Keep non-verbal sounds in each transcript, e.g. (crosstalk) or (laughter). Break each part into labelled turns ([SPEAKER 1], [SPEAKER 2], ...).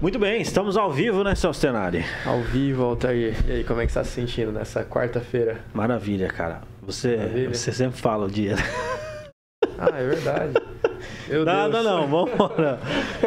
[SPEAKER 1] Muito bem, estamos ao vivo, né, Celso Tenari?
[SPEAKER 2] Ao vivo, Altair. E aí, como é que você está se sentindo nessa quarta-feira?
[SPEAKER 1] Maravilha, cara. Você,
[SPEAKER 2] Maravilha.
[SPEAKER 1] você sempre fala o dia.
[SPEAKER 2] Ah,
[SPEAKER 1] (laughs)
[SPEAKER 2] é verdade. Meu
[SPEAKER 1] Nada
[SPEAKER 2] Deus.
[SPEAKER 1] não, vambora.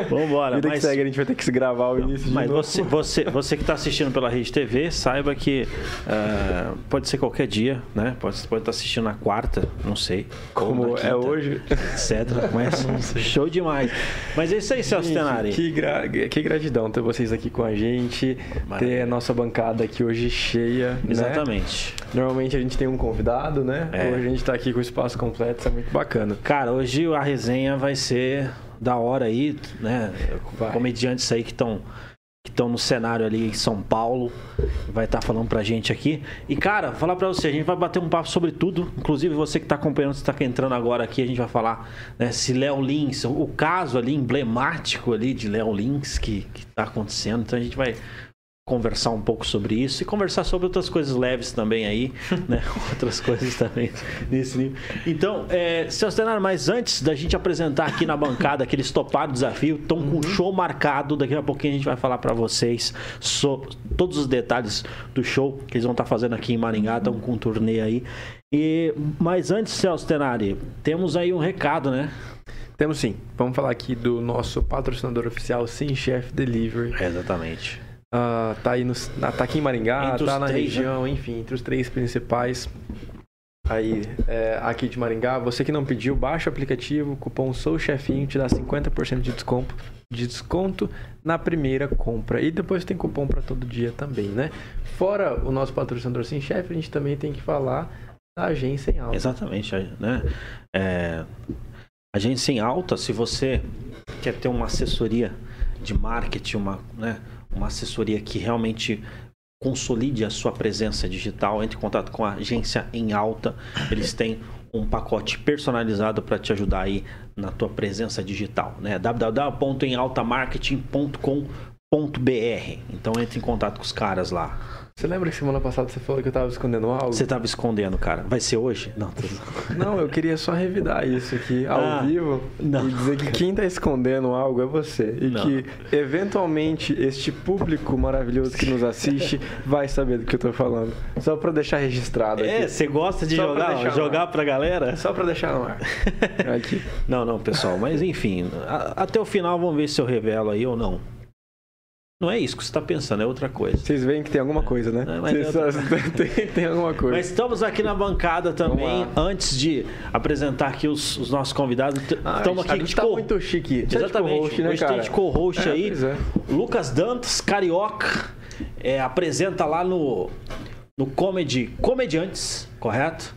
[SPEAKER 1] Vambora.
[SPEAKER 2] Vida
[SPEAKER 1] Mas,
[SPEAKER 2] que segue, a gente vai ter que se gravar o início
[SPEAKER 1] mas
[SPEAKER 2] de novo.
[SPEAKER 1] você, você, você que está assistindo pela Rede TV, saiba que eh, pode ser qualquer dia, né? Pode estar pode tá assistindo na quarta, não sei. ou na
[SPEAKER 2] Como é
[SPEAKER 1] quinta,
[SPEAKER 2] hoje?
[SPEAKER 1] Etc.
[SPEAKER 2] (laughs)
[SPEAKER 1] Mas show demais. Mas é isso aí, Celso Tenari.
[SPEAKER 2] Gente, que, gra- que gratidão ter vocês aqui com a gente, ter
[SPEAKER 1] Maravilha.
[SPEAKER 2] a nossa bancada aqui hoje cheia. né?
[SPEAKER 1] Exatamente.
[SPEAKER 2] Normalmente a gente tem um convidado, né?
[SPEAKER 1] É.
[SPEAKER 2] Hoje a gente tá aqui com o espaço completo, isso é muito bacana.
[SPEAKER 1] Cara, hoje a resenha vai ser da hora aí, né?
[SPEAKER 2] Vai.
[SPEAKER 1] Comediantes aí que estão que estão no cenário ali em São Paulo, vai estar falando pra gente aqui. E cara, falar pra você, a gente vai bater um papo sobre tudo, inclusive você que tá acompanhando, você tá entrando agora aqui, a gente vai falar, né, se Léo Lins, o caso ali emblemático ali de Léo Lins que, que tá acontecendo, então a gente vai conversar um pouco sobre isso e conversar sobre outras coisas leves também aí, né? outras coisas também nesse nível. Então, é, Celso Tenar, mas antes da gente apresentar aqui na bancada que eles toparam o desafio, estão com o show marcado, daqui a pouquinho a gente vai falar para vocês so- todos os detalhes do show que eles vão estar fazendo aqui em Maringá, estão com um turnê aí. E, mas antes, Celso Tenari, temos aí um recado, né?
[SPEAKER 2] Temos sim, vamos falar aqui do nosso patrocinador oficial, Sim Chef Delivery.
[SPEAKER 1] Exatamente.
[SPEAKER 2] Ah, tá aí nos, na- tá aqui em Maringá,
[SPEAKER 1] Entre
[SPEAKER 2] tá
[SPEAKER 1] os
[SPEAKER 2] na
[SPEAKER 1] três, né?
[SPEAKER 2] região, enfim, entre os três principais. Aí, é, aqui de Maringá, você que não pediu, baixa o aplicativo, cupom SOUCHEFINHO te dá 50% de desconto, de desconto na primeira compra. E depois tem cupom para todo dia também, né? Fora o nosso patrocinador Sim Chef, a gente também tem que falar da agência em alta.
[SPEAKER 1] Exatamente, a- né? É, agência em alta, se você quer ter uma assessoria de marketing, uma, né, uma assessoria que realmente consolide a sua presença digital, entre em contato com a agência em alta. Eles têm um pacote personalizado para te ajudar aí na tua presença digital, né? www.emaltamarketing.com.br. Então entre em contato com os caras lá.
[SPEAKER 2] Você lembra que semana passada você falou que eu tava escondendo algo?
[SPEAKER 1] Você tava escondendo, cara. Vai ser hoje? Não, tô...
[SPEAKER 2] Não, eu queria só revidar isso aqui ao
[SPEAKER 1] Ah,
[SPEAKER 2] vivo
[SPEAKER 1] não.
[SPEAKER 2] e dizer que quem tá escondendo algo é você. E
[SPEAKER 1] Não.
[SPEAKER 2] que, eventualmente, este público maravilhoso que nos assiste vai saber do que eu tô falando. Só pra deixar registrado aqui.
[SPEAKER 1] É, você gosta de
[SPEAKER 2] Só pra
[SPEAKER 1] jogar,
[SPEAKER 2] deixar no
[SPEAKER 1] jogar
[SPEAKER 2] ar.
[SPEAKER 1] pra galera?
[SPEAKER 2] Só pra deixar
[SPEAKER 1] (laughs)
[SPEAKER 2] no ar. Aqui.
[SPEAKER 1] Não, não, pessoal, mas enfim, a- até o final vamos ver se eu revelo aí ou não. Não é isso que você tá pensando, é outra coisa.
[SPEAKER 2] Vocês veem que tem alguma coisa, né?
[SPEAKER 1] É, mas
[SPEAKER 2] Vocês
[SPEAKER 1] eu-
[SPEAKER 2] só... (laughs) tem, tem alguma coisa.
[SPEAKER 1] Mas estamos aqui na bancada também,
[SPEAKER 2] Vamos
[SPEAKER 1] antes de apresentar aqui os, os nossos convidados. t-
[SPEAKER 2] Ah,
[SPEAKER 1] Estamos
[SPEAKER 2] a
[SPEAKER 1] aqui
[SPEAKER 2] gente
[SPEAKER 1] de
[SPEAKER 2] tá
[SPEAKER 1] co-
[SPEAKER 2] muito chique. Tá de
[SPEAKER 1] Exatamente,
[SPEAKER 2] co-host, né,
[SPEAKER 1] hoje tem
[SPEAKER 2] cara?
[SPEAKER 1] de co-host
[SPEAKER 2] É,
[SPEAKER 1] aí.
[SPEAKER 2] pois é.
[SPEAKER 1] Lucas Dantas, carioca, é, apresenta lá no, no Comedy Comediantes, correto?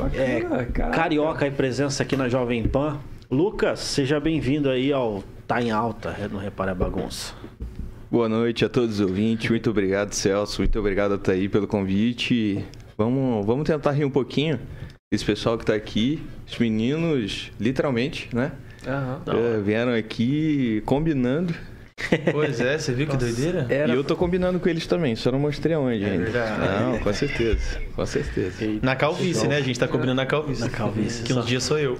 [SPEAKER 1] É,
[SPEAKER 2] Bacana, caraca.
[SPEAKER 1] Carioca e presença aqui na Jovem Pan. Lucas, seja bem-vindo aí ao Tá em Alta, não repara a bagunça.
[SPEAKER 3] Boa noite a todos os ouvintes. Muito obrigado, Celso. Muito obrigado, Ataí, pelo convite. Vamos, vamos tentar rir um pouquinho. Esse pessoal que tá aqui, os meninos, literalmente, né?
[SPEAKER 2] Aham.
[SPEAKER 3] É, vieram aqui combinando.
[SPEAKER 4] Pois é, você viu que doideira?
[SPEAKER 2] Era-
[SPEAKER 3] E eu tô combinando com eles também, só não mostrei aonde ainda.
[SPEAKER 4] verdade.
[SPEAKER 3] Não, com certeza. Com certeza.
[SPEAKER 4] Na calvície, né? A gente tá combinando na calvície.
[SPEAKER 1] Na calvície,
[SPEAKER 4] Que
[SPEAKER 1] só.
[SPEAKER 4] uns dias sou eu.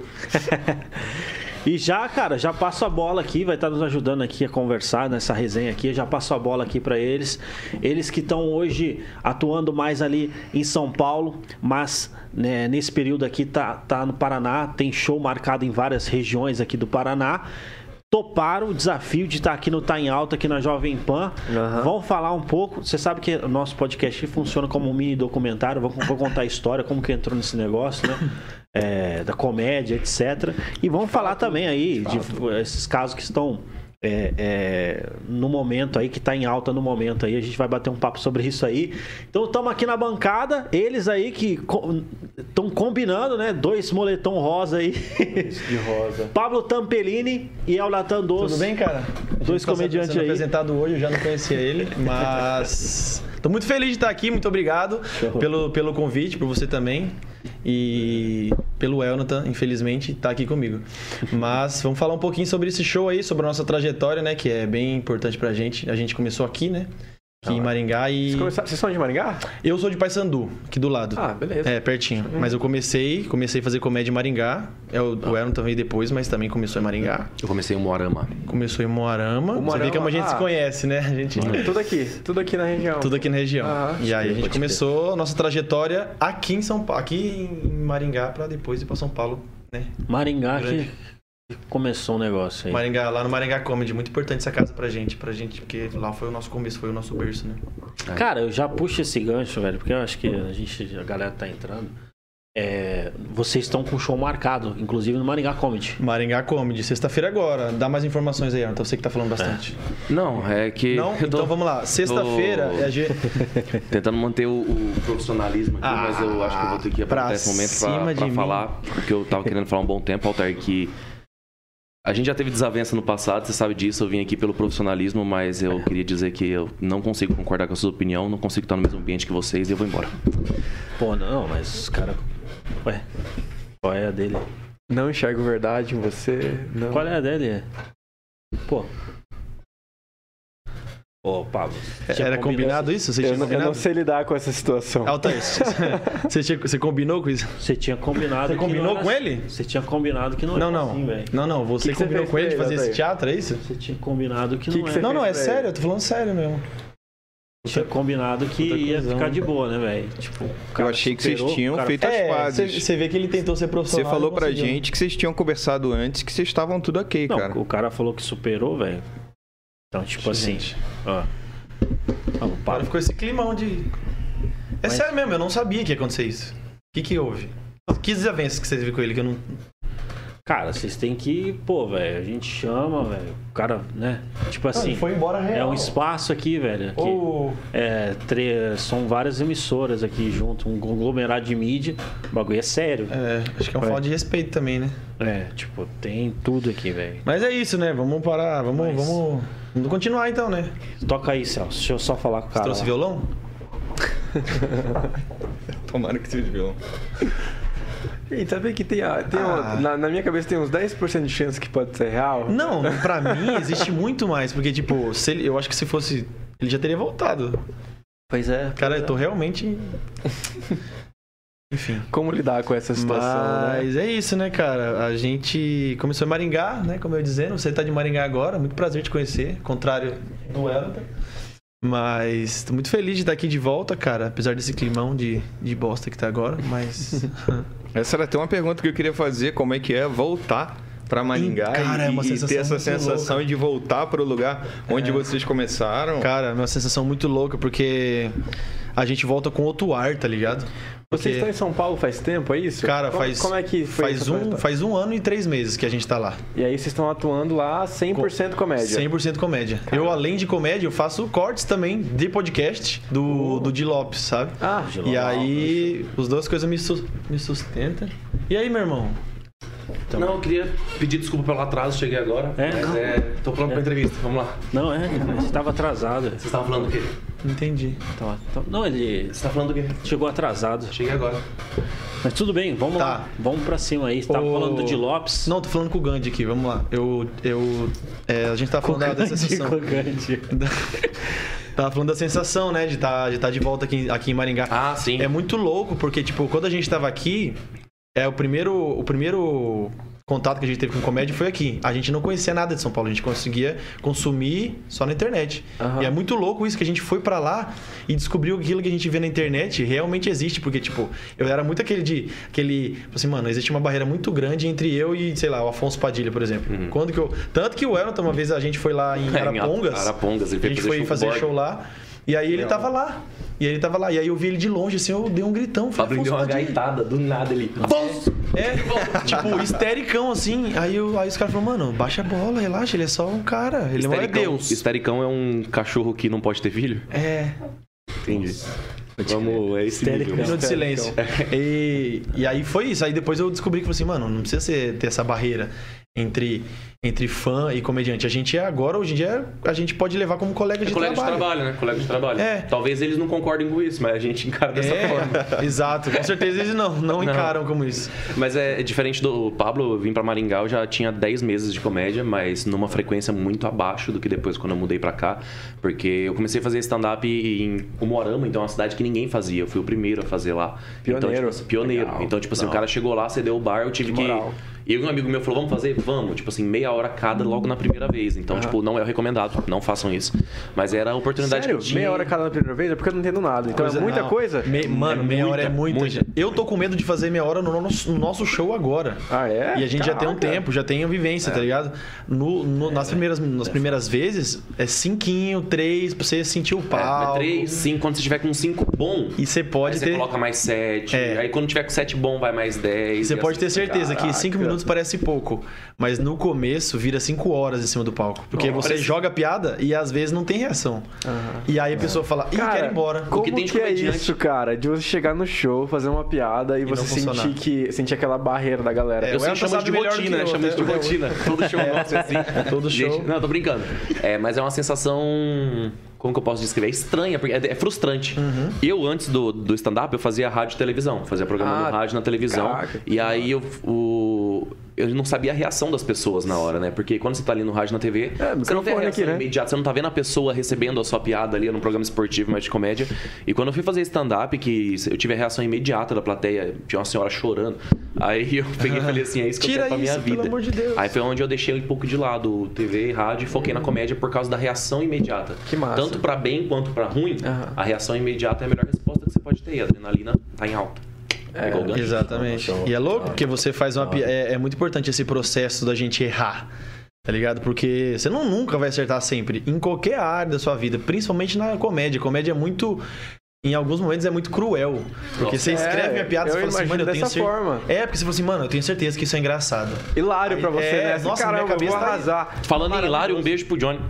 [SPEAKER 1] E já, cara, já passo a bola aqui, vai estar nos ajudando aqui a conversar nessa resenha aqui. Já passo a bola aqui para eles. Eles que estão hoje atuando mais ali em São Paulo, mas né, nesse período aqui tá, tá no Paraná, tem show marcado em várias regiões aqui do Paraná. Toparam o desafio de estar aqui no Tá em Alta, aqui na Jovem Pan.
[SPEAKER 2] Aham.
[SPEAKER 1] Vão falar um pouco. Você sabe que o nosso podcast funciona como um mini documentário. Vou, vou contar a história, como que entrou nesse negócio, né? É, da comédia, etc. E vamos falar também aí de, esses casos que estão é, é, no momento aí, que está em alta no momento aí. A gente vai bater um papo sobre isso aí. Então estamos aqui na bancada, eles aí que estão combinando, né? Dois moletom rosa aí.
[SPEAKER 2] De rosa.
[SPEAKER 1] Pablo Tampelini e Eulatan Doce.
[SPEAKER 4] Tudo bem, cara? A gente
[SPEAKER 1] Dois
[SPEAKER 4] tá
[SPEAKER 1] comediantes
[SPEAKER 4] sendo
[SPEAKER 1] aí.
[SPEAKER 4] apresentado hoje, eu já não conhecia ele, mas... Tô muito feliz de estar aqui, muito obrigado pelo, pelo convite, por você também. E pelo Elnathan, infelizmente, tá aqui comigo. Mas vamos falar um pouquinho sobre esse show aí, sobre a nossa trajetória, né? Que é bem importante pra gente. A gente começou aqui, né? aqui em Maringá e.
[SPEAKER 2] Vocês começaram- Vocês são de Maringá?
[SPEAKER 4] Eu sou de Paysandu, aqui do lado.
[SPEAKER 2] Ah, beleza.
[SPEAKER 4] É, pertinho. Mas eu comecei, comecei a fazer comédia em Maringá. É, o, o Elton veio depois, mas também começou em Maringá.
[SPEAKER 5] Eu comecei em Moarama.
[SPEAKER 4] Começou em Moarama. Você
[SPEAKER 2] Moarama,
[SPEAKER 4] vê como a gente
[SPEAKER 2] ah.
[SPEAKER 4] se conhece, né? A gente.
[SPEAKER 1] É.
[SPEAKER 2] Tudo aqui, tudo aqui na região.
[SPEAKER 4] Tudo aqui na região.
[SPEAKER 2] Ah,
[SPEAKER 4] e aí a
[SPEAKER 5] Uhum. pode
[SPEAKER 4] gente
[SPEAKER 5] crer.
[SPEAKER 4] começou a nossa trajetória aqui em São Paulo, aqui em Maringá, pra depois ir pra São Paulo, né?
[SPEAKER 1] Maringá que começou o negócio aí.
[SPEAKER 4] Maringá, lá no Maringá Comedy, muito importante essa casa pra gente, pra gente, porque lá foi o nosso começo, foi o nosso berço, né?
[SPEAKER 1] Cara, eu já puxo esse gancho, velho, porque eu acho que a gente, a galera tá entrando. É, vocês estão com show marcado, inclusive no Maringá Comedy.
[SPEAKER 4] Maringá Comedy, sexta-feira agora. Dá mais informações aí, Então você que tá falando bastante.
[SPEAKER 5] Não, é que.
[SPEAKER 4] Não?
[SPEAKER 5] eu tô
[SPEAKER 4] Então vamos lá. Sexta-feira
[SPEAKER 5] tô-
[SPEAKER 4] é a G...
[SPEAKER 5] Tentando manter o, o profissionalismo aqui,
[SPEAKER 4] Ah,
[SPEAKER 5] mas eu acho que eu vou ter que
[SPEAKER 4] pra
[SPEAKER 5] aproveitar esse momento pra-
[SPEAKER 4] cima
[SPEAKER 5] pra,
[SPEAKER 4] de mim.
[SPEAKER 5] falar, porque eu tava querendo falar um bom tempo, Altair, que a gente já teve desavença no passado, você sabe disso, eu vim aqui pelo profissionalismo, mas eu queria dizer que eu não consigo concordar com a sua opinião, não consigo estar no mesmo ambiente que vocês e eu vou embora.
[SPEAKER 1] Pô, não, mas os caras. Ué, qual é a dele?
[SPEAKER 2] Não enxergo verdade em você. Não.
[SPEAKER 1] Qual é a dele? Pô. Ô, Pablo. tinha
[SPEAKER 4] Era combinado isso? Você tinha
[SPEAKER 2] Eu, não- eu
[SPEAKER 4] combinado?
[SPEAKER 2] não sei lidar com essa situação.
[SPEAKER 4] Altair, você, tinha- você combinou com isso?
[SPEAKER 1] Você tinha combinado.
[SPEAKER 4] Você
[SPEAKER 1] que não
[SPEAKER 4] combinou
[SPEAKER 1] era
[SPEAKER 4] com
[SPEAKER 1] assim.
[SPEAKER 4] ele?
[SPEAKER 1] Você tinha combinado que não
[SPEAKER 4] Não,
[SPEAKER 1] era
[SPEAKER 4] não.
[SPEAKER 1] assim, velho.
[SPEAKER 4] não, não. Você
[SPEAKER 2] Que que você
[SPEAKER 4] combinou
[SPEAKER 2] fez
[SPEAKER 4] com ele
[SPEAKER 2] pra
[SPEAKER 4] de
[SPEAKER 2] ele,
[SPEAKER 4] fazer esse
[SPEAKER 2] Altair?
[SPEAKER 4] teatro, é isso?
[SPEAKER 1] Você tinha combinado que,
[SPEAKER 2] Que
[SPEAKER 1] não
[SPEAKER 2] que
[SPEAKER 1] era.
[SPEAKER 2] você
[SPEAKER 4] Não, não, é
[SPEAKER 2] fez pra ele?
[SPEAKER 4] sério, eu tô falando sério mesmo.
[SPEAKER 1] Tinha combinado que
[SPEAKER 2] Puta
[SPEAKER 1] ia
[SPEAKER 2] cuzão.
[SPEAKER 1] ficar de boa, né, velho? Tipo, o
[SPEAKER 3] Eu
[SPEAKER 1] cara
[SPEAKER 3] achei que vocês
[SPEAKER 1] superou,
[SPEAKER 3] tinham
[SPEAKER 1] o cara-
[SPEAKER 3] feito as
[SPEAKER 4] você
[SPEAKER 3] pazes.
[SPEAKER 4] você É, vê que ele tentou ser
[SPEAKER 3] Você
[SPEAKER 4] profissional.
[SPEAKER 3] falou
[SPEAKER 4] e
[SPEAKER 3] pra
[SPEAKER 4] conseguiu.
[SPEAKER 3] gente que vocês tinham conversado antes que vocês estavam tudo ok,
[SPEAKER 1] Não,
[SPEAKER 3] cara.
[SPEAKER 1] o cara falou que superou, velho. Então, tipo assim, ó. Ah, o
[SPEAKER 4] Agora
[SPEAKER 1] Pablo
[SPEAKER 4] ficou esse climão de. É
[SPEAKER 1] Mas-
[SPEAKER 4] sério mesmo, eu não sabia que ia acontecer isso. O que, que houve? Que desavenças que você teve com ele que eu não.
[SPEAKER 1] Cara, vocês têm que, pô, velho, a gente chama, velho. O cara, né? Tipo assim,
[SPEAKER 4] Ele foi embora real.
[SPEAKER 1] é um espaço aqui, velho. que
[SPEAKER 4] Ô,
[SPEAKER 1] é, tre- são várias emissoras aqui junto, um conglomerado de mídia. O bagulho é sério.
[SPEAKER 4] É, acho que é um
[SPEAKER 1] Vai.
[SPEAKER 4] falta de respeito também, né?
[SPEAKER 1] É, tipo, tem tudo aqui, velho.
[SPEAKER 4] Mas é isso, né? Vamos parar, vamos,
[SPEAKER 1] Mas-
[SPEAKER 4] vamos, vamos continuar então, né? Você
[SPEAKER 1] Toca aí, Celso. Deixa eu só falar com o cara.
[SPEAKER 4] trouxe
[SPEAKER 1] lá.
[SPEAKER 4] violão?
[SPEAKER 3] Tomara que vocês viram.
[SPEAKER 2] E sabe que tem, a- tem
[SPEAKER 4] Ah.
[SPEAKER 2] um- na, na minha cabeça tem uns 10% de chance que pode ser real?
[SPEAKER 4] Não, pra mim existe muito mais, porque, tipo, se ele- eu acho que se fosse. Ele já teria voltado.
[SPEAKER 1] Pois é.
[SPEAKER 4] Cara, eu tô
[SPEAKER 1] (laughs)
[SPEAKER 4] realmente. Enfim.
[SPEAKER 2] Como lidar com essa situação, né?
[SPEAKER 4] Mas é isso, né, cara? A gente começou em Maringá, né? Como eu ia dizendo, você tá de Maringá agora, muito prazer te conhecer, contrário do Elton. Mas tô muito feliz de estar aqui de volta, cara, apesar desse climão de, de bosta que tá agora, mas.
[SPEAKER 1] (laughs)
[SPEAKER 3] Essa era até uma pergunta que eu queria fazer, como é que é voltar pra Maringá
[SPEAKER 4] Ih, cara,
[SPEAKER 3] e,
[SPEAKER 4] é uma
[SPEAKER 3] e
[SPEAKER 4] sensação
[SPEAKER 3] ter essa
[SPEAKER 4] muito
[SPEAKER 3] sensação de voltar pro lugar onde vocês começaram.
[SPEAKER 4] cara, é uma sensação muito louca, porque a gente volta com outro ar, tá ligado?
[SPEAKER 2] Vocês
[SPEAKER 4] Porque-
[SPEAKER 2] estão em São Paulo faz tempo, é isso?
[SPEAKER 4] Cara,
[SPEAKER 2] como,
[SPEAKER 4] faz.
[SPEAKER 2] Como é que foi
[SPEAKER 4] faz
[SPEAKER 2] essa
[SPEAKER 4] um,
[SPEAKER 2] festa?
[SPEAKER 4] faz um ano e três meses que a gente tá lá.
[SPEAKER 2] E aí vocês estão atuando lá 100% comédia.
[SPEAKER 4] 100% comédia. Eu, além de comédia, eu faço cortes também de podcast do, do Di Lopes, sabe?
[SPEAKER 2] Ah,
[SPEAKER 4] E aí, os duas coisas me, sus- me sustentam. E aí, meu irmão?
[SPEAKER 5] Então. Não, eu queria pedir desculpa pelo atraso, cheguei agora,
[SPEAKER 1] É,
[SPEAKER 5] mas
[SPEAKER 1] não.
[SPEAKER 5] é, tô pronto pra entrevista, vamos lá.
[SPEAKER 1] Não, é, cara, você tava atrasado.
[SPEAKER 5] Você tava falando do quê?
[SPEAKER 4] Entendi.
[SPEAKER 1] Tava- tava- Não, ele
[SPEAKER 5] Você tá falando do quê?
[SPEAKER 1] chegou atrasado.
[SPEAKER 5] Cheguei agora.
[SPEAKER 1] Mas tudo bem, vamos
[SPEAKER 4] Tá.
[SPEAKER 1] lá. Vamos pra cima aí. Você tava
[SPEAKER 4] Ô-
[SPEAKER 1] falando de Lopes.
[SPEAKER 4] Não, tô falando com o Gandhi aqui, vamos lá. Eu. eu é, a gente tá falando da- dessa sensação.
[SPEAKER 1] Cocante.
[SPEAKER 4] Tava falando da sensação, né, de estar de, tá de volta aqui, em- aqui em Maringá.
[SPEAKER 5] Ah, sim.
[SPEAKER 4] É muito louco, porque, tipo, quando a gente tava aqui, é o primeiro, o primeiro contato que a gente teve com comédia foi aqui. A gente não conhecia nada de São Paulo, a gente conseguia consumir só na internet.
[SPEAKER 2] Aham.
[SPEAKER 4] E é muito louco isso, que a gente foi pra lá e descobriu que aquilo que a gente vê na internet realmente existe, porque, tipo, eu era muito aquele de, aquele, tipo assim, mano, existe uma barreira muito grande entre eu e, sei lá, o Afonso Padilha, por exemplo. Quando que eu... Tanto que o Elton, uma vez a gente foi lá em
[SPEAKER 5] É, Uhum. (laughs) em
[SPEAKER 4] Arapongas.
[SPEAKER 5] Arapongas, ele
[SPEAKER 4] a gente foi
[SPEAKER 5] veio fazer show com
[SPEAKER 4] fazer
[SPEAKER 5] o Borg.
[SPEAKER 4] show lá. E aí ele
[SPEAKER 5] Não.
[SPEAKER 4] tava lá. E aí ele tava lá. E aí eu vi ele de longe, assim, eu dei um gritão. falei,
[SPEAKER 5] Pablo
[SPEAKER 4] "Afonso
[SPEAKER 5] deu uma
[SPEAKER 4] Padilha".
[SPEAKER 5] gaitada, do nada ele.
[SPEAKER 4] É, tipo, histericão, assim. Aí, eu, aí os caras falaram, mano, baixa a bola, relaxa, ele é só um cara. Ele não é Deus.
[SPEAKER 5] Histericão é um cachorro que não pode ter filho?
[SPEAKER 4] É, um
[SPEAKER 5] Entendi. Vamos, é esse nível.
[SPEAKER 4] minuto de tipo silêncio. E, e aí foi isso. Aí depois eu descobri que, falei assim, mano, não precisa ser, ter essa barreira. entre, entre fã e comediante. A gente é agora, hoje em dia, a gente pode levar como colega,
[SPEAKER 5] É
[SPEAKER 4] de,
[SPEAKER 5] colega
[SPEAKER 4] trabalho.
[SPEAKER 5] de trabalho, né? Colega de trabalho.
[SPEAKER 4] É.
[SPEAKER 5] Talvez eles não concordem com isso, mas a gente (laughs) encara dessa
[SPEAKER 4] É,
[SPEAKER 5] forma.
[SPEAKER 4] (laughs) exato. Com certeza eles não, não,
[SPEAKER 5] Não.
[SPEAKER 4] encaram como isso.
[SPEAKER 5] Mas é, é diferente do Pablo, eu vim pra Maringá, eu já tinha 10 meses de comédia, mas numa frequência muito abaixo do que depois quando eu mudei pra cá, porque eu comecei a fazer stand-up em Umuarama, então é uma cidade que ninguém fazia, eu fui o primeiro a fazer lá. Então,
[SPEAKER 3] Pioneiro.
[SPEAKER 5] tipo, assim, pioneiro.
[SPEAKER 3] Legal.
[SPEAKER 5] Então, tipo assim,
[SPEAKER 3] Não.
[SPEAKER 5] o cara chegou lá, cedeu o bar, eu tive
[SPEAKER 3] Que
[SPEAKER 5] que...
[SPEAKER 3] moral.
[SPEAKER 5] E um amigo meu falou, vamos fazer? Vamos. Tipo assim, meia hora cada logo na primeira vez. Então, tipo, não é o recomendado, não façam isso. Mas era a oportunidade
[SPEAKER 2] Sério?
[SPEAKER 5] que eu tinha.
[SPEAKER 2] Meia hora cada na primeira vez? É porque eu não entendo nada. Então é muita
[SPEAKER 4] não.
[SPEAKER 2] coisa?
[SPEAKER 4] Me- mano, meia hora é muita,
[SPEAKER 5] muita.
[SPEAKER 4] gente. Eu tô com medo de fazer meia hora no nosso, no nosso show agora.
[SPEAKER 2] Ah, é?
[SPEAKER 4] E a gente já tem um
[SPEAKER 2] Caraca.
[SPEAKER 4] tempo, já tem a vivência, tá ligado? No, no- nas primeiras, nas primeiras vezes, é cinquinho, três, pra você sentir o
[SPEAKER 5] É,
[SPEAKER 4] pau.
[SPEAKER 5] 3, 5, quando você tiver com 5 bom,
[SPEAKER 4] E você pode
[SPEAKER 5] aí você
[SPEAKER 4] ter.
[SPEAKER 5] coloca mais 7.
[SPEAKER 4] É.
[SPEAKER 5] Aí quando tiver com 7 bom, vai mais assim 10.
[SPEAKER 4] Você pode ter certeza que 5 minutos parece pouco, mas no começo vira 5 horas em cima do palco. Porque
[SPEAKER 5] Nossa.
[SPEAKER 4] você joga a piada e às vezes não tem reação. E aí a pessoa fala, ih, quero ir embora.
[SPEAKER 2] Como
[SPEAKER 5] que
[SPEAKER 2] que,
[SPEAKER 5] tem de
[SPEAKER 2] é
[SPEAKER 5] comediante?
[SPEAKER 2] isso, cara? De você chegar no show, fazer uma piada e, você
[SPEAKER 4] não
[SPEAKER 2] sentir
[SPEAKER 4] funcionar.
[SPEAKER 2] que sentir aquela barreira da galera.
[SPEAKER 4] É,
[SPEAKER 5] Eu
[SPEAKER 4] o
[SPEAKER 5] sei
[SPEAKER 4] Elton
[SPEAKER 5] chama isso de
[SPEAKER 4] sabe melhor
[SPEAKER 5] rotina,
[SPEAKER 4] que
[SPEAKER 5] né?
[SPEAKER 4] eu,
[SPEAKER 5] Chama isso de
[SPEAKER 4] até-
[SPEAKER 5] rotina. Todo show nosso é assim.
[SPEAKER 4] (laughs) Todo
[SPEAKER 5] Gente,
[SPEAKER 4] show.
[SPEAKER 5] Não, tô brincando. É, mas é uma sensação. Como que eu posso descrever? É estranha, porque é é frustrante.
[SPEAKER 4] Uhum.
[SPEAKER 5] Eu, antes do, do stand-up, eu fazia rádio e televisão. Fazia programa
[SPEAKER 2] Ah,
[SPEAKER 5] no rádio, na televisão.
[SPEAKER 2] caraca.
[SPEAKER 5] E aí eu. o- eu não sabia a reação das pessoas na hora, né? Porque quando você tá ali no rádio, na TV,
[SPEAKER 2] É,
[SPEAKER 5] você não tem a
[SPEAKER 2] microfone
[SPEAKER 5] reação
[SPEAKER 2] aqui, né?
[SPEAKER 5] imediata. Você não tá vendo a pessoa recebendo a sua piada ali num programa esportivo, mas de comédia. E quando eu fui fazer stand-up, que eu tive a reação imediata da plateia, tinha uma senhora chorando. Aí eu peguei e falei assim, é isso que eu
[SPEAKER 4] Tira
[SPEAKER 5] quero pra minha
[SPEAKER 4] isso, pelo
[SPEAKER 5] vida.
[SPEAKER 4] amor de Deus.
[SPEAKER 5] Aí foi onde eu deixei um pouco de lado TV e rádio e foquei na comédia por causa da reação imediata.
[SPEAKER 2] Que massa.
[SPEAKER 5] Tanto pra bem quanto pra ruim,
[SPEAKER 2] Aham.
[SPEAKER 5] a reação imediata é a melhor resposta que você pode ter. A adrenalina tá em alta.
[SPEAKER 4] É,
[SPEAKER 5] Pegou o gancho?
[SPEAKER 4] Exatamente. E é louco, porque você faz uma. pi- É, é muito importante esse processo da gente errar. Tá ligado? Porque você não nunca vai acertar sempre. Em qualquer área da sua vida, principalmente na comédia. Comédia é muito. Em alguns momentos é muito cruel. Porque
[SPEAKER 5] Nossa.
[SPEAKER 4] você escreve minha piada e
[SPEAKER 2] é, eu
[SPEAKER 4] você fala assim,
[SPEAKER 2] imagino
[SPEAKER 4] mano, eu tenho
[SPEAKER 2] dessa
[SPEAKER 4] certeza.
[SPEAKER 2] forma.
[SPEAKER 4] É, porque você fala assim, mano, eu tenho certeza que isso é engraçado.
[SPEAKER 2] Hilário pra você,
[SPEAKER 4] É,
[SPEAKER 2] né? Assim,
[SPEAKER 4] nossa, minha
[SPEAKER 2] Caramba, eu
[SPEAKER 4] cabeça
[SPEAKER 2] vou
[SPEAKER 4] tá-
[SPEAKER 2] arrasar.
[SPEAKER 5] Falando em Hilário, um beijo pro Johnny.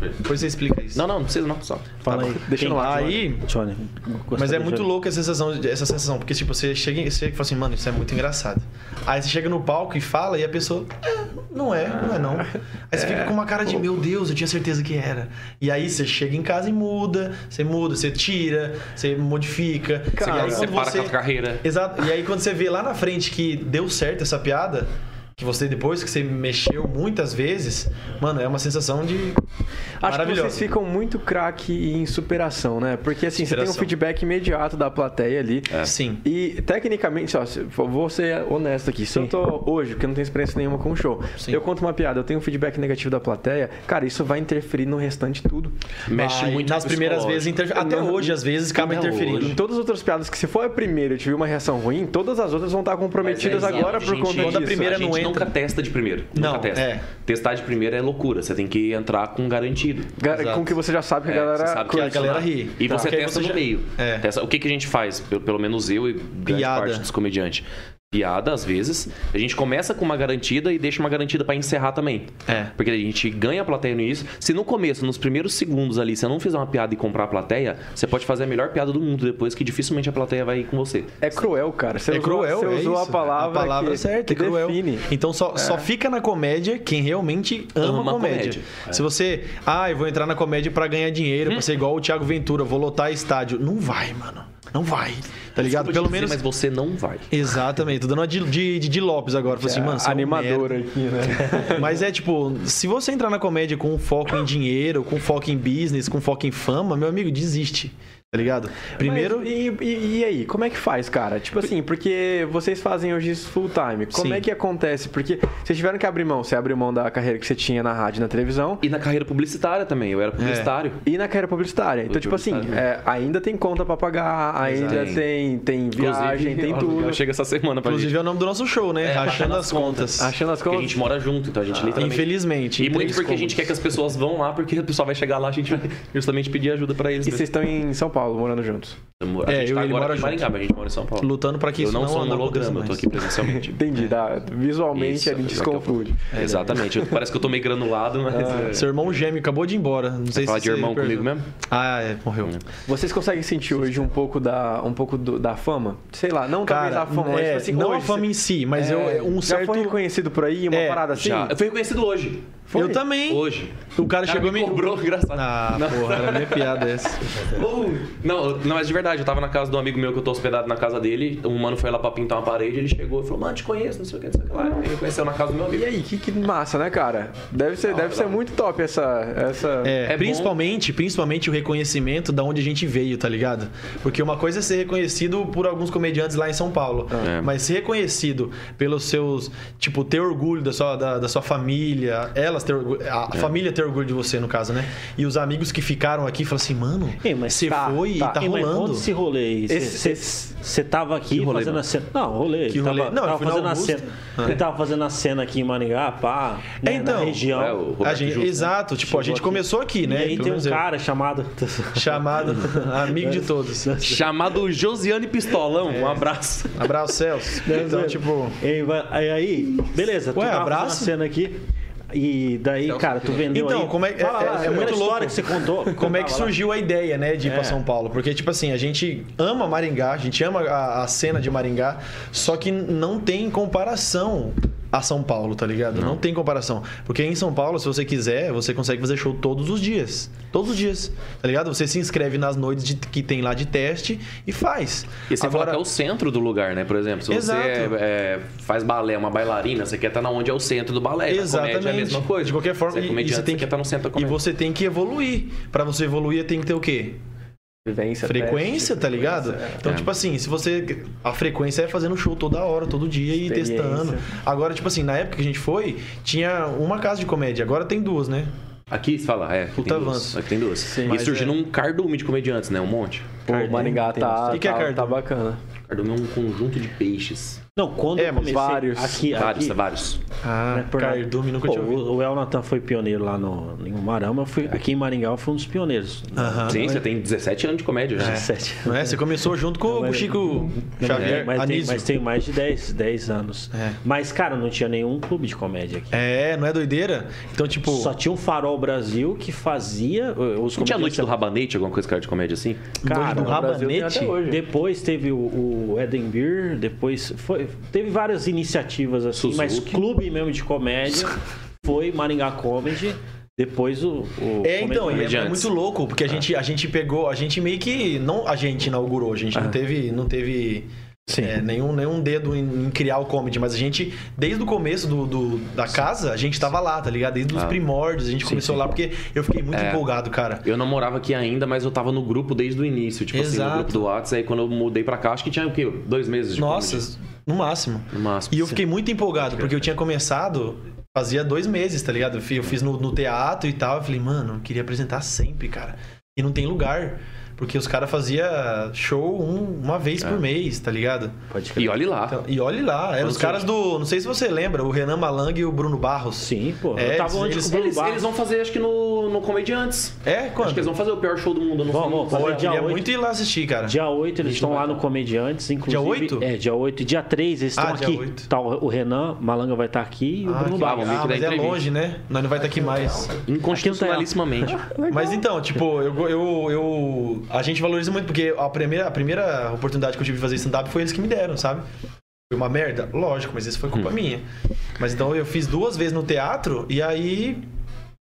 [SPEAKER 4] Depois você explica isso.
[SPEAKER 5] Não, não, não precisa não, só.
[SPEAKER 4] Fala aí.
[SPEAKER 2] Deixa no ar.
[SPEAKER 4] Aí,
[SPEAKER 1] Johnny, gostaria
[SPEAKER 4] Mas é
[SPEAKER 1] de-
[SPEAKER 4] muito louco essa sensação, essa sensação, porque tipo, você chega, e- você chega e fala assim, mano, isso é muito engraçado. Aí você chega no palco e fala e a pessoa, "É, não é, não é não. Aí você fica com uma cara de, meu Deus, eu tinha certeza que era. E aí você chega em casa e muda, você muda, você tira, você modifica. e aí
[SPEAKER 5] Você
[SPEAKER 4] quando
[SPEAKER 5] para com a carreira.
[SPEAKER 4] Exato. E aí quando você vê lá na frente que deu certo essa piada, que você depois que você mexeu muitas vezes, mano, é uma sensação de
[SPEAKER 2] Acho que
[SPEAKER 4] maravilhosa.
[SPEAKER 2] vocês ficam muito craque em superação, né? Porque assim, você tem um
[SPEAKER 4] Superação.
[SPEAKER 2] feedback imediato da plateia ali.
[SPEAKER 4] Sim.
[SPEAKER 2] E tecnicamente, ó, se- vou ser honesto aqui. Se eu tô hoje, porque eu não tenho experiência nenhuma com o show,
[SPEAKER 4] Sim.
[SPEAKER 2] eu conto uma piada, eu tenho um feedback negativo da plateia, cara, isso vai interferir no restante tudo.
[SPEAKER 5] Mexe
[SPEAKER 4] Vai,
[SPEAKER 5] muito
[SPEAKER 4] nas
[SPEAKER 5] com o
[SPEAKER 4] primeiras
[SPEAKER 5] psicológico.
[SPEAKER 4] vezes, inter- até
[SPEAKER 2] Não,
[SPEAKER 4] hoje às vezes acaba
[SPEAKER 5] até
[SPEAKER 4] interferindo.
[SPEAKER 2] É
[SPEAKER 5] hoje.
[SPEAKER 2] Em todas as outras piadas que se for a primeira e tiver uma reação ruim, todas as outras vão estar comprometidas
[SPEAKER 5] Mas é
[SPEAKER 2] agora
[SPEAKER 5] exato,
[SPEAKER 2] por
[SPEAKER 5] gente,
[SPEAKER 2] conta disso.
[SPEAKER 5] quando
[SPEAKER 4] a primeira
[SPEAKER 5] a gente
[SPEAKER 4] não entra-
[SPEAKER 5] nunca testa de primeiro.
[SPEAKER 4] Não,
[SPEAKER 5] nunca testa.
[SPEAKER 4] é.
[SPEAKER 5] Testar de primeira é loucura. Você tem que entrar com garantido.
[SPEAKER 2] Gar-
[SPEAKER 4] Exato.
[SPEAKER 2] Com que você já sabe que a
[SPEAKER 5] É,
[SPEAKER 2] galera.
[SPEAKER 5] você sabe que
[SPEAKER 4] a
[SPEAKER 5] vai
[SPEAKER 4] galera
[SPEAKER 5] funcionar.
[SPEAKER 4] ri.
[SPEAKER 5] E
[SPEAKER 4] Tá.
[SPEAKER 5] você
[SPEAKER 4] Porque aí você
[SPEAKER 5] testa no
[SPEAKER 4] já-
[SPEAKER 5] meio.
[SPEAKER 4] É.
[SPEAKER 5] Testa- O que, que a gente faz? Pelo, pelo menos eu e grande
[SPEAKER 4] Piada.
[SPEAKER 5] parte dos comediantes. Piada, às vezes, a gente começa com uma garantida e deixa uma garantida pra encerrar também.
[SPEAKER 4] É.
[SPEAKER 5] Porque a gente ganha a plateia nisso. Se no começo, nos primeiros segundos ali, você não fizer uma piada e comprar a plateia, você pode fazer a melhor piada do mundo depois, que dificilmente a plateia vai ir com você.
[SPEAKER 2] É cruel, cara. Você
[SPEAKER 4] é
[SPEAKER 2] usou-
[SPEAKER 4] cruel,
[SPEAKER 2] Você
[SPEAKER 4] é
[SPEAKER 2] usou
[SPEAKER 4] isso.
[SPEAKER 2] a palavra,
[SPEAKER 4] a palavra
[SPEAKER 2] que,
[SPEAKER 4] certa,
[SPEAKER 2] que
[SPEAKER 4] é cruel.
[SPEAKER 2] define.
[SPEAKER 4] Então só, só fica na comédia quem realmente ama,
[SPEAKER 5] É. Ama a
[SPEAKER 4] comédia.
[SPEAKER 5] comédia. É.
[SPEAKER 4] Se você, ah, eu vou entrar na comédia pra ganhar dinheiro, pra ser igual o Thiago Ventura, vou lotar estádio, não vai, mano. Não vai. Tá ligado?
[SPEAKER 5] Desculpa te
[SPEAKER 4] Pelo
[SPEAKER 5] dizer,
[SPEAKER 4] menos
[SPEAKER 5] Mas você não vai.
[SPEAKER 4] Exatamente, tô dando uma de, de, de- de Lopes agora. Falei assim, mano, você é um
[SPEAKER 2] animador aqui, né?
[SPEAKER 4] merda. Mas é tipo, se você entrar na comédia com foco em dinheiro, com foco em business, com foco em fama, meu amigo, desiste. Tá ligado? (laughs) Primeiro.
[SPEAKER 2] Mas e, e- e aí, como é que faz, cara? Tipo assim, porque vocês fazem hoje isso full time. Como
[SPEAKER 4] Sim.
[SPEAKER 2] é que acontece? Porque vocês tiveram que abrir mão. Você abriu mão da carreira que você tinha na rádio e na televisão.
[SPEAKER 5] E na carreira publicitária também, eu era publicitário.
[SPEAKER 2] E na carreira publicitária. Então,
[SPEAKER 5] Foi
[SPEAKER 2] tipo assim, é,
[SPEAKER 5] publicitária.
[SPEAKER 2] ainda tem conta pra pagar, ainda
[SPEAKER 5] Exato.
[SPEAKER 2] tem, tem viagem, tem tudo.
[SPEAKER 5] Chega essa semana pra
[SPEAKER 4] Inclusive
[SPEAKER 5] gente.
[SPEAKER 4] é o nome do nosso show, né? Achando
[SPEAKER 5] Achando
[SPEAKER 4] as contas. Ah,
[SPEAKER 2] Achando as
[SPEAKER 5] Porque a
[SPEAKER 2] contas.
[SPEAKER 5] gente mora junto, então a gente literalmente.
[SPEAKER 4] Infelizmente.
[SPEAKER 5] E
[SPEAKER 4] em
[SPEAKER 5] muito
[SPEAKER 4] três
[SPEAKER 5] porque a
[SPEAKER 4] cômodos.
[SPEAKER 5] gente quer que as pessoas vão lá, porque o pessoal vai chegar lá, a gente vai (laughs) justamente pedir ajuda pra eles.
[SPEAKER 2] E vocês estão em São Paulo, morando juntos.
[SPEAKER 5] Eu moro- A
[SPEAKER 4] É,
[SPEAKER 5] gente
[SPEAKER 4] eu e
[SPEAKER 5] tá
[SPEAKER 4] ele
[SPEAKER 5] agora
[SPEAKER 4] mora
[SPEAKER 5] aqui em
[SPEAKER 4] junto.
[SPEAKER 5] Maringá, mas a gente mora em São Paulo.
[SPEAKER 4] Lutando pra que
[SPEAKER 5] eu
[SPEAKER 4] isso
[SPEAKER 5] não, sou um
[SPEAKER 4] anda
[SPEAKER 5] holograma, eu
[SPEAKER 4] acontecendo
[SPEAKER 5] tô
[SPEAKER 4] mais.
[SPEAKER 2] (laughs)
[SPEAKER 5] aqui presencialmente.
[SPEAKER 2] Entendi, dá. Visualmente
[SPEAKER 5] É. Isso,
[SPEAKER 2] a gente
[SPEAKER 5] é
[SPEAKER 2] se
[SPEAKER 5] que eu-
[SPEAKER 2] confunde.
[SPEAKER 5] Exatamente. eu- parece que eu tô meio granulado, mas. é.
[SPEAKER 4] Seu irmão gêmeo acabou de ir embora. Não sei
[SPEAKER 5] Falar
[SPEAKER 4] se
[SPEAKER 5] de
[SPEAKER 4] você
[SPEAKER 5] irmão
[SPEAKER 4] perdeu.
[SPEAKER 5] comigo mesmo?
[SPEAKER 4] Ah, é, morreu.
[SPEAKER 2] Vocês conseguem sentir hoje um pouco da, um pouco do- da fama? Sei lá, não talvez
[SPEAKER 4] Cara,
[SPEAKER 2] a fama,
[SPEAKER 4] é,
[SPEAKER 2] mas tipo assim,
[SPEAKER 4] não
[SPEAKER 2] hoje
[SPEAKER 4] a fama
[SPEAKER 2] você-
[SPEAKER 4] em si, mas
[SPEAKER 2] É,
[SPEAKER 4] eu, um
[SPEAKER 2] já
[SPEAKER 4] certo...
[SPEAKER 2] foi reconhecido por aí, uma
[SPEAKER 4] É,
[SPEAKER 2] parada assim?
[SPEAKER 5] Já. Eu fui reconhecido hoje.
[SPEAKER 4] Eu também.
[SPEAKER 5] Hoje.
[SPEAKER 4] O cara,
[SPEAKER 5] O cara
[SPEAKER 4] chegou
[SPEAKER 5] chegou
[SPEAKER 4] e
[SPEAKER 5] me cobrou, engraçado.
[SPEAKER 4] Ah,
[SPEAKER 5] Não.
[SPEAKER 4] porra, era minha piada essa.
[SPEAKER 5] Ou- Não, eu- não, mas de verdade, eu tava na casa de um amigo meu que eu tô hospedado na casa dele. Um mano foi lá pra pintar uma parede, ele chegou e falou, mano, te conheço, não sei o que, não sei o que lá. Ele conheceu na casa do meu
[SPEAKER 2] E
[SPEAKER 5] amigo.
[SPEAKER 2] aí, que, que massa, né, cara? Deve ser, deve ser muito top essa essa
[SPEAKER 4] É,
[SPEAKER 5] É
[SPEAKER 4] principalmente, principalmente o reconhecimento da onde a gente veio, tá ligado? Porque uma coisa é ser reconhecido por alguns comediantes lá em São Paulo,
[SPEAKER 5] É.
[SPEAKER 4] mas ser reconhecido pelos seus, tipo, ter orgulho da sua, da, da sua família, elas ter orgulho,
[SPEAKER 5] É.
[SPEAKER 4] a família ter orgulho de você, no caso, né? E os amigos que ficaram aqui falam assim, mano,
[SPEAKER 1] Ei, mas
[SPEAKER 4] você
[SPEAKER 1] tá,
[SPEAKER 4] foi e tá
[SPEAKER 1] Ei, mas
[SPEAKER 4] rolando.
[SPEAKER 1] Conta esse rolê aí.
[SPEAKER 2] Esse- esse-
[SPEAKER 1] Você tava aqui
[SPEAKER 5] Que rolê,
[SPEAKER 1] fazendo
[SPEAKER 5] mano?
[SPEAKER 1] a cena. Não, rolê.
[SPEAKER 4] Que
[SPEAKER 1] Tava-
[SPEAKER 4] rolê? Não, eu
[SPEAKER 1] tava
[SPEAKER 4] fui na
[SPEAKER 1] fazendo a
[SPEAKER 4] Augusta.
[SPEAKER 1] cena. Ele tava fazendo a cena aqui em Maringá, pá. né,
[SPEAKER 4] então,
[SPEAKER 1] na região.
[SPEAKER 5] É, o Roberto
[SPEAKER 4] A gente-
[SPEAKER 5] Justus, né?
[SPEAKER 4] Exato, tipo, a gente
[SPEAKER 1] aqui.
[SPEAKER 4] começou aqui, né?
[SPEAKER 1] E aí
[SPEAKER 4] Pelo
[SPEAKER 1] tem um
[SPEAKER 4] menos eu.
[SPEAKER 1] cara chamado. (laughs)
[SPEAKER 4] chamado amigo de todos.
[SPEAKER 5] Chamado Josiane Pistolão, um abraço.
[SPEAKER 4] Abraço, Celso. Então, tipo,
[SPEAKER 1] Ei, vai- Aí, aí, beleza, tu
[SPEAKER 4] Ué,
[SPEAKER 1] tava
[SPEAKER 4] abraço?
[SPEAKER 1] fazendo a cena aqui. E daí, cara, tu vendeu
[SPEAKER 4] Então,
[SPEAKER 1] aí.
[SPEAKER 4] como é- é-
[SPEAKER 1] Fala lá,
[SPEAKER 4] é- é
[SPEAKER 1] conta a
[SPEAKER 4] muito
[SPEAKER 1] história
[SPEAKER 4] louco.
[SPEAKER 1] que você contou.
[SPEAKER 4] (laughs) Como é que
[SPEAKER 1] Fala lá.
[SPEAKER 4] surgiu a ideia, né, de ir
[SPEAKER 1] É.
[SPEAKER 4] pra São Paulo? Porque, tipo assim, a gente ama Maringá, a gente ama a, a cena de Maringá, só que não tem comparação a São Paulo, tá ligado? Não. tem comparação. Porque em São Paulo, se você quiser, você consegue fazer show todos os dias. Todos os dias, tá ligado? Você se inscreve nas noites de- que tem lá de teste e faz.
[SPEAKER 5] E você fala que é o centro do lugar, né? Por exemplo, se você
[SPEAKER 4] Exato.
[SPEAKER 5] é- é, faz balé, uma bailarina, você quer estar na onde é o centro do balé.
[SPEAKER 4] Exatamente.
[SPEAKER 5] Na comédia é a mesma coisa.
[SPEAKER 4] De qualquer forma,
[SPEAKER 5] você é
[SPEAKER 4] e- e
[SPEAKER 5] comediante,
[SPEAKER 4] você
[SPEAKER 5] você
[SPEAKER 4] tem que-
[SPEAKER 5] quer estar no centro da
[SPEAKER 4] E
[SPEAKER 5] comédia.
[SPEAKER 4] você tem que evoluir. Pra você evoluir, tem que ter o quê?
[SPEAKER 2] vivência. né?
[SPEAKER 4] Frequência, tá ligado? Então,
[SPEAKER 5] É.
[SPEAKER 4] tipo assim, se você. A frequência é fazendo show toda hora, todo dia e
[SPEAKER 2] Experiência.
[SPEAKER 4] testando. Agora, tipo assim, na época que a gente foi, tinha uma casa de comédia, agora tem duas, né?
[SPEAKER 5] Aqui, você fala, é, aqui
[SPEAKER 4] Puta
[SPEAKER 5] tem duas.
[SPEAKER 4] avanço.
[SPEAKER 5] Aqui tem duas. e
[SPEAKER 4] Mas
[SPEAKER 5] surgindo
[SPEAKER 4] é-
[SPEAKER 5] um cardume de comediantes, né? Um monte.
[SPEAKER 2] Pô, o Maringá tá,
[SPEAKER 4] O que é
[SPEAKER 2] tá,
[SPEAKER 4] cardume?
[SPEAKER 2] tá bacana.
[SPEAKER 5] Cardume é um conjunto de peixes.
[SPEAKER 1] Não, quando
[SPEAKER 4] É,
[SPEAKER 1] eu
[SPEAKER 4] mas
[SPEAKER 1] comecei
[SPEAKER 2] vários,
[SPEAKER 1] aqui,
[SPEAKER 5] vários,
[SPEAKER 1] aqui,
[SPEAKER 5] vários.
[SPEAKER 4] Ah,
[SPEAKER 1] né, por lá-
[SPEAKER 4] Cardume, nunca
[SPEAKER 1] Pô,
[SPEAKER 4] tinha ouvido.
[SPEAKER 1] o, o El Natan foi pioneiro lá no, em Marama, fui, aqui em Maringá eu fui um dos pioneiros.
[SPEAKER 4] Aham.
[SPEAKER 5] Sim, você tem 17 anos de comédia já.
[SPEAKER 1] 17.
[SPEAKER 4] Não é? Você começou junto com o Chico
[SPEAKER 1] É,
[SPEAKER 4] Xavier
[SPEAKER 1] mas, tem,
[SPEAKER 4] Anísio.
[SPEAKER 1] mas tenho mais de 10, 10 anos.
[SPEAKER 4] É.
[SPEAKER 1] Mas, cara, não tinha nenhum clube de comédia aqui.
[SPEAKER 4] É, não é doideira? Então, tipo.
[SPEAKER 1] Só tinha o Farol Brasil que fazia uh, os
[SPEAKER 5] Não tinha a noite do
[SPEAKER 1] comediantes-
[SPEAKER 5] Rabanete, alguma coisa cara de comédia assim?
[SPEAKER 1] Cara,
[SPEAKER 4] do
[SPEAKER 1] o
[SPEAKER 4] Rabanete?
[SPEAKER 1] Brasil tem até hoje. depois teve o, o Eden Beer, depois foi, teve várias iniciativas assim,
[SPEAKER 5] Suzuki.
[SPEAKER 1] mas clube mesmo de comédia foi Maringá Comedy, depois o, o
[SPEAKER 4] É,
[SPEAKER 1] Comedy
[SPEAKER 4] então, e é
[SPEAKER 5] Tipo, comediantes.
[SPEAKER 4] muito louco, porque a gente, a gente pegou, a gente meio que. Não, a gente inaugurou, a gente
[SPEAKER 5] É.
[SPEAKER 4] não teve. Não teve é, nenhum, nenhum dedo em, em criar o comedy, mas a gente, desde o começo do, do- da casa, a gente tava lá, tá ligado? Desde os
[SPEAKER 5] Ah.
[SPEAKER 4] primórdios, a gente começou lá, porque eu fiquei muito
[SPEAKER 5] É.
[SPEAKER 4] empolgado, cara.
[SPEAKER 5] Eu não morava aqui ainda, mas eu tava no grupo desde o início. Tipo assim,
[SPEAKER 4] Exato.
[SPEAKER 5] no grupo do WhatsApp. Aí quando eu mudei pra cá, acho que tinha o quê? Dois meses de comedy.
[SPEAKER 4] Nossa, no máximo.
[SPEAKER 5] No máximo. assim.
[SPEAKER 4] E eu fiquei muito empolgado, porque eu tinha começado fazia dois meses, tá ligado? Eu fi- eu fiz no, no teatro e tal. Eu falei, mano, eu queria apresentar sempre, cara. E não tem lugar. Porque os caras faziam show um- uma vez por mês, tá ligado?
[SPEAKER 1] Pode
[SPEAKER 5] E
[SPEAKER 1] crer.
[SPEAKER 5] olhe lá.
[SPEAKER 4] Então, e olhe lá, eram os caras do. Não sei se você lembra, o Renan Malang e o Bruno Barros.
[SPEAKER 1] Sim, pô.
[SPEAKER 4] É,
[SPEAKER 1] eu tava onde
[SPEAKER 4] eles-
[SPEAKER 1] com o Bruno
[SPEAKER 5] eles,
[SPEAKER 1] Barros.
[SPEAKER 5] eles vão fazer, acho que no, no Comediantes.
[SPEAKER 4] É,
[SPEAKER 5] Acho que
[SPEAKER 4] quando?
[SPEAKER 5] eles vão fazer o pior show do mundo. eu Não
[SPEAKER 1] Vamos,
[SPEAKER 5] sei.
[SPEAKER 1] vamos.
[SPEAKER 4] Pô,
[SPEAKER 1] fazer
[SPEAKER 4] eu
[SPEAKER 1] dia
[SPEAKER 4] queria
[SPEAKER 1] oito.
[SPEAKER 4] muito ir lá assistir, cara.
[SPEAKER 1] Dia 8 eles estão lá no Comediantes, inclusive.
[SPEAKER 4] Dia oito?
[SPEAKER 1] É, dia 8 e dia 3 eles estão
[SPEAKER 4] Ah, dia
[SPEAKER 1] aqui.
[SPEAKER 4] oito.
[SPEAKER 1] Tá, o o Renan Malanga vai estar aqui e o
[SPEAKER 4] Ah,
[SPEAKER 1] Bruno
[SPEAKER 4] que-
[SPEAKER 1] Barros.
[SPEAKER 5] meio
[SPEAKER 4] ah,
[SPEAKER 5] que dá
[SPEAKER 4] mas é
[SPEAKER 5] entrevista.
[SPEAKER 4] longe, né? Nós não vai estar aqui mais.
[SPEAKER 5] Inconstitucionalissimamente.
[SPEAKER 4] Mas então, tipo, eu, eu, eu- A gente valoriza muito, porque a primeira, a primeira oportunidade que eu tive de fazer stand-up foi eles que me deram, sabe? Foi uma merda? Lógico, mas isso foi
[SPEAKER 5] Hum.
[SPEAKER 4] culpa minha. Mas então eu fiz duas vezes no teatro e aí.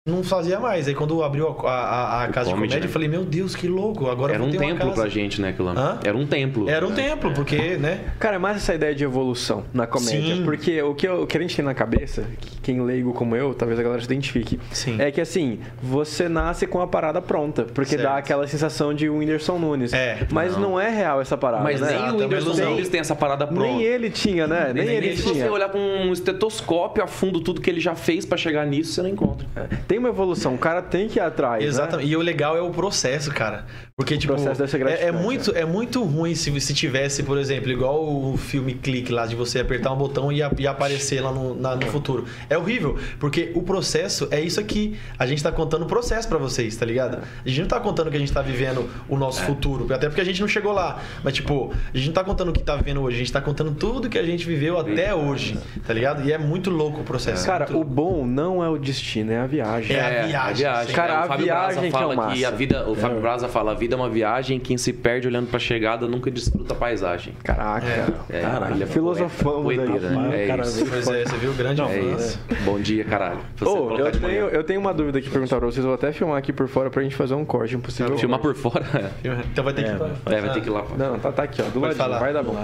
[SPEAKER 4] Não fazia mais. Aí quando abriu a, a- a- a casa
[SPEAKER 5] comedy,
[SPEAKER 4] de comédia,
[SPEAKER 5] né?
[SPEAKER 4] eu falei, meu Deus, que louco. Agora eu
[SPEAKER 5] Era
[SPEAKER 4] vou
[SPEAKER 5] um
[SPEAKER 4] ter uma
[SPEAKER 5] templo
[SPEAKER 4] casa.
[SPEAKER 5] pra gente, né, aquilo lá.
[SPEAKER 4] Hã?
[SPEAKER 5] Era um templo.
[SPEAKER 4] Era um templo, porque, né?
[SPEAKER 2] Cara, é mais essa ideia de evolução na comédia.
[SPEAKER 4] Sim.
[SPEAKER 2] Porque o que, eu, o que a gente tem na cabeça, que quem leigo como eu, talvez a galera se identifique,
[SPEAKER 4] Sim.
[SPEAKER 2] é que assim, você nasce com a parada pronta. Porque
[SPEAKER 4] Certo.
[SPEAKER 2] dá aquela sensação de Whindersson Nunes.
[SPEAKER 4] É,
[SPEAKER 2] Mas não. é real essa parada.
[SPEAKER 5] Mas
[SPEAKER 2] né?
[SPEAKER 5] nem
[SPEAKER 4] Ah,
[SPEAKER 5] o Whindersson
[SPEAKER 4] também não.
[SPEAKER 5] Nunes tem essa parada pronta.
[SPEAKER 2] Nem ele tinha, né? Nem, ele
[SPEAKER 5] se você
[SPEAKER 2] tinha.
[SPEAKER 5] olhar com um estetoscópio a fundo tudo que ele já fez pra chegar nisso, você não encontra.
[SPEAKER 2] Tem tem uma evolução, o cara tem que ir atrás. né?
[SPEAKER 4] Exatamente. E o legal é o processo, cara. Porque, tipo,
[SPEAKER 2] processo deve ser
[SPEAKER 4] é, é
[SPEAKER 2] gratificante, né?
[SPEAKER 4] muito, é muito ruim se, se tivesse, por exemplo, igual o filme clique lá, de você apertar um botão e, a- e aparecer lá no, na- no futuro. É horrível, porque o processo é isso aqui. A gente tá contando o processo pra vocês, tá ligado? A gente não tá contando que a gente tá vivendo o nosso
[SPEAKER 2] É.
[SPEAKER 4] futuro, até porque a gente não chegou lá. Mas, tipo, a gente não tá contando o que tá vivendo hoje, a gente tá contando tudo que a gente viveu até hoje, tá ligado? E é muito louco o processo.
[SPEAKER 2] Cara,
[SPEAKER 4] muito
[SPEAKER 2] o bom não é o destino, é a viagem.
[SPEAKER 4] É a viagem, sim.
[SPEAKER 2] Cara,
[SPEAKER 5] O
[SPEAKER 2] a
[SPEAKER 5] Fábio Braza
[SPEAKER 2] viagem que é o
[SPEAKER 5] fala que,
[SPEAKER 2] massa.
[SPEAKER 5] a vida, o Fábio Braza fala, a vida é uma viagem, quem se perde olhando pra chegada nunca desfruta a paisagem.
[SPEAKER 2] Caraca.
[SPEAKER 5] É,
[SPEAKER 1] Caraca.
[SPEAKER 5] ele é
[SPEAKER 2] Filosofamos
[SPEAKER 5] poeta,
[SPEAKER 2] aí.
[SPEAKER 5] poeteira, né? É
[SPEAKER 1] Cara,
[SPEAKER 5] isso.
[SPEAKER 4] Pois é, você viu grande
[SPEAKER 5] É
[SPEAKER 4] avanço.
[SPEAKER 5] isso. Bom dia, caralho. Você
[SPEAKER 2] Ô,
[SPEAKER 5] colocar
[SPEAKER 2] eu,
[SPEAKER 5] de manhã.
[SPEAKER 2] tenho, eu tenho uma dúvida que perguntar pra vocês, vou até filmar aqui por fora pra gente fazer um corte, um possível.
[SPEAKER 5] Tá Filmar por fora?
[SPEAKER 4] Então vai ter que.
[SPEAKER 5] É, vai ter que ir lá. pra-
[SPEAKER 2] Não, tá, tá aqui, ó. Do ladinho,
[SPEAKER 4] falar.
[SPEAKER 2] vai dar bom.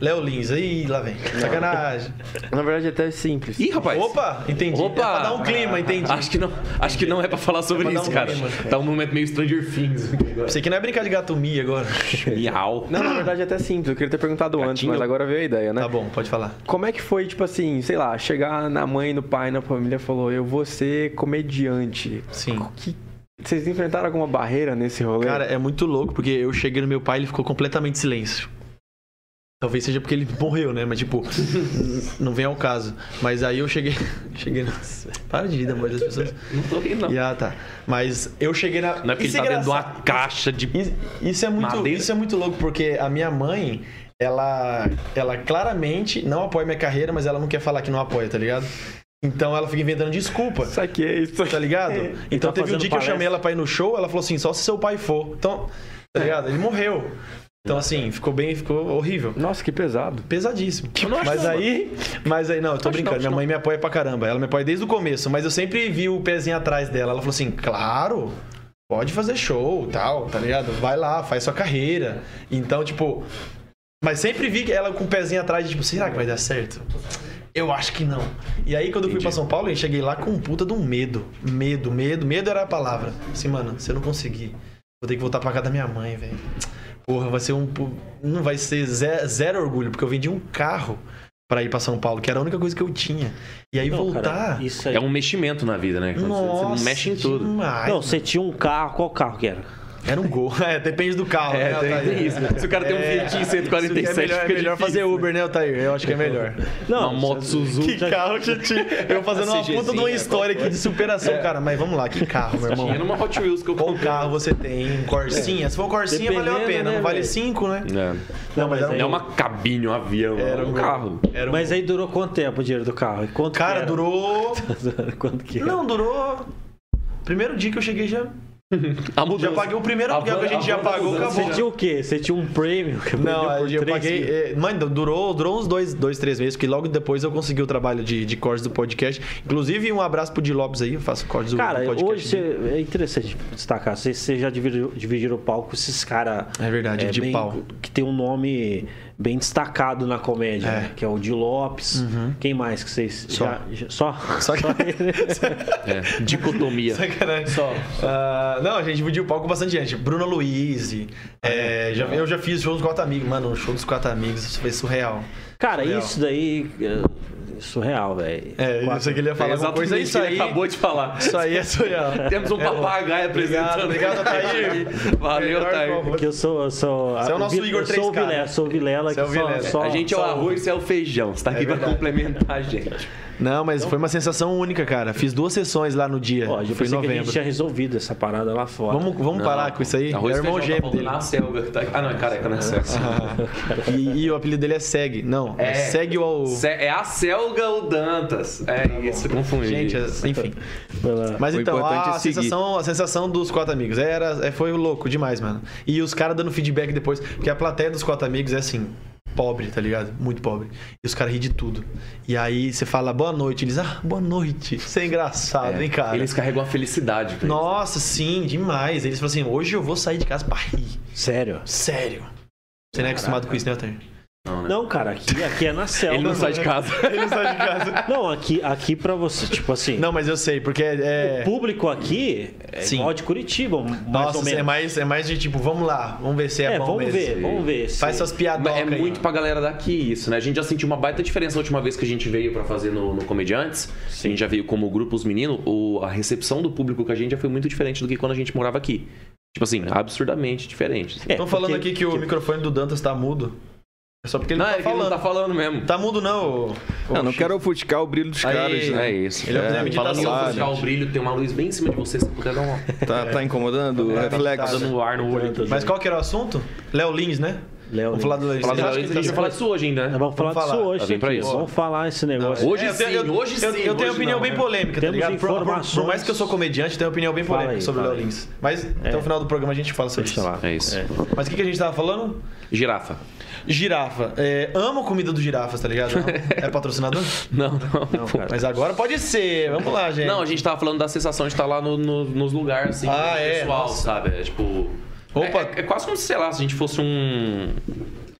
[SPEAKER 4] Léo Lins, aí lá vem. Sacanagem.
[SPEAKER 2] Na verdade, até é simples.
[SPEAKER 5] Ih, rapaz.
[SPEAKER 4] Opa, entendi.
[SPEAKER 5] Opa! Ah.
[SPEAKER 4] É pra dar um clima, entendi.
[SPEAKER 5] Acho que não, acho que não é pra falar sobre
[SPEAKER 4] pra dar
[SPEAKER 5] isso,
[SPEAKER 4] um
[SPEAKER 5] cara.
[SPEAKER 4] clima.
[SPEAKER 5] Tá um momento meio Stranger Things aqui agora.
[SPEAKER 4] Você que não é brincar de gato Mi (laughs) agora.
[SPEAKER 5] Miau.
[SPEAKER 2] Não, na verdade, é até simples. Eu queria ter perguntado antes,
[SPEAKER 5] Gatinho.
[SPEAKER 2] mas agora veio a ideia, né?
[SPEAKER 4] Tá bom, pode falar.
[SPEAKER 2] Como é que foi, tipo assim, sei lá, chegar na mãe, no pai, na família e falou, eu vou ser comediante.
[SPEAKER 4] Sim.
[SPEAKER 2] Que- Vocês enfrentaram alguma barreira nesse rolê?
[SPEAKER 4] Cara, é muito louco, porque eu cheguei no meu pai e ele ficou completamente em silêncio. Talvez seja porque ele morreu, né? Mas (laughs) tipo, n- não vem ao caso. Mas aí eu cheguei. (laughs) Cheguei na. Para de rir da morte das pessoas.
[SPEAKER 5] Não tô rindo, não.
[SPEAKER 4] E ah, tá. Mas eu cheguei na.
[SPEAKER 5] Não é porque
[SPEAKER 4] Isso
[SPEAKER 5] ele tá dentro de
[SPEAKER 4] engraçado.
[SPEAKER 5] uma caixa de.
[SPEAKER 4] Isso- Isso é muito,
[SPEAKER 5] Madeira.
[SPEAKER 4] isso é muito louco, porque a minha mãe, ela, ela claramente não apoia minha carreira, mas ela não quer falar que não apoia, tá ligado? Então ela fica inventando desculpa.
[SPEAKER 2] Isso aqui é isso.
[SPEAKER 4] Tá
[SPEAKER 5] (laughs)
[SPEAKER 4] ligado? Então
[SPEAKER 1] tá
[SPEAKER 4] teve um
[SPEAKER 1] fazendo
[SPEAKER 4] dia que eu
[SPEAKER 1] palestra.
[SPEAKER 4] chamei ela pra ir no show, ela falou assim, só se seu pai for. Então, tá ligado? Ele morreu. Então, assim, ficou bem, ficou horrível.
[SPEAKER 2] Nossa, que pesado.
[SPEAKER 4] Pesadíssimo.
[SPEAKER 5] Eu não acho
[SPEAKER 4] Mas
[SPEAKER 5] não,
[SPEAKER 4] aí. Mas aí, não, eu tô
[SPEAKER 5] Acho
[SPEAKER 4] brincando.
[SPEAKER 5] não, acho
[SPEAKER 4] minha mãe me apoia pra caramba. Ela me apoia desde o começo, mas eu sempre vi o pezinho atrás dela. Ela falou assim: claro, pode fazer show tal, tá ligado? Vai lá, faz sua carreira. Então, tipo. Mas sempre vi que ela com o pezinho atrás, de, tipo, será que vai dar certo? Eu acho que não. E aí, quando eu fui pra São Paulo, eu cheguei lá com um puta de um medo. Medo, medo, medo era a palavra. Assim, mano, se eu não conseguir, vou ter que voltar pra casa da minha mãe, velho. Porra, vai ser um. pu- Não vai ser ze- zero, orgulho, porque eu vendi um carro pra ir pra São Paulo, que era a única coisa que eu tinha. E aí
[SPEAKER 1] Não,
[SPEAKER 4] voltar.
[SPEAKER 1] cara, isso aí.
[SPEAKER 5] É um meximento na vida, né? Quando você-
[SPEAKER 4] Nossa,
[SPEAKER 5] você mexe em tudo.
[SPEAKER 4] demais,
[SPEAKER 1] Não,
[SPEAKER 4] mano.
[SPEAKER 1] você tinha um carro, qual carro que era?
[SPEAKER 4] Era um gol. (laughs) É, depende do carro. né, Altair?
[SPEAKER 5] Se o cara tem um
[SPEAKER 4] É,
[SPEAKER 5] Fiat
[SPEAKER 4] isso
[SPEAKER 5] 147,
[SPEAKER 4] que é melhor, é
[SPEAKER 5] fica
[SPEAKER 4] melhor
[SPEAKER 5] difícil.
[SPEAKER 4] fazer Uber, né, Altair? Eu
[SPEAKER 5] (laughs)
[SPEAKER 4] acho que é melhor.
[SPEAKER 5] Não, uma moto Suzuki.
[SPEAKER 4] Que carro que tinha. Eu fazendo uma puta de uma história aqui de superação, cara. Mas vamos lá, que carro, meu irmão?
[SPEAKER 5] Tinha numa Hot Wheels que eu
[SPEAKER 4] Qual
[SPEAKER 5] comprei.
[SPEAKER 4] carro você tem? Um Corsinha? Se for um Corsinha, valeu a
[SPEAKER 1] Dependendo,
[SPEAKER 4] pena.
[SPEAKER 1] né,
[SPEAKER 4] não vale
[SPEAKER 1] velho?
[SPEAKER 4] 5, né?
[SPEAKER 5] É.
[SPEAKER 1] Não, mas
[SPEAKER 5] Não é uma cabine, um avião,
[SPEAKER 4] Era
[SPEAKER 5] é um
[SPEAKER 4] um-
[SPEAKER 5] carro.
[SPEAKER 4] Era um...
[SPEAKER 1] Mas aí durou quanto tempo o dinheiro do carro? E quanto que
[SPEAKER 4] Cara,
[SPEAKER 1] era?
[SPEAKER 4] durou...
[SPEAKER 1] (laughs) quanto que era?
[SPEAKER 4] Não, durou... Primeiro dia que eu cheguei já...
[SPEAKER 5] A mudança.
[SPEAKER 4] Já paguei um o primeiro
[SPEAKER 5] A
[SPEAKER 4] aluguel que a
[SPEAKER 5] van-
[SPEAKER 4] gente já
[SPEAKER 5] a van-
[SPEAKER 4] pagou, acabou.
[SPEAKER 1] Você tinha o quê? Você tinha um prêmio que vendeu
[SPEAKER 4] Tá Não,
[SPEAKER 1] por
[SPEAKER 4] eu
[SPEAKER 1] três
[SPEAKER 4] paguei.
[SPEAKER 1] mil?
[SPEAKER 4] eh, Mano, durou, durou uns dois, dois, três meses, porque logo depois eu consegui o trabalho de, de cortes do podcast. Inclusive, um abraço pro Di Lopes aí, eu faço cortes do,
[SPEAKER 1] Cara,
[SPEAKER 4] do podcast.
[SPEAKER 1] hoje você- é interessante destacar. Vocês vocês já dividiram, dividiram o palco com esses caras.
[SPEAKER 4] É verdade, de
[SPEAKER 1] bem-
[SPEAKER 4] pau.
[SPEAKER 1] Que tem um nome bem destacado na comédia,
[SPEAKER 4] É. Uhum.
[SPEAKER 1] né? que é o Di Lopes. Quem mais que vocês.
[SPEAKER 4] Só.
[SPEAKER 1] já- já- só?
[SPEAKER 4] Só que- (laughs)
[SPEAKER 5] É, dicotomia.
[SPEAKER 4] Sacanagem. Ah, não, a gente dividiu o palco com bastante gente. Bruno Luiz. é, já- eu já fiz show dos quatro amigos. Mano, o show dos quatro amigos, isso foi surreal.
[SPEAKER 1] Cara,
[SPEAKER 4] Surreal.
[SPEAKER 1] isso daí. É surreal, velho.
[SPEAKER 4] É, eu sei que ele ia falar alguma coisa.
[SPEAKER 5] Exatamente
[SPEAKER 4] Isso
[SPEAKER 5] isso
[SPEAKER 4] aí,
[SPEAKER 5] ele acabou de falar.
[SPEAKER 4] isso aí é surreal.
[SPEAKER 5] Temos um papagaio apresentando.
[SPEAKER 4] obrigado, Altair.
[SPEAKER 5] Valeu,
[SPEAKER 4] Melhor
[SPEAKER 5] Altair.
[SPEAKER 4] combo.
[SPEAKER 1] Que eu sou. Eu sou
[SPEAKER 4] Você é o
[SPEAKER 1] eu
[SPEAKER 4] nosso
[SPEAKER 1] vi-
[SPEAKER 4] Igor
[SPEAKER 1] eu
[SPEAKER 4] 3K,
[SPEAKER 1] Sou o Vilela,
[SPEAKER 4] né?
[SPEAKER 1] sou o Vilela.
[SPEAKER 4] Você é o
[SPEAKER 1] que só-
[SPEAKER 4] Vilela.
[SPEAKER 1] só-
[SPEAKER 5] a gente é o
[SPEAKER 1] só-
[SPEAKER 5] arroz, você é o feijão. Você tá aqui pra complementar a gente.
[SPEAKER 4] Não, mas foi uma sensação única, cara. Fiz duas sessões lá no dia.
[SPEAKER 1] Ó, eu
[SPEAKER 4] foi em
[SPEAKER 1] pensei que a
[SPEAKER 4] novembro.
[SPEAKER 1] gente tinha resolvido essa parada lá fora.
[SPEAKER 4] Vamos, vamos parar com isso aí. É o
[SPEAKER 5] Arroz e
[SPEAKER 4] irmão Ah.
[SPEAKER 5] feijão,
[SPEAKER 4] gêmeo
[SPEAKER 5] tá
[SPEAKER 4] dele.
[SPEAKER 5] Na selga. que tá aqui. Ah, não, é careca, não é selga.
[SPEAKER 4] E, e o apelido dele é Seg. Não, é,
[SPEAKER 5] É.
[SPEAKER 4] Seg o.
[SPEAKER 5] Se- É a selga ou Dantas. É isso, confundi.
[SPEAKER 4] Tá Gente, é- enfim.
[SPEAKER 1] Vai lá.
[SPEAKER 4] Mas
[SPEAKER 3] O
[SPEAKER 4] então,
[SPEAKER 3] importante
[SPEAKER 4] a,
[SPEAKER 3] é seguir.
[SPEAKER 4] sensação, a sensação dos quatro amigos era, é, foi louco demais, mano. E os caras dando feedback depois, porque a plateia dos quatro amigos é assim, pobre, tá ligado? Muito pobre. E os caras riem de tudo. E aí você fala boa noite, eles, ah, boa noite. Isso é engraçado, hein, cara?
[SPEAKER 5] Eles carregam a felicidade.
[SPEAKER 3] né?
[SPEAKER 5] pra eles.
[SPEAKER 4] Nossa, sim, demais. Eles falam assim, hoje eu vou sair de casa pra rir.
[SPEAKER 1] Sério.
[SPEAKER 4] Sério. Você não é acostumado com isso, né, Altair? (laughs)
[SPEAKER 5] Não, né?
[SPEAKER 1] Não, cara, aqui, aqui é na selva.
[SPEAKER 5] Ele não sai de casa.
[SPEAKER 4] Ele sai de casa.
[SPEAKER 1] Não, aqui, aqui pra você, tipo assim.
[SPEAKER 4] Não, mas eu sei, porque é.
[SPEAKER 1] O público aqui é
[SPEAKER 4] Sim.
[SPEAKER 1] igual de Curitiba, mais ou
[SPEAKER 4] Nossa, é
[SPEAKER 1] menos.
[SPEAKER 4] mais, é mais de tipo, vamos lá, vamos ver se é,
[SPEAKER 1] É,
[SPEAKER 4] bom
[SPEAKER 1] vamos
[SPEAKER 4] mesmo.
[SPEAKER 1] ver, vamos ver. se-
[SPEAKER 4] Faz suas
[SPEAKER 5] Mas
[SPEAKER 4] piadocas
[SPEAKER 5] é muito pra galera daqui isso, né? A gente já sentiu uma baita diferença na última vez que a gente veio pra fazer no, no Comediantes. A gente já veio como grupo Os Meninos. O, a recepção do público com a gente já foi muito diferente do que quando a gente morava aqui. Tipo assim, absurdamente diferente. assim.
[SPEAKER 1] É,
[SPEAKER 4] Estão falando
[SPEAKER 1] porque-
[SPEAKER 4] aqui que o microfone do Dantas tá mudo. É só porque ele
[SPEAKER 5] não,
[SPEAKER 4] tá
[SPEAKER 5] é que ele
[SPEAKER 4] falando.
[SPEAKER 5] não tá falando mesmo.
[SPEAKER 4] Tá mudo não, ô- ô
[SPEAKER 3] Não, não
[SPEAKER 4] Chico.
[SPEAKER 3] quero ofuscar o brilho dos
[SPEAKER 4] Aí,
[SPEAKER 3] caras, né?
[SPEAKER 5] É isso.
[SPEAKER 4] Ele é o
[SPEAKER 5] é,
[SPEAKER 4] Zé Meditação.
[SPEAKER 5] falando em
[SPEAKER 3] Lá,
[SPEAKER 5] ofuscar
[SPEAKER 3] né?
[SPEAKER 5] o brilho, tem uma luz bem em cima de você, se
[SPEAKER 4] (laughs)
[SPEAKER 5] puder dar uma
[SPEAKER 3] Tá, tá incomodando o
[SPEAKER 4] É,
[SPEAKER 5] tá
[SPEAKER 3] reflexo.
[SPEAKER 4] tá
[SPEAKER 5] dando ar no olho aqui.
[SPEAKER 4] Mas qual que era o assunto? Léo Lins, né?
[SPEAKER 1] Léo,
[SPEAKER 4] Vamos falar do Léo Lins.
[SPEAKER 5] Falar da
[SPEAKER 4] Vocês acham
[SPEAKER 5] Laís,
[SPEAKER 4] que É
[SPEAKER 5] a
[SPEAKER 4] ele tá
[SPEAKER 5] gente vai falar disso hoje ainda, né?
[SPEAKER 1] Vamos falar
[SPEAKER 4] Vamos
[SPEAKER 1] disso
[SPEAKER 4] falar.
[SPEAKER 1] hoje.
[SPEAKER 5] Tá bem pra
[SPEAKER 1] gente.
[SPEAKER 5] isso.
[SPEAKER 1] Vamos falar esse negócio.
[SPEAKER 5] Hoje
[SPEAKER 4] É, eu tenho-
[SPEAKER 5] sim,
[SPEAKER 4] eu-
[SPEAKER 5] hoje
[SPEAKER 4] eu,
[SPEAKER 5] sim,
[SPEAKER 4] Eu tenho
[SPEAKER 5] hoje
[SPEAKER 4] opinião
[SPEAKER 5] não,
[SPEAKER 4] bem
[SPEAKER 5] né?
[SPEAKER 4] polêmica,
[SPEAKER 1] Temos
[SPEAKER 4] tá ligado? Por- por- Por,
[SPEAKER 1] informações.
[SPEAKER 4] mais que eu sou comediante, eu tenho opinião bem
[SPEAKER 1] Fala
[SPEAKER 4] polêmica
[SPEAKER 1] aí,
[SPEAKER 4] sobre o
[SPEAKER 1] fala
[SPEAKER 4] Léo Lins. Mas até o final do programa a gente fala sobre
[SPEAKER 1] Deixa
[SPEAKER 4] isso.
[SPEAKER 1] lá.
[SPEAKER 5] É isso.
[SPEAKER 4] Mas o que, que a gente tava falando?
[SPEAKER 5] Girafa.
[SPEAKER 4] Girafa. É, amo comida do girafas, tá ligado? É patrocinador?
[SPEAKER 5] Não, não. Não,
[SPEAKER 4] Mas agora pode ser. Vamos lá, gente.
[SPEAKER 5] a gente tava falando da sensação de estar lá no- no- nos lugares, assim,
[SPEAKER 4] Ah,
[SPEAKER 5] com o
[SPEAKER 4] é,
[SPEAKER 5] pessoal,
[SPEAKER 4] nossa.
[SPEAKER 5] sabe? É tipo.
[SPEAKER 4] Opa.
[SPEAKER 5] É, é quase como se, sei lá, se a gente fosse um.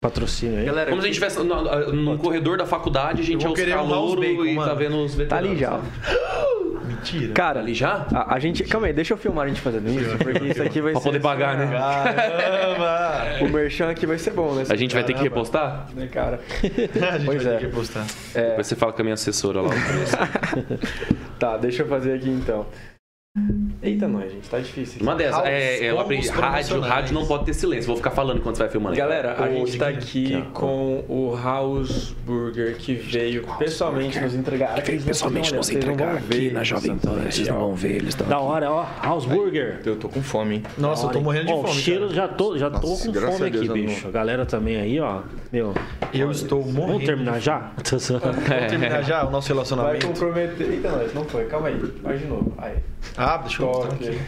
[SPEAKER 1] Patrocínio aí.
[SPEAKER 5] Como se a gente estivesse no, no- no corredor da faculdade, a gente é
[SPEAKER 4] vou
[SPEAKER 5] os
[SPEAKER 4] querer um
[SPEAKER 5] calouros
[SPEAKER 4] House Bacon,
[SPEAKER 5] e
[SPEAKER 4] mano.
[SPEAKER 5] tá vendo os
[SPEAKER 2] Tá
[SPEAKER 5] veteranos.
[SPEAKER 2] ali já. ó.
[SPEAKER 4] Mentira.
[SPEAKER 2] Cara,
[SPEAKER 5] Tá ali já?
[SPEAKER 2] a, a gente. Calma aí, deixa eu filmar a gente fazendo isso, porque isso aqui vai
[SPEAKER 5] Pra
[SPEAKER 2] ser. assim,
[SPEAKER 5] poder pagar, né?
[SPEAKER 4] Caramba!
[SPEAKER 2] O merchan aqui vai ser bom, né?
[SPEAKER 5] A gente vai ter que repostar?
[SPEAKER 2] Né, cara?
[SPEAKER 4] (laughs) A gente
[SPEAKER 2] Pois
[SPEAKER 4] vai
[SPEAKER 2] é.
[SPEAKER 4] ter que postar.
[SPEAKER 5] Depois você fala com a minha assessora lá. o preço.
[SPEAKER 2] Tá, deixa eu fazer aqui então. Eita, nós, gente, tá difícil.
[SPEAKER 5] Uma dessas. É, é, eu
[SPEAKER 4] Combos
[SPEAKER 5] aprendi. Rádio,
[SPEAKER 4] promocionais.
[SPEAKER 5] rádio não pode ter silêncio. Vou ficar falando enquanto você vai filmando. aí.
[SPEAKER 2] Galera, a
[SPEAKER 4] Ô,
[SPEAKER 2] gente tá
[SPEAKER 4] Diguinho.
[SPEAKER 2] aqui com o House Burger que veio pessoalmente nos entregar. Veio pessoalmente nos entregar aqui na Jovem Pan. Vocês não vão ver.
[SPEAKER 1] Da hora, ó. House Burger.
[SPEAKER 3] Eu tô com fome, hein?
[SPEAKER 4] Nossa, eu tô morrendo de
[SPEAKER 1] Ó,
[SPEAKER 4] fome.
[SPEAKER 1] O cheiro
[SPEAKER 4] cara.
[SPEAKER 1] já tô, já tô
[SPEAKER 3] Nossa,
[SPEAKER 1] com
[SPEAKER 3] graças
[SPEAKER 1] fome
[SPEAKER 3] a Deus
[SPEAKER 1] aqui,
[SPEAKER 3] eu não-
[SPEAKER 1] bicho. A galera também aí, ó. Meu,
[SPEAKER 4] Eu estou
[SPEAKER 1] vamos
[SPEAKER 4] morrendo.
[SPEAKER 1] terminar já? (laughs) Tô zoando.
[SPEAKER 5] É,
[SPEAKER 4] Vamos terminar já o nosso
[SPEAKER 2] Vai
[SPEAKER 4] relacionamento.
[SPEAKER 2] comprometer. Eita, nós, não foi. Calma aí. Vai de novo. Aí.
[SPEAKER 4] Ah, deixa eu mostrar
[SPEAKER 2] Toque.
[SPEAKER 4] aqui.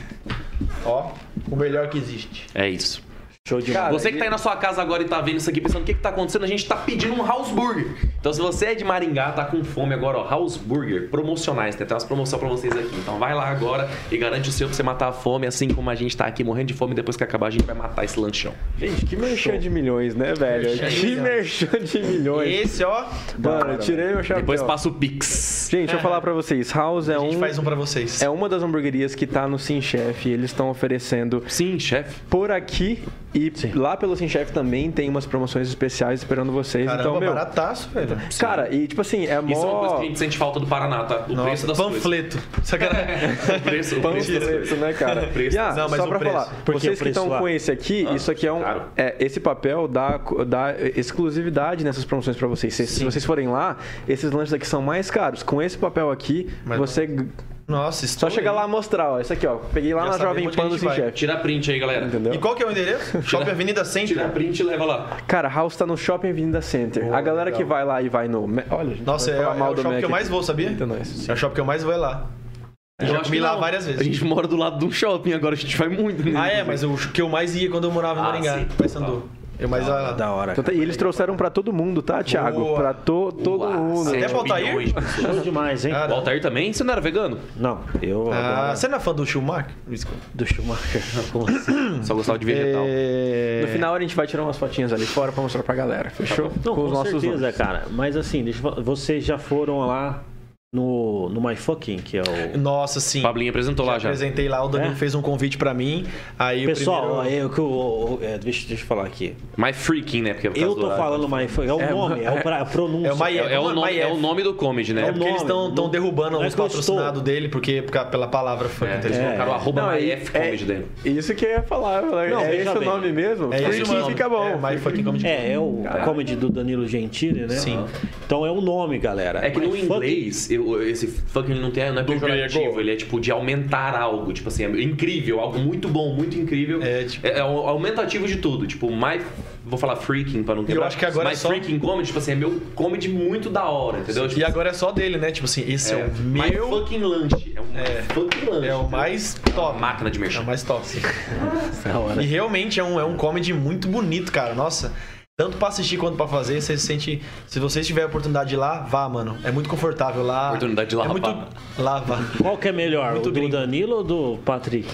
[SPEAKER 4] Ó, o melhor que existe.
[SPEAKER 5] É isso.
[SPEAKER 1] Show de
[SPEAKER 2] Cara,
[SPEAKER 5] Você que tá aí na sua casa agora e tá vendo isso aqui pensando o que que tá acontecendo, a gente tá pedindo um house burger. Então se você é de Maringá, tá com fome agora, ó, house burger promocionais, tem até umas promoção pra vocês aqui. Então vai lá agora e garante o seu pra você matar a fome, assim como a gente tá aqui morrendo de fome, depois que acabar a gente vai matar esse lanchão.
[SPEAKER 2] Gente, que merchan de milhões, né, velho?
[SPEAKER 4] Merchan de
[SPEAKER 2] Que
[SPEAKER 4] milhões.
[SPEAKER 2] merchan de milhões.
[SPEAKER 4] Esse, ó,
[SPEAKER 2] Mano, eu tirei meu chapéu.
[SPEAKER 5] Depois passa o Pix.
[SPEAKER 2] Gente, deixa eu falar pra vocês. House é
[SPEAKER 4] a gente
[SPEAKER 2] um.
[SPEAKER 4] faz um pra vocês.
[SPEAKER 2] É uma das hamburguerias que tá no Sim Chef. Eles estão oferecendo
[SPEAKER 5] Sim, chefe.
[SPEAKER 2] por aqui e lá pelo Sim Chef também tem umas promoções especiais esperando vocês.
[SPEAKER 4] Caramba,
[SPEAKER 2] então, meu.
[SPEAKER 4] barataço, velho.
[SPEAKER 2] Cara, e tipo assim, é
[SPEAKER 5] Isso é uma coisa
[SPEAKER 2] mó.
[SPEAKER 5] que a gente sente falta do Paraná, tá? O preço
[SPEAKER 4] Nossa,
[SPEAKER 5] das
[SPEAKER 4] panfleto.
[SPEAKER 5] (laughs)
[SPEAKER 4] Sacanagem.
[SPEAKER 5] coisas. O preço, o
[SPEAKER 2] (laughs)
[SPEAKER 5] preço das coisas.
[SPEAKER 2] Preço, né, cara?
[SPEAKER 5] (laughs) Preço. Ah,
[SPEAKER 2] Ah,
[SPEAKER 4] Não, mas
[SPEAKER 2] só
[SPEAKER 4] o
[SPEAKER 2] pra
[SPEAKER 4] preço.
[SPEAKER 2] falar,
[SPEAKER 1] Porque o
[SPEAKER 2] vocês que
[SPEAKER 1] preço
[SPEAKER 2] estão
[SPEAKER 1] lá-
[SPEAKER 2] com esse aqui, isso aqui é um.
[SPEAKER 5] claro.
[SPEAKER 2] é, esse papel dá, dá exclusividade nessas promoções pra vocês. Se, se vocês forem lá, esses lanches aqui são mais caros. Com esse papel aqui,
[SPEAKER 4] Mas-
[SPEAKER 2] você. g-
[SPEAKER 4] Nossa,
[SPEAKER 2] Só
[SPEAKER 4] estou
[SPEAKER 2] chegar
[SPEAKER 4] aí.
[SPEAKER 2] lá e mostrar, ó. Isso aqui, ó. Peguei lá
[SPEAKER 4] Já
[SPEAKER 2] na
[SPEAKER 4] sabemos
[SPEAKER 2] Jovem
[SPEAKER 4] onde a
[SPEAKER 2] Pan do
[SPEAKER 4] gente
[SPEAKER 2] Sim
[SPEAKER 4] vai.
[SPEAKER 2] Chef.
[SPEAKER 5] Tira print aí, galera.
[SPEAKER 2] Entendeu?
[SPEAKER 4] E qual que é o endereço? Shopping Avenida Centro.
[SPEAKER 5] Tira print e leva lá.
[SPEAKER 2] Cara, House tá no Shopping Avenida Center. a galera que vai lá e vai no. Me- Olha, gente,
[SPEAKER 4] Nossa,
[SPEAKER 2] vai
[SPEAKER 4] é, é
[SPEAKER 2] falar
[SPEAKER 4] o
[SPEAKER 2] do
[SPEAKER 4] shopping
[SPEAKER 2] Mac
[SPEAKER 4] que eu
[SPEAKER 2] aqui.
[SPEAKER 4] mais vou, sabia?
[SPEAKER 2] Então, não, isso-
[SPEAKER 4] É o shopping que eu mais vou é lá. Eu já comi lá
[SPEAKER 5] não.
[SPEAKER 4] várias
[SPEAKER 5] A
[SPEAKER 4] vezes.
[SPEAKER 5] gente mora do lado de um shopping agora, a gente vai muito. Né?
[SPEAKER 4] Ah, é, mas o que eu mais ia quando eu morava em
[SPEAKER 5] Ah,
[SPEAKER 4] Maringá, Ah,
[SPEAKER 5] sim.
[SPEAKER 4] Paysandu. Eu mais ia lá.
[SPEAKER 1] da hora.
[SPEAKER 2] Então, tá- e eles trouxeram pra todo mundo, tá, Thiago?
[SPEAKER 4] Boa.
[SPEAKER 2] Pra to- todo mundo.
[SPEAKER 4] Até
[SPEAKER 5] Sete
[SPEAKER 4] pro Altair?
[SPEAKER 5] bilhões
[SPEAKER 2] (laughs)
[SPEAKER 5] de pessoas.
[SPEAKER 1] Show demais, hein?
[SPEAKER 4] Ah,
[SPEAKER 5] O Altair também? Você não era vegano?
[SPEAKER 1] Não, eu
[SPEAKER 4] Ah,
[SPEAKER 1] agora
[SPEAKER 4] você não é fã do Schumacher?
[SPEAKER 1] do
[SPEAKER 5] (laughs)
[SPEAKER 1] Schumacher.
[SPEAKER 5] Só gostava de vegetal.
[SPEAKER 4] É,
[SPEAKER 2] No final a gente vai tirar umas fotinhas ali fora pra mostrar pra galera, fechou?
[SPEAKER 1] Não, com, certeza,
[SPEAKER 2] lanches.
[SPEAKER 1] cara. Mas assim, deixa eu falar, vocês já foram lá no, no My Fucking, que é o.
[SPEAKER 4] Nossa, sim.
[SPEAKER 5] Pablinho apresentou lá já.
[SPEAKER 4] Apresentei lá, o Danilo
[SPEAKER 1] É?
[SPEAKER 4] fez um convite pra mim. Aí
[SPEAKER 1] Pessoal,
[SPEAKER 4] o
[SPEAKER 1] ó,
[SPEAKER 4] primeiro...
[SPEAKER 1] eu que eu- é, deixa, deixa eu falar aqui.
[SPEAKER 5] My Freaking, né? Porque é por
[SPEAKER 1] Eu
[SPEAKER 5] causa do
[SPEAKER 1] tô
[SPEAKER 5] horário.
[SPEAKER 1] falando My Fucking, é o nome, é, o pra- a pronúncia.
[SPEAKER 4] é o My-
[SPEAKER 5] (laughs) É, é o nome, é o nome do comedy, né?
[SPEAKER 1] É
[SPEAKER 4] É porque eles
[SPEAKER 1] nome,
[SPEAKER 4] estão
[SPEAKER 1] não-
[SPEAKER 4] derrubando
[SPEAKER 1] não é
[SPEAKER 4] os
[SPEAKER 1] que eu estou.
[SPEAKER 4] patrocinados dele porque, porque- pela palavra funk.
[SPEAKER 5] É,
[SPEAKER 4] então
[SPEAKER 5] eles
[SPEAKER 4] eles
[SPEAKER 5] colocaram o arroba
[SPEAKER 2] Não, é-
[SPEAKER 5] MyF comedy dele.
[SPEAKER 2] Isso que eu ia falar, eu falei,
[SPEAKER 1] Não,
[SPEAKER 2] é
[SPEAKER 1] veja
[SPEAKER 2] esse o
[SPEAKER 1] bem.
[SPEAKER 2] nome mesmo?
[SPEAKER 4] vão- É
[SPEAKER 2] Freaking
[SPEAKER 4] isso, mano.
[SPEAKER 2] fica bom.
[SPEAKER 4] É, My Fucking Comedy.
[SPEAKER 1] É, é o comedy do Danilo Gentili, né?
[SPEAKER 4] Sim.
[SPEAKER 1] Então é o nome, galera.
[SPEAKER 5] É que
[SPEAKER 1] My
[SPEAKER 5] no
[SPEAKER 1] Fucking-
[SPEAKER 5] inglês, eu- esse fucking não, tem, não é pejorativo, ele é tipo de aumentar algo, tipo assim, é incrível, algo muito bom, muito incrível.
[SPEAKER 4] É, tipo-
[SPEAKER 5] é, o aumentativo de tudo, tipo, my, vou falar freaking pra não quebrar.
[SPEAKER 4] acho que agora
[SPEAKER 5] my
[SPEAKER 4] é só-
[SPEAKER 5] freaking comedy, tipo assim, é meu comedy muito da hora, entendeu? Tipo,
[SPEAKER 4] E agora é só dele, né? Tipo assim, esse é,
[SPEAKER 5] é,
[SPEAKER 4] o
[SPEAKER 5] my
[SPEAKER 4] meu...
[SPEAKER 5] fucking lanche, é o
[SPEAKER 4] É.
[SPEAKER 5] my fucking lanche.
[SPEAKER 4] É o
[SPEAKER 5] entendeu?
[SPEAKER 4] mais
[SPEAKER 5] Uma
[SPEAKER 4] top.
[SPEAKER 5] máquina de
[SPEAKER 4] É
[SPEAKER 5] merchan.
[SPEAKER 4] o mais top. sim.
[SPEAKER 1] Da hora.
[SPEAKER 4] E realmente é um, é um comedy muito bonito, cara. Nossa, tanto pra assistir quanto pra fazer, você se sente. Se vocês tiverem a oportunidade de ir lá, vá, mano. É muito confortável lá.
[SPEAKER 5] Oportunidade de
[SPEAKER 4] É
[SPEAKER 5] lavar.
[SPEAKER 4] muito. Lava.
[SPEAKER 1] Qual que é melhor, o do Danilo ou do Patrick?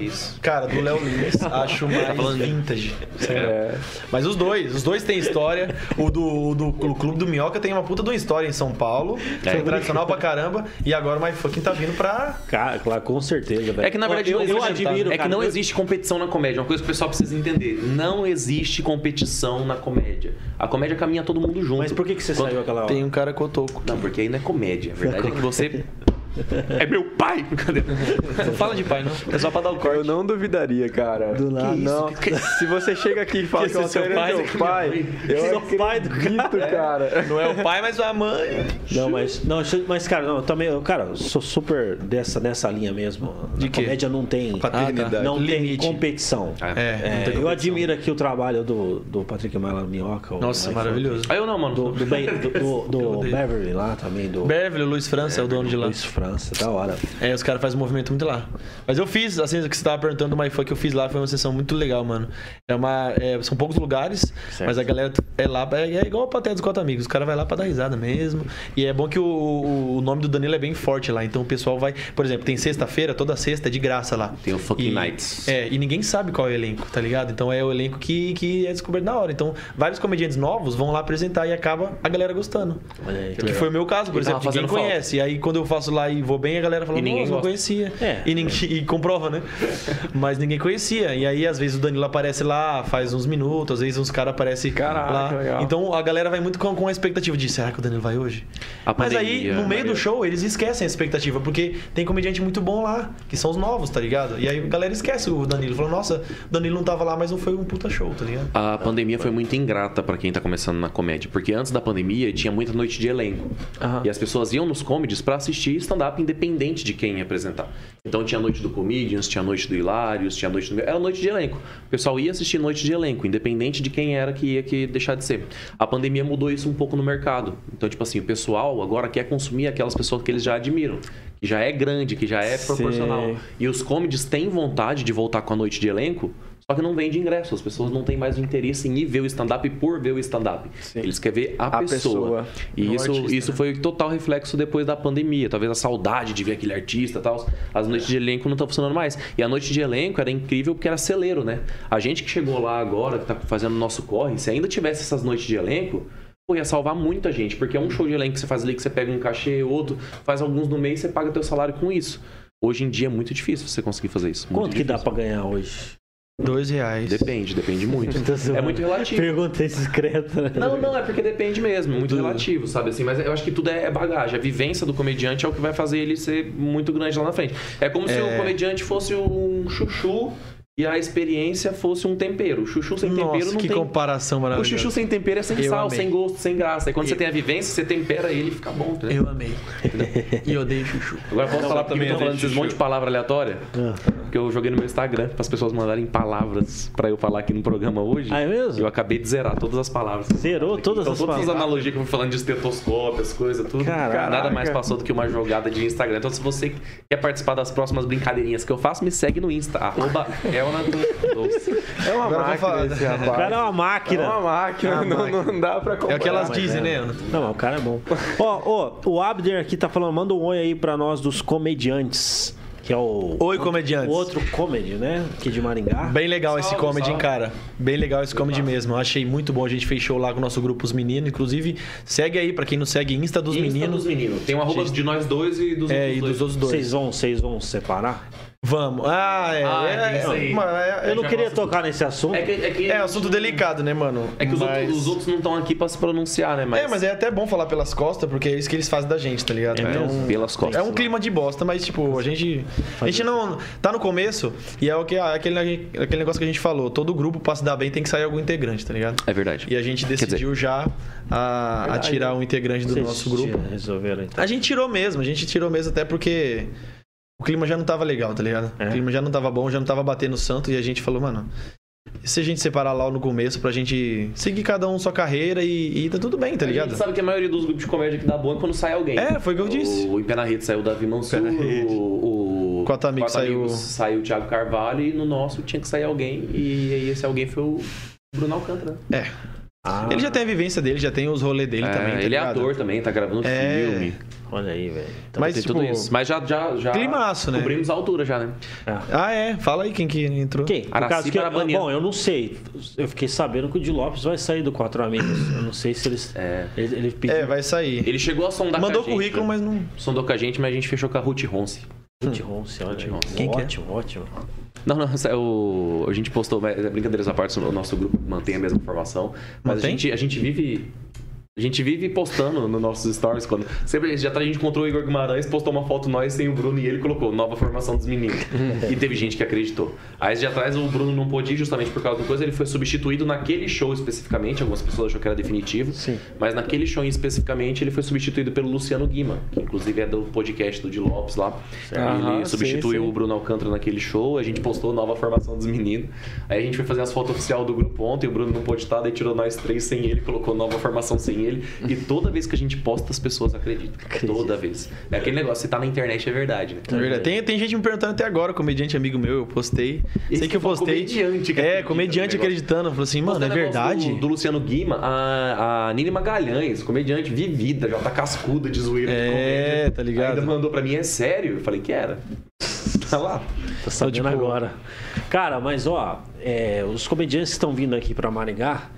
[SPEAKER 5] Isso.
[SPEAKER 4] Cara, do Léo Lins, acho mais vintage.
[SPEAKER 2] É.
[SPEAKER 4] Mas os dois, os dois têm história. O do, o do o Clube do Minhoca tem uma puta de uma história em São Paulo.
[SPEAKER 5] É.
[SPEAKER 4] Foi tradicional pra caramba. E agora o My Fucking tá vindo pra.
[SPEAKER 1] Cara, claro, com certeza, velho.
[SPEAKER 5] É que na verdade
[SPEAKER 1] eu,
[SPEAKER 5] não
[SPEAKER 1] eu
[SPEAKER 5] existe-
[SPEAKER 1] admiro,
[SPEAKER 5] é que
[SPEAKER 1] cara.
[SPEAKER 5] não existe competição na comédia. Uma coisa que o pessoal precisa entender: não existe competição na comédia. A comédia caminha todo mundo junto.
[SPEAKER 1] Mas por que, que você
[SPEAKER 5] Quando-
[SPEAKER 1] saiu aquela hora?
[SPEAKER 2] Tem um cara cotoco.
[SPEAKER 5] Não, porque aí não é comédia. A
[SPEAKER 1] (laughs)
[SPEAKER 5] verdade é que você. É meu pai! (laughs) Brincadeira. Não fala de pai, não. É só pra dar o corte.
[SPEAKER 2] Eu não duvidaria, cara. Do
[SPEAKER 1] nada.
[SPEAKER 2] Não. Se você chega aqui e fala
[SPEAKER 5] Que
[SPEAKER 2] que,
[SPEAKER 5] esse
[SPEAKER 2] o
[SPEAKER 5] seu
[SPEAKER 2] Altair
[SPEAKER 5] pai,
[SPEAKER 2] é
[SPEAKER 5] que
[SPEAKER 2] meu
[SPEAKER 5] minha
[SPEAKER 2] pai,
[SPEAKER 5] mãe.
[SPEAKER 2] eu acredito,
[SPEAKER 1] é pai do
[SPEAKER 2] cara.
[SPEAKER 4] Não é o pai, mas a mãe.
[SPEAKER 1] Não, mas, não, isso- mas cara, não, eu também, eu, cara, eu sou super dessa, nessa linha mesmo. De
[SPEAKER 4] quê?
[SPEAKER 1] comédia não tem,
[SPEAKER 4] Paternidade.
[SPEAKER 1] tá. não tem
[SPEAKER 4] Limite.
[SPEAKER 1] competição.
[SPEAKER 4] É, não
[SPEAKER 1] É,
[SPEAKER 4] tem
[SPEAKER 1] eu
[SPEAKER 4] competição.
[SPEAKER 1] admiro aqui o trabalho do, do Patrick Maia lá no Minhoca. o
[SPEAKER 4] Nossa,
[SPEAKER 1] Mike
[SPEAKER 4] maravilhoso.
[SPEAKER 5] Aí eu não, mano.
[SPEAKER 1] Do, do, Ben- do,
[SPEAKER 4] (laughs)
[SPEAKER 1] do- do
[SPEAKER 4] odeio.
[SPEAKER 1] Beverly lá também, do
[SPEAKER 4] Beverly, o Luiz França é o dono de lá.
[SPEAKER 1] Luiz França, da hora.
[SPEAKER 4] É, os caras fazem um movimento muito lá. Mas eu fiz, assim, o que você tava perguntando do MyFuck, eu fiz lá, foi uma sessão muito legal, mano. É uma, é, são poucos lugares, mas a galera é lá, é, é igual a plateia dos quatro amigos, os caras vai lá pra dar risada mesmo. E é bom que o, o- o nome do Danilo é bem forte lá, então o pessoal vai... Por exemplo, tem sexta-feira, toda sexta é de graça lá.
[SPEAKER 5] Tem o Fucking
[SPEAKER 4] E-
[SPEAKER 5] Nights.
[SPEAKER 4] É, e ninguém sabe qual é o elenco, tá ligado? Então é o elenco que, que é descoberto na hora. Então vários comediantes novos vão lá apresentar e acaba a galera gostando.
[SPEAKER 1] Olha aí, que
[SPEAKER 4] Que
[SPEAKER 1] legal.
[SPEAKER 4] foi o meu caso, por
[SPEAKER 5] E tava
[SPEAKER 4] exemplo, ninguém
[SPEAKER 5] fazendo
[SPEAKER 4] conhece. E aí quando eu faço lá e vou bem, a galera fala,
[SPEAKER 5] E ninguém
[SPEAKER 4] nossa, não
[SPEAKER 5] gosta."
[SPEAKER 4] conhecia.
[SPEAKER 1] É.
[SPEAKER 4] E, ninguém, (laughs) e comprova,
[SPEAKER 5] (laughs)
[SPEAKER 4] né? Mas ninguém conhecia. E aí, às vezes, o Danilo aparece lá, faz uns minutos, às vezes uns caras aparecem
[SPEAKER 2] Caraca,
[SPEAKER 4] lá.
[SPEAKER 2] legal.
[SPEAKER 4] Então a galera vai muito com, com a expectativa de será que o Danilo vai hoje?
[SPEAKER 5] A
[SPEAKER 4] Mas
[SPEAKER 5] pandemia,
[SPEAKER 4] aí, no meio
[SPEAKER 5] Maria.
[SPEAKER 4] do show, eles esquecem a expectativa, porque tem comediante muito bom lá, que são os novos, tá ligado? E aí a galera esquece o Danilo. Falou, nossa, o Danilo não tava lá, mas não foi um puta show, tá ligado?
[SPEAKER 5] A pandemia foi muito ingrata pra quem tá começando na comédia, porque antes da pandemia tinha muita noite de elenco.
[SPEAKER 2] Aham.
[SPEAKER 5] E as pessoas iam nos comedies pra assistir stand-up independente de quem ia apresentar. Então tinha a noite do Comedians, tinha a noite do Hilários, tinha a noite do. Era noite de elenco. O pessoal ia assistir noite de elenco, independente de quem era que ia que deixar de ser. A pandemia mudou isso um pouco no mercado. Então, tipo assim, o pessoal agora quer consumir aquelas pessoas que eles já admiram, que já é grande, que já é proporcional.
[SPEAKER 2] Sim.
[SPEAKER 5] E os comedies têm vontade de voltar com a noite de elenco, só que não vende ingresso. As pessoas não têm mais o interesse em ir ver o stand-up por ver o stand-up.
[SPEAKER 2] Sim.
[SPEAKER 5] Eles querem ver a,
[SPEAKER 2] A
[SPEAKER 5] pessoa.
[SPEAKER 2] pessoa.
[SPEAKER 5] E
[SPEAKER 4] Não o
[SPEAKER 5] isso,
[SPEAKER 4] artista,
[SPEAKER 5] isso
[SPEAKER 4] né?
[SPEAKER 5] foi total reflexo depois da pandemia. Talvez a saudade de ver aquele artista e tal. As noites de elenco não estão funcionando mais. E a noite de elenco era incrível porque era celeiro, né? A gente que chegou lá agora, que tá fazendo o nosso corre, se ainda tivesse essas noites de elenco, pô, ia salvar muita gente. Porque é um show de elenco que você faz ali, que você pega um cachê, outro, faz alguns no mês e você paga teu salário com isso. Hoje em dia é muito difícil você conseguir fazer isso. Muito
[SPEAKER 1] Quanto que dá
[SPEAKER 5] difícil.
[SPEAKER 1] pra ganhar hoje?
[SPEAKER 4] Dois reais.
[SPEAKER 5] Depende, depende
[SPEAKER 1] (laughs)
[SPEAKER 5] muito. é muito relativo.
[SPEAKER 1] Pergunta discreta, né?
[SPEAKER 5] Não, não, é porque depende mesmo, é muito relativo, sabe assim, mas eu acho que tudo é é bagagem, a vivência do comediante é o que vai fazer ele ser muito grande lá na frente. É como se o comediante fosse um chuchu e a experiência fosse um tempero. O chuchu sem tempero
[SPEAKER 4] Nossa,
[SPEAKER 5] não
[SPEAKER 4] que
[SPEAKER 5] tem.
[SPEAKER 4] comparação
[SPEAKER 5] O
[SPEAKER 4] maravilhosa.
[SPEAKER 5] chuchu sem tempero é sem
[SPEAKER 4] Eu
[SPEAKER 5] sal,
[SPEAKER 4] amei.
[SPEAKER 5] sem gosto, sem graça. E quando você tem a vivência, você tempera ele e fica bom, entendeu?
[SPEAKER 4] Eu amei. E odeio chuchu.
[SPEAKER 5] Agora posso falar porque eu tô
[SPEAKER 4] também
[SPEAKER 5] falando
[SPEAKER 4] odeio
[SPEAKER 5] desses monte de palavra aleatória? Que eu joguei no meu Instagram para as pessoas mandarem palavras para eu falar aqui no programa hoje.
[SPEAKER 1] Ah, é mesmo?
[SPEAKER 5] Eu acabei de zerar todas as palavras.
[SPEAKER 1] Zerou todas
[SPEAKER 5] então,
[SPEAKER 1] as
[SPEAKER 5] todas
[SPEAKER 1] palavras.
[SPEAKER 5] as analogias que eu fui falando de estetoscópio, as coisas, tudo.
[SPEAKER 1] Caraca.
[SPEAKER 5] Nada mais passou do que uma jogada de Instagram. Então, se você quer participar das próximas brincadeirinhas que eu faço, me segue no Insta.
[SPEAKER 4] (laughs)
[SPEAKER 5] Arroba Elnatandolce.
[SPEAKER 2] É uma
[SPEAKER 4] Agora eu vou falar.
[SPEAKER 2] máquina esse
[SPEAKER 1] O cara é
[SPEAKER 2] rapaz.
[SPEAKER 1] uma
[SPEAKER 2] É
[SPEAKER 1] máquina.
[SPEAKER 2] uma máquina, não, não dá pra
[SPEAKER 4] É
[SPEAKER 2] comparar.
[SPEAKER 4] o que elas dizem, né, Ana?
[SPEAKER 1] Não, mas o cara é bom. Ó, ó, o Abder aqui tá falando, manda um oi aí pra nós dos comediantes. Que é o.
[SPEAKER 4] Oi, comediantes.
[SPEAKER 1] O outro comedy, né? Aqui de Maringá.
[SPEAKER 4] Bem legal esse
[SPEAKER 5] Salve,
[SPEAKER 4] comedy, hein,
[SPEAKER 5] salve.
[SPEAKER 4] cara? Bem legal esse comedy mesmo. Eu Achei muito bom. A gente fechou lá com o nosso grupo Os Meninos. Inclusive, segue aí, pra quem não segue, Insta dos Meninos.
[SPEAKER 5] meninos. Tem um arroba de nós dois e dos
[SPEAKER 4] É,
[SPEAKER 5] outros
[SPEAKER 4] e dos outros dois.
[SPEAKER 1] Vocês vão, vocês vão se separar?
[SPEAKER 4] Vamos. Ah, é.
[SPEAKER 5] Ah,
[SPEAKER 4] é,
[SPEAKER 5] tem isso aí.
[SPEAKER 4] é, mano, é-
[SPEAKER 1] Eu não
[SPEAKER 5] já
[SPEAKER 1] queria
[SPEAKER 5] gosto
[SPEAKER 1] tocar nesse assunto.
[SPEAKER 5] É que, é que,
[SPEAKER 4] é- é assunto delicado, né, mano?
[SPEAKER 5] é que os,
[SPEAKER 4] Mas-
[SPEAKER 5] outros, os outros não estão aqui pra se pronunciar, né? Mas...
[SPEAKER 4] É, mas é até bom falar pelas costas, porque é isso que eles fazem da gente, tá ligado?
[SPEAKER 1] Então,
[SPEAKER 5] É, pelas costas.
[SPEAKER 4] É um clima de bosta, mas tipo, a gente. A gente não. Tá no começo e é o que é aquele, aquele negócio que a gente falou. Todo grupo, pra se dar bem, tem que sair algum integrante, tá ligado?
[SPEAKER 5] É verdade.
[SPEAKER 4] E a gente
[SPEAKER 5] dizer- né?
[SPEAKER 4] decidiu já a, a tirar um integrante do
[SPEAKER 1] Vocês
[SPEAKER 4] nosso grupo.
[SPEAKER 1] Resolveram então.
[SPEAKER 4] A gente tirou mesmo, a gente tirou mesmo até porque o clima já não tava legal, tá ligado?
[SPEAKER 1] É.
[SPEAKER 4] O clima já não tava bom, já não tava batendo o santo e a gente falou, mano. E se a gente separar lá no começo pra gente seguir cada um sua carreira e, e tá tudo bem, tá
[SPEAKER 5] A gente
[SPEAKER 4] ligado?
[SPEAKER 5] sabe que a maioria dos grupos de comédia que dá bom é quando sai alguém.
[SPEAKER 4] É, foi o que eu disse.
[SPEAKER 5] O Empenarrete saiu o Davi Mansur,
[SPEAKER 4] Pena Rede.
[SPEAKER 5] o, o
[SPEAKER 4] Quatro Amigos saiu-
[SPEAKER 5] Amigos saiu o Thiago Carvalho e no nosso tinha que sair alguém. E aí esse alguém foi o Bruno Alcântara.
[SPEAKER 4] É.
[SPEAKER 1] Ah,
[SPEAKER 4] Ele já tem a vivência dele, já tem os rolês dele
[SPEAKER 5] É,
[SPEAKER 4] também. tá
[SPEAKER 5] ele é
[SPEAKER 4] ligado?
[SPEAKER 5] ator também, tá gravando
[SPEAKER 4] É.
[SPEAKER 5] filme.
[SPEAKER 1] Olha aí, velho. Então,
[SPEAKER 5] Mas,
[SPEAKER 4] Mas,
[SPEAKER 5] tem
[SPEAKER 4] tipo,
[SPEAKER 5] tudo isso. Mas já, já, já
[SPEAKER 4] climaço, né?
[SPEAKER 5] cobrimos a altura já, né?
[SPEAKER 4] Ah, é. Fala aí quem que entrou.
[SPEAKER 1] Quem? No
[SPEAKER 5] Araci
[SPEAKER 1] caso que,
[SPEAKER 5] Parabanian.
[SPEAKER 1] bom, eu não sei. Eu fiquei sabendo que o Di Lopes vai sair do Quatro Amigos. Eu não sei se eles.
[SPEAKER 5] É.
[SPEAKER 1] Ele, ele pediu
[SPEAKER 4] É, vai sair.
[SPEAKER 5] Ele chegou a sondar
[SPEAKER 4] Mandou
[SPEAKER 5] com a gente. né?
[SPEAKER 4] currículo, mas não.
[SPEAKER 5] Sondou com a gente, mas a gente fechou com a Ruth Ronce.
[SPEAKER 1] Ruth Ronce, olha aí.
[SPEAKER 5] Ronce.
[SPEAKER 4] Quem que é?
[SPEAKER 1] ótimo, ótimo.
[SPEAKER 5] Não, não, isso é o- a gente postou, mas é brincadeiras à parte, o nosso grupo mantém a mesma informação. Mas a
[SPEAKER 4] Mantém?
[SPEAKER 5] gente, a gente vive. A gente vive postando nos nossos stories quando. Sempre já atrás a gente encontrou o Igor Guimarães, postou uma foto nós sem o Bruno e ele colocou nova formação
[SPEAKER 2] (laughs)
[SPEAKER 5] dos meninos. e teve gente que acreditou. Aí já atrás o Bruno não pôde ir justamente por causa de uma coisa, ele foi substituído naquele show especificamente, algumas pessoas achou que era definitivo.
[SPEAKER 1] Sim.
[SPEAKER 5] Mas naquele show em especificamente ele foi substituído pelo Luciano Guima, que inclusive é do podcast do Di Lopes lá.
[SPEAKER 2] Aham,
[SPEAKER 5] ele
[SPEAKER 2] sim,
[SPEAKER 5] substituiu
[SPEAKER 2] sim.
[SPEAKER 5] o Bruno Alcântara naquele show, a gente postou nova formação dos meninos. Aí a gente foi fazer as fotos oficial do grupo ontem, o Bruno não pôde estar, daí tirou nós três sem ele, colocou nova formação sem ele. E toda vez que a gente posta, as pessoas acreditam. Toda vez. É aquele negócio, se tá na internet é verdade, né?
[SPEAKER 4] Na verdade, tem, tem gente me perguntando até agora, comediante amigo meu, eu postei.
[SPEAKER 5] Esse
[SPEAKER 4] Sei que eu
[SPEAKER 5] foi um
[SPEAKER 4] postei.
[SPEAKER 5] comediante que
[SPEAKER 4] é,
[SPEAKER 5] acredita
[SPEAKER 4] comediante
[SPEAKER 5] no negócio.
[SPEAKER 4] acreditando. Falou assim, mano,
[SPEAKER 5] Postei
[SPEAKER 4] é
[SPEAKER 5] um negócio
[SPEAKER 4] verdade.
[SPEAKER 5] Do, do Luciano Guima, a, a Nini Magalhães, comediante vivida, já tá cascuda de zoeira de
[SPEAKER 4] É,
[SPEAKER 5] comédia.
[SPEAKER 4] tá ligado?
[SPEAKER 5] Ainda mandou pra mim, é sério? Eu falei que
[SPEAKER 4] (laughs)
[SPEAKER 5] era. Tá lá.
[SPEAKER 1] Tá sabendo
[SPEAKER 4] tipo-
[SPEAKER 1] agora. Cara, mas ó, é, os comediantes que estão vindo aqui pra Maringá,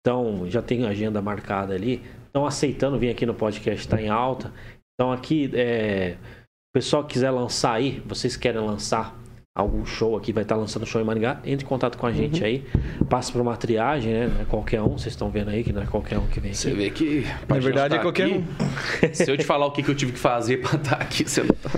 [SPEAKER 1] então já tem agenda marcada ali, estão aceitando vir aqui no podcast, tá em alta. Então aqui, é, o pessoal que quiser lançar aí, vocês querem lançar algum show aqui, vai estar lançando show em Maringá, entre em contato com a gente
[SPEAKER 4] Uhum.
[SPEAKER 1] aí, passa por uma triagem, né? Não é qualquer um, vocês estão vendo aí que não é qualquer um que vem aqui.
[SPEAKER 5] vê que.
[SPEAKER 4] Na verdade, é qualquer um.
[SPEAKER 5] (laughs) Se eu te falar o que, que eu tive que fazer pra estar aqui, você não tá.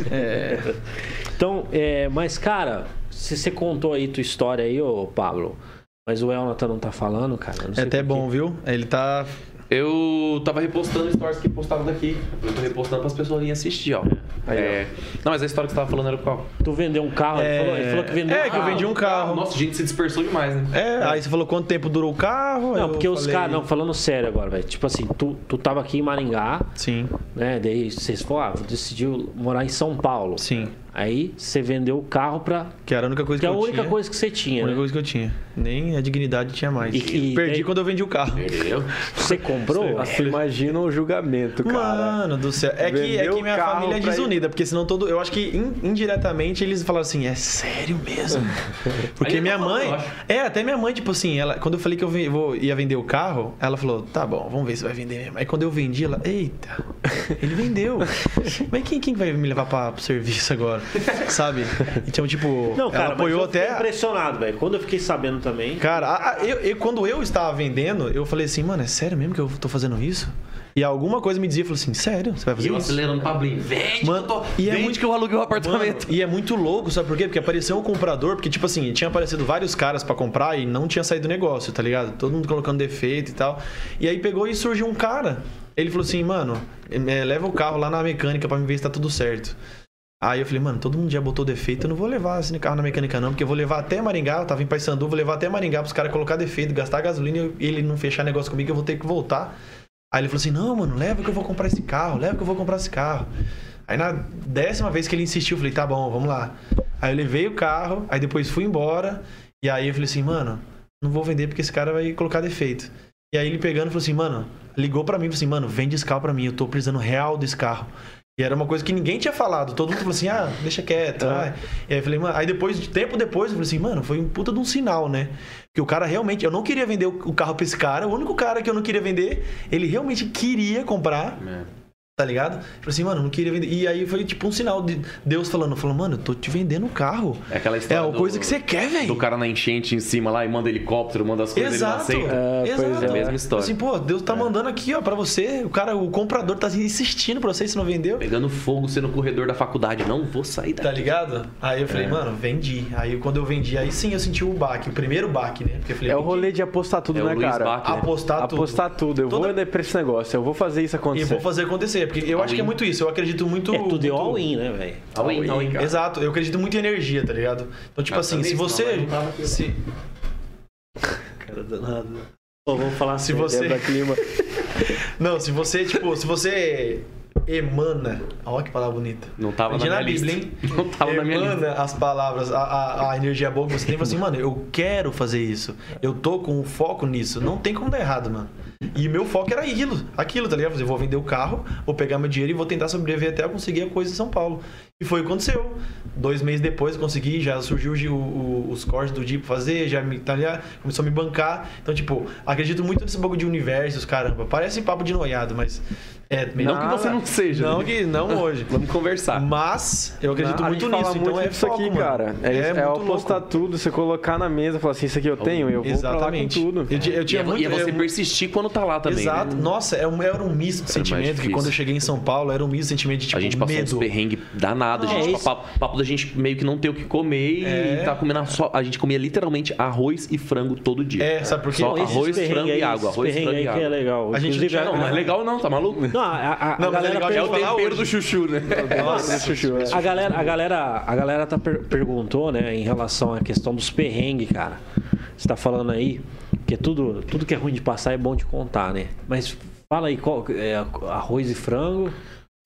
[SPEAKER 1] Então, é, mas cara, se você contou aí tua história aí, ô Pablo, mas o Elnathan não tá falando, cara. eu não
[SPEAKER 4] É
[SPEAKER 1] sei
[SPEAKER 4] até
[SPEAKER 1] por quê.
[SPEAKER 4] bom, viu? Ele tá.
[SPEAKER 5] Eu tava repostando stories que postava daqui. Eu tô repostando pras pessoas virem assistir, ó. É. Não, mas a história que você tava falando era qual? Ah,
[SPEAKER 1] Tu vendeu um carro, ele,
[SPEAKER 4] É,
[SPEAKER 1] falou, ele falou que vendeu
[SPEAKER 4] é,
[SPEAKER 1] um
[SPEAKER 4] que eu
[SPEAKER 1] carro.
[SPEAKER 4] vendi um carro.
[SPEAKER 5] Nossa, gente se dispersou demais, né?
[SPEAKER 4] É, aí você falou quanto tempo durou o um carro. aí
[SPEAKER 1] Não,
[SPEAKER 4] eu
[SPEAKER 1] porque os
[SPEAKER 4] falei-
[SPEAKER 1] caras, não, falando sério agora, velho. Tipo assim, tu, tu tava aqui em Maringá,
[SPEAKER 4] Sim,
[SPEAKER 1] né? Daí vocês falaram, ah, decidiu morar em São Paulo.
[SPEAKER 4] sim.
[SPEAKER 1] Aí você vendeu o carro pra.
[SPEAKER 4] Que era a única coisa
[SPEAKER 1] Que
[SPEAKER 4] que,
[SPEAKER 1] é a
[SPEAKER 4] eu
[SPEAKER 1] única
[SPEAKER 4] tinha.
[SPEAKER 1] coisa que você tinha.
[SPEAKER 4] A única
[SPEAKER 1] Né?
[SPEAKER 4] coisa que eu tinha. Nem a dignidade tinha mais.
[SPEAKER 1] E- e-
[SPEAKER 4] Perdi
[SPEAKER 1] e-
[SPEAKER 4] quando eu vendi o carro.
[SPEAKER 5] Entendeu?
[SPEAKER 1] Você comprou? Assim,
[SPEAKER 2] Nossa, imagina o julgamento, cara.
[SPEAKER 4] Mano do céu. É que, é
[SPEAKER 2] Vendeu
[SPEAKER 4] que minha
[SPEAKER 2] o carro
[SPEAKER 4] família é
[SPEAKER 2] pra ir-
[SPEAKER 4] desunida, porque senão todo. Eu acho que in- indiretamente eles falaram assim: é sério
[SPEAKER 1] (laughs)
[SPEAKER 4] mesmo? Porque
[SPEAKER 5] Ainda
[SPEAKER 4] minha
[SPEAKER 5] tá falando,
[SPEAKER 4] mãe.
[SPEAKER 5] eu acho.
[SPEAKER 4] É, até minha mãe, tipo assim, ela, quando eu falei que eu ven- vou, ia vender o carro, ela falou: tá bom, vamos ver se vai vender mesmo. Aí quando eu vendi, ela: eita,
[SPEAKER 1] (laughs)
[SPEAKER 4] ele vendeu. Mas quem, quem vai me levar pra, pro serviço agora? Sabe? Então, tipo,
[SPEAKER 1] Não, cara,
[SPEAKER 4] ela
[SPEAKER 1] mas eu
[SPEAKER 4] apoiou
[SPEAKER 1] fiquei
[SPEAKER 4] até.
[SPEAKER 1] impressionado, velho. Quando eu fiquei sabendo também.
[SPEAKER 4] Cara, a- a- eu, eu- quando eu estava vendendo, eu falei assim, mano, é sério mesmo que eu tô fazendo isso? E alguma coisa me dizia, falou assim, sério? Você vai
[SPEAKER 5] E
[SPEAKER 4] fazer
[SPEAKER 5] eu
[SPEAKER 4] isso?
[SPEAKER 5] acelerando pra Blin. Vende,
[SPEAKER 4] Mano,
[SPEAKER 5] que eu tô...
[SPEAKER 4] e é
[SPEAKER 5] Vende
[SPEAKER 4] muito-
[SPEAKER 5] que eu aluguei o
[SPEAKER 4] Mano,
[SPEAKER 5] apartamento.
[SPEAKER 4] e é muito louco, sabe por quê? Porque apareceu um comprador, porque, tipo assim, tinha aparecido vários caras pra comprar e não tinha saído negócio, tá ligado? Todo mundo colocando defeito e tal. E aí pegou e surgiu um cara. Ele falou assim, mano, eh, leva o carro lá na mecânica pra me ver se tá tudo certo. Aí eu falei, mano, todo mundo já botou defeito, eu não vou levar esse carro na mecânica não, porque eu vou levar até Maringá, eu tava em Paysandu, vou levar até Maringá pros caras colocar defeito, gastar gasolina e eu- e ele não fechar negócio comigo, eu vou ter que voltar. Aí ele falou assim, não, mano, leva que eu vou comprar esse carro, leva que eu vou comprar esse carro. Aí na décima vez que ele insistiu, eu falei, tá bom, vamos lá. Aí eu levei o carro, aí depois fui embora, e aí eu falei assim, mano, não vou vender porque esse cara vai colocar defeito. E aí ele pegando falou assim, mano, ligou pra mim e falou assim, mano, vende esse carro pra mim, eu tô precisando real desse carro. E era uma coisa que ninguém tinha falado. Todo mundo falou assim, ah, deixa quieto, vai. E aí eu falei, mano, aí depois, de tempo depois, eu falei assim, mano, foi um puta de um sinal, né? Porque o cara realmente, eu não queria vender o o carro pra esse cara, o único cara que eu não queria vender, ele realmente queria comprar. Tá ligado? Tipo assim, mano, não queria vender. E aí foi tipo um sinal de Deus falando, falou, mano, eu tô te vendendo o carro.
[SPEAKER 5] É aquela
[SPEAKER 4] É
[SPEAKER 5] história
[SPEAKER 4] a
[SPEAKER 5] do-
[SPEAKER 4] coisa que você quer, velho.
[SPEAKER 5] Do cara na enchente em cima lá e manda helicóptero, manda as coisas,
[SPEAKER 4] Exato.
[SPEAKER 5] ele não aceita.
[SPEAKER 2] É, pois
[SPEAKER 4] Exato.
[SPEAKER 5] é. Mesma história.
[SPEAKER 4] Assim, pô, Deus tá mandando aqui, ó, pra você. O cara, o comprador tá insistindo pra você se não vendeu.
[SPEAKER 5] Pegando fogo, você no corredor da faculdade. Não vou sair
[SPEAKER 4] Tá
[SPEAKER 5] daqui.
[SPEAKER 4] ligado? Aí eu falei, mano, vendi. Aí quando eu vendi, aí sim eu senti o baque, o primeiro baque, né? Porque eu falei,
[SPEAKER 2] É o
[SPEAKER 4] vendi.
[SPEAKER 2] rolê de apostar tudo,
[SPEAKER 5] É o
[SPEAKER 2] né,
[SPEAKER 5] Luiz
[SPEAKER 2] cara?
[SPEAKER 5] Bach, né?
[SPEAKER 4] apostar, tudo.
[SPEAKER 2] Apostar tudo. Eu
[SPEAKER 4] Toda-
[SPEAKER 2] vou pra esse negócio. Eu vou fazer isso
[SPEAKER 4] E
[SPEAKER 2] acontecer.
[SPEAKER 4] vou fazer acontecer, porque eu acho que é
[SPEAKER 5] in.
[SPEAKER 4] muito isso. Eu acredito muito.
[SPEAKER 1] É tudo
[SPEAKER 4] muito...
[SPEAKER 1] all-in, né, velho?
[SPEAKER 4] Tá
[SPEAKER 5] All in, all in, Tá cara.
[SPEAKER 4] Exato, eu acredito muito em energia, tá ligado? Então, tipo
[SPEAKER 5] Ah,
[SPEAKER 4] assim,
[SPEAKER 5] também,
[SPEAKER 4] se
[SPEAKER 5] senão
[SPEAKER 4] você.
[SPEAKER 5] eu não tava aqui.
[SPEAKER 4] Se...
[SPEAKER 5] (laughs)
[SPEAKER 1] Pô, vamos falar
[SPEAKER 4] Se
[SPEAKER 1] sério.
[SPEAKER 4] você-
[SPEAKER 2] Quebra clima.
[SPEAKER 4] Não, se você, tipo, se você (laughs) emana. Olha que palavra bonita.
[SPEAKER 5] Não tava
[SPEAKER 4] Aprendi
[SPEAKER 5] na
[SPEAKER 4] na
[SPEAKER 5] minha
[SPEAKER 4] Bíblia,
[SPEAKER 5] lista.
[SPEAKER 4] hein?
[SPEAKER 5] (laughs)
[SPEAKER 4] É,
[SPEAKER 5] Não tava na minha lista.
[SPEAKER 4] Emana as palavras, a, a, a energia um boa que você tem, você assim, mano, eu quero fazer isso. Eu tô com o foco nisso. Não tem como dar errado, mano. E meu foco era aquilo, aquilo, tá ligado? Fazer, vou vender o carro, vou pegar meu dinheiro e vou tentar sobreviver até eu conseguir a coisa em São Paulo. E foi o que aconteceu. Dois meses depois eu consegui, já surgiu o- o- os cortes do dia pra fazer, já me, tá ligado? Começou a me bancar. Então, tipo, acredito muito nesse bagulho de universos, caramba. Parece papo de noiado, mas. É,
[SPEAKER 5] Não
[SPEAKER 4] melhor
[SPEAKER 5] que você não seja.
[SPEAKER 4] Não,
[SPEAKER 5] né?
[SPEAKER 4] que, não
[SPEAKER 5] (laughs)
[SPEAKER 4] hoje.
[SPEAKER 5] Vamos conversar.
[SPEAKER 4] Mas eu acredito
[SPEAKER 2] Não, a
[SPEAKER 4] muito
[SPEAKER 2] gente
[SPEAKER 4] nisso.
[SPEAKER 2] fala
[SPEAKER 4] então
[SPEAKER 2] muito
[SPEAKER 4] é
[SPEAKER 2] disso
[SPEAKER 4] foco,
[SPEAKER 2] aqui,
[SPEAKER 4] mano.
[SPEAKER 2] cara. É, é,
[SPEAKER 4] muito louco.
[SPEAKER 2] apostar tudo, você colocar na mesa, falar assim, isso aqui eu tenho, eu vou
[SPEAKER 4] Exatamente.
[SPEAKER 2] pra lá com tudo.
[SPEAKER 4] Eu, ti- eu
[SPEAKER 5] E
[SPEAKER 4] tinha
[SPEAKER 5] é,
[SPEAKER 4] muito,
[SPEAKER 5] e é você
[SPEAKER 4] eu-
[SPEAKER 5] persistir quando tá lá também.
[SPEAKER 4] Exato.
[SPEAKER 5] né?
[SPEAKER 4] Nossa, é um- era um misto de
[SPEAKER 5] Era mais
[SPEAKER 4] sentimento que
[SPEAKER 5] difícil.
[SPEAKER 4] quando eu cheguei em São Paulo era um misto de sentimento de tipo
[SPEAKER 5] a gente passou uns
[SPEAKER 4] medo.
[SPEAKER 5] perrengues danado, a
[SPEAKER 1] Não, é
[SPEAKER 5] gente,
[SPEAKER 1] isso.
[SPEAKER 5] papo, papo da gente meio que não ter o que comer
[SPEAKER 4] É.
[SPEAKER 5] e tá comendo só. A gente comia literalmente arroz e frango todo dia.
[SPEAKER 4] É, sabe por quê?
[SPEAKER 5] Só
[SPEAKER 4] Não,
[SPEAKER 1] esses
[SPEAKER 5] arroz,
[SPEAKER 1] perrengue
[SPEAKER 5] frango
[SPEAKER 1] aí,
[SPEAKER 5] e água.
[SPEAKER 1] esses
[SPEAKER 5] Arroz,
[SPEAKER 1] perrengue
[SPEAKER 5] frango e
[SPEAKER 1] aí que é
[SPEAKER 5] água.
[SPEAKER 1] legal.
[SPEAKER 4] A gente
[SPEAKER 1] Inclusive,
[SPEAKER 4] tinha- um
[SPEAKER 5] Não, mas legal não, tá maluco?
[SPEAKER 1] Não, a, a- a
[SPEAKER 4] Não, mas
[SPEAKER 1] galera
[SPEAKER 4] legal,
[SPEAKER 5] É
[SPEAKER 4] Deixa
[SPEAKER 5] o
[SPEAKER 4] eu falar
[SPEAKER 5] tempero
[SPEAKER 4] hoje.
[SPEAKER 5] do chuchu, né?
[SPEAKER 4] (laughs)
[SPEAKER 2] Nossa, chuchu, é.
[SPEAKER 1] A galera, a galera, a galera tá per- perguntou, né, em relação à questão dos perrengues, cara. Você tá falando aí que tudo, tudo que é ruim de passar é bom de contar, né? Mas fala aí, qual, é, arroz e frango.
[SPEAKER 4] Tipo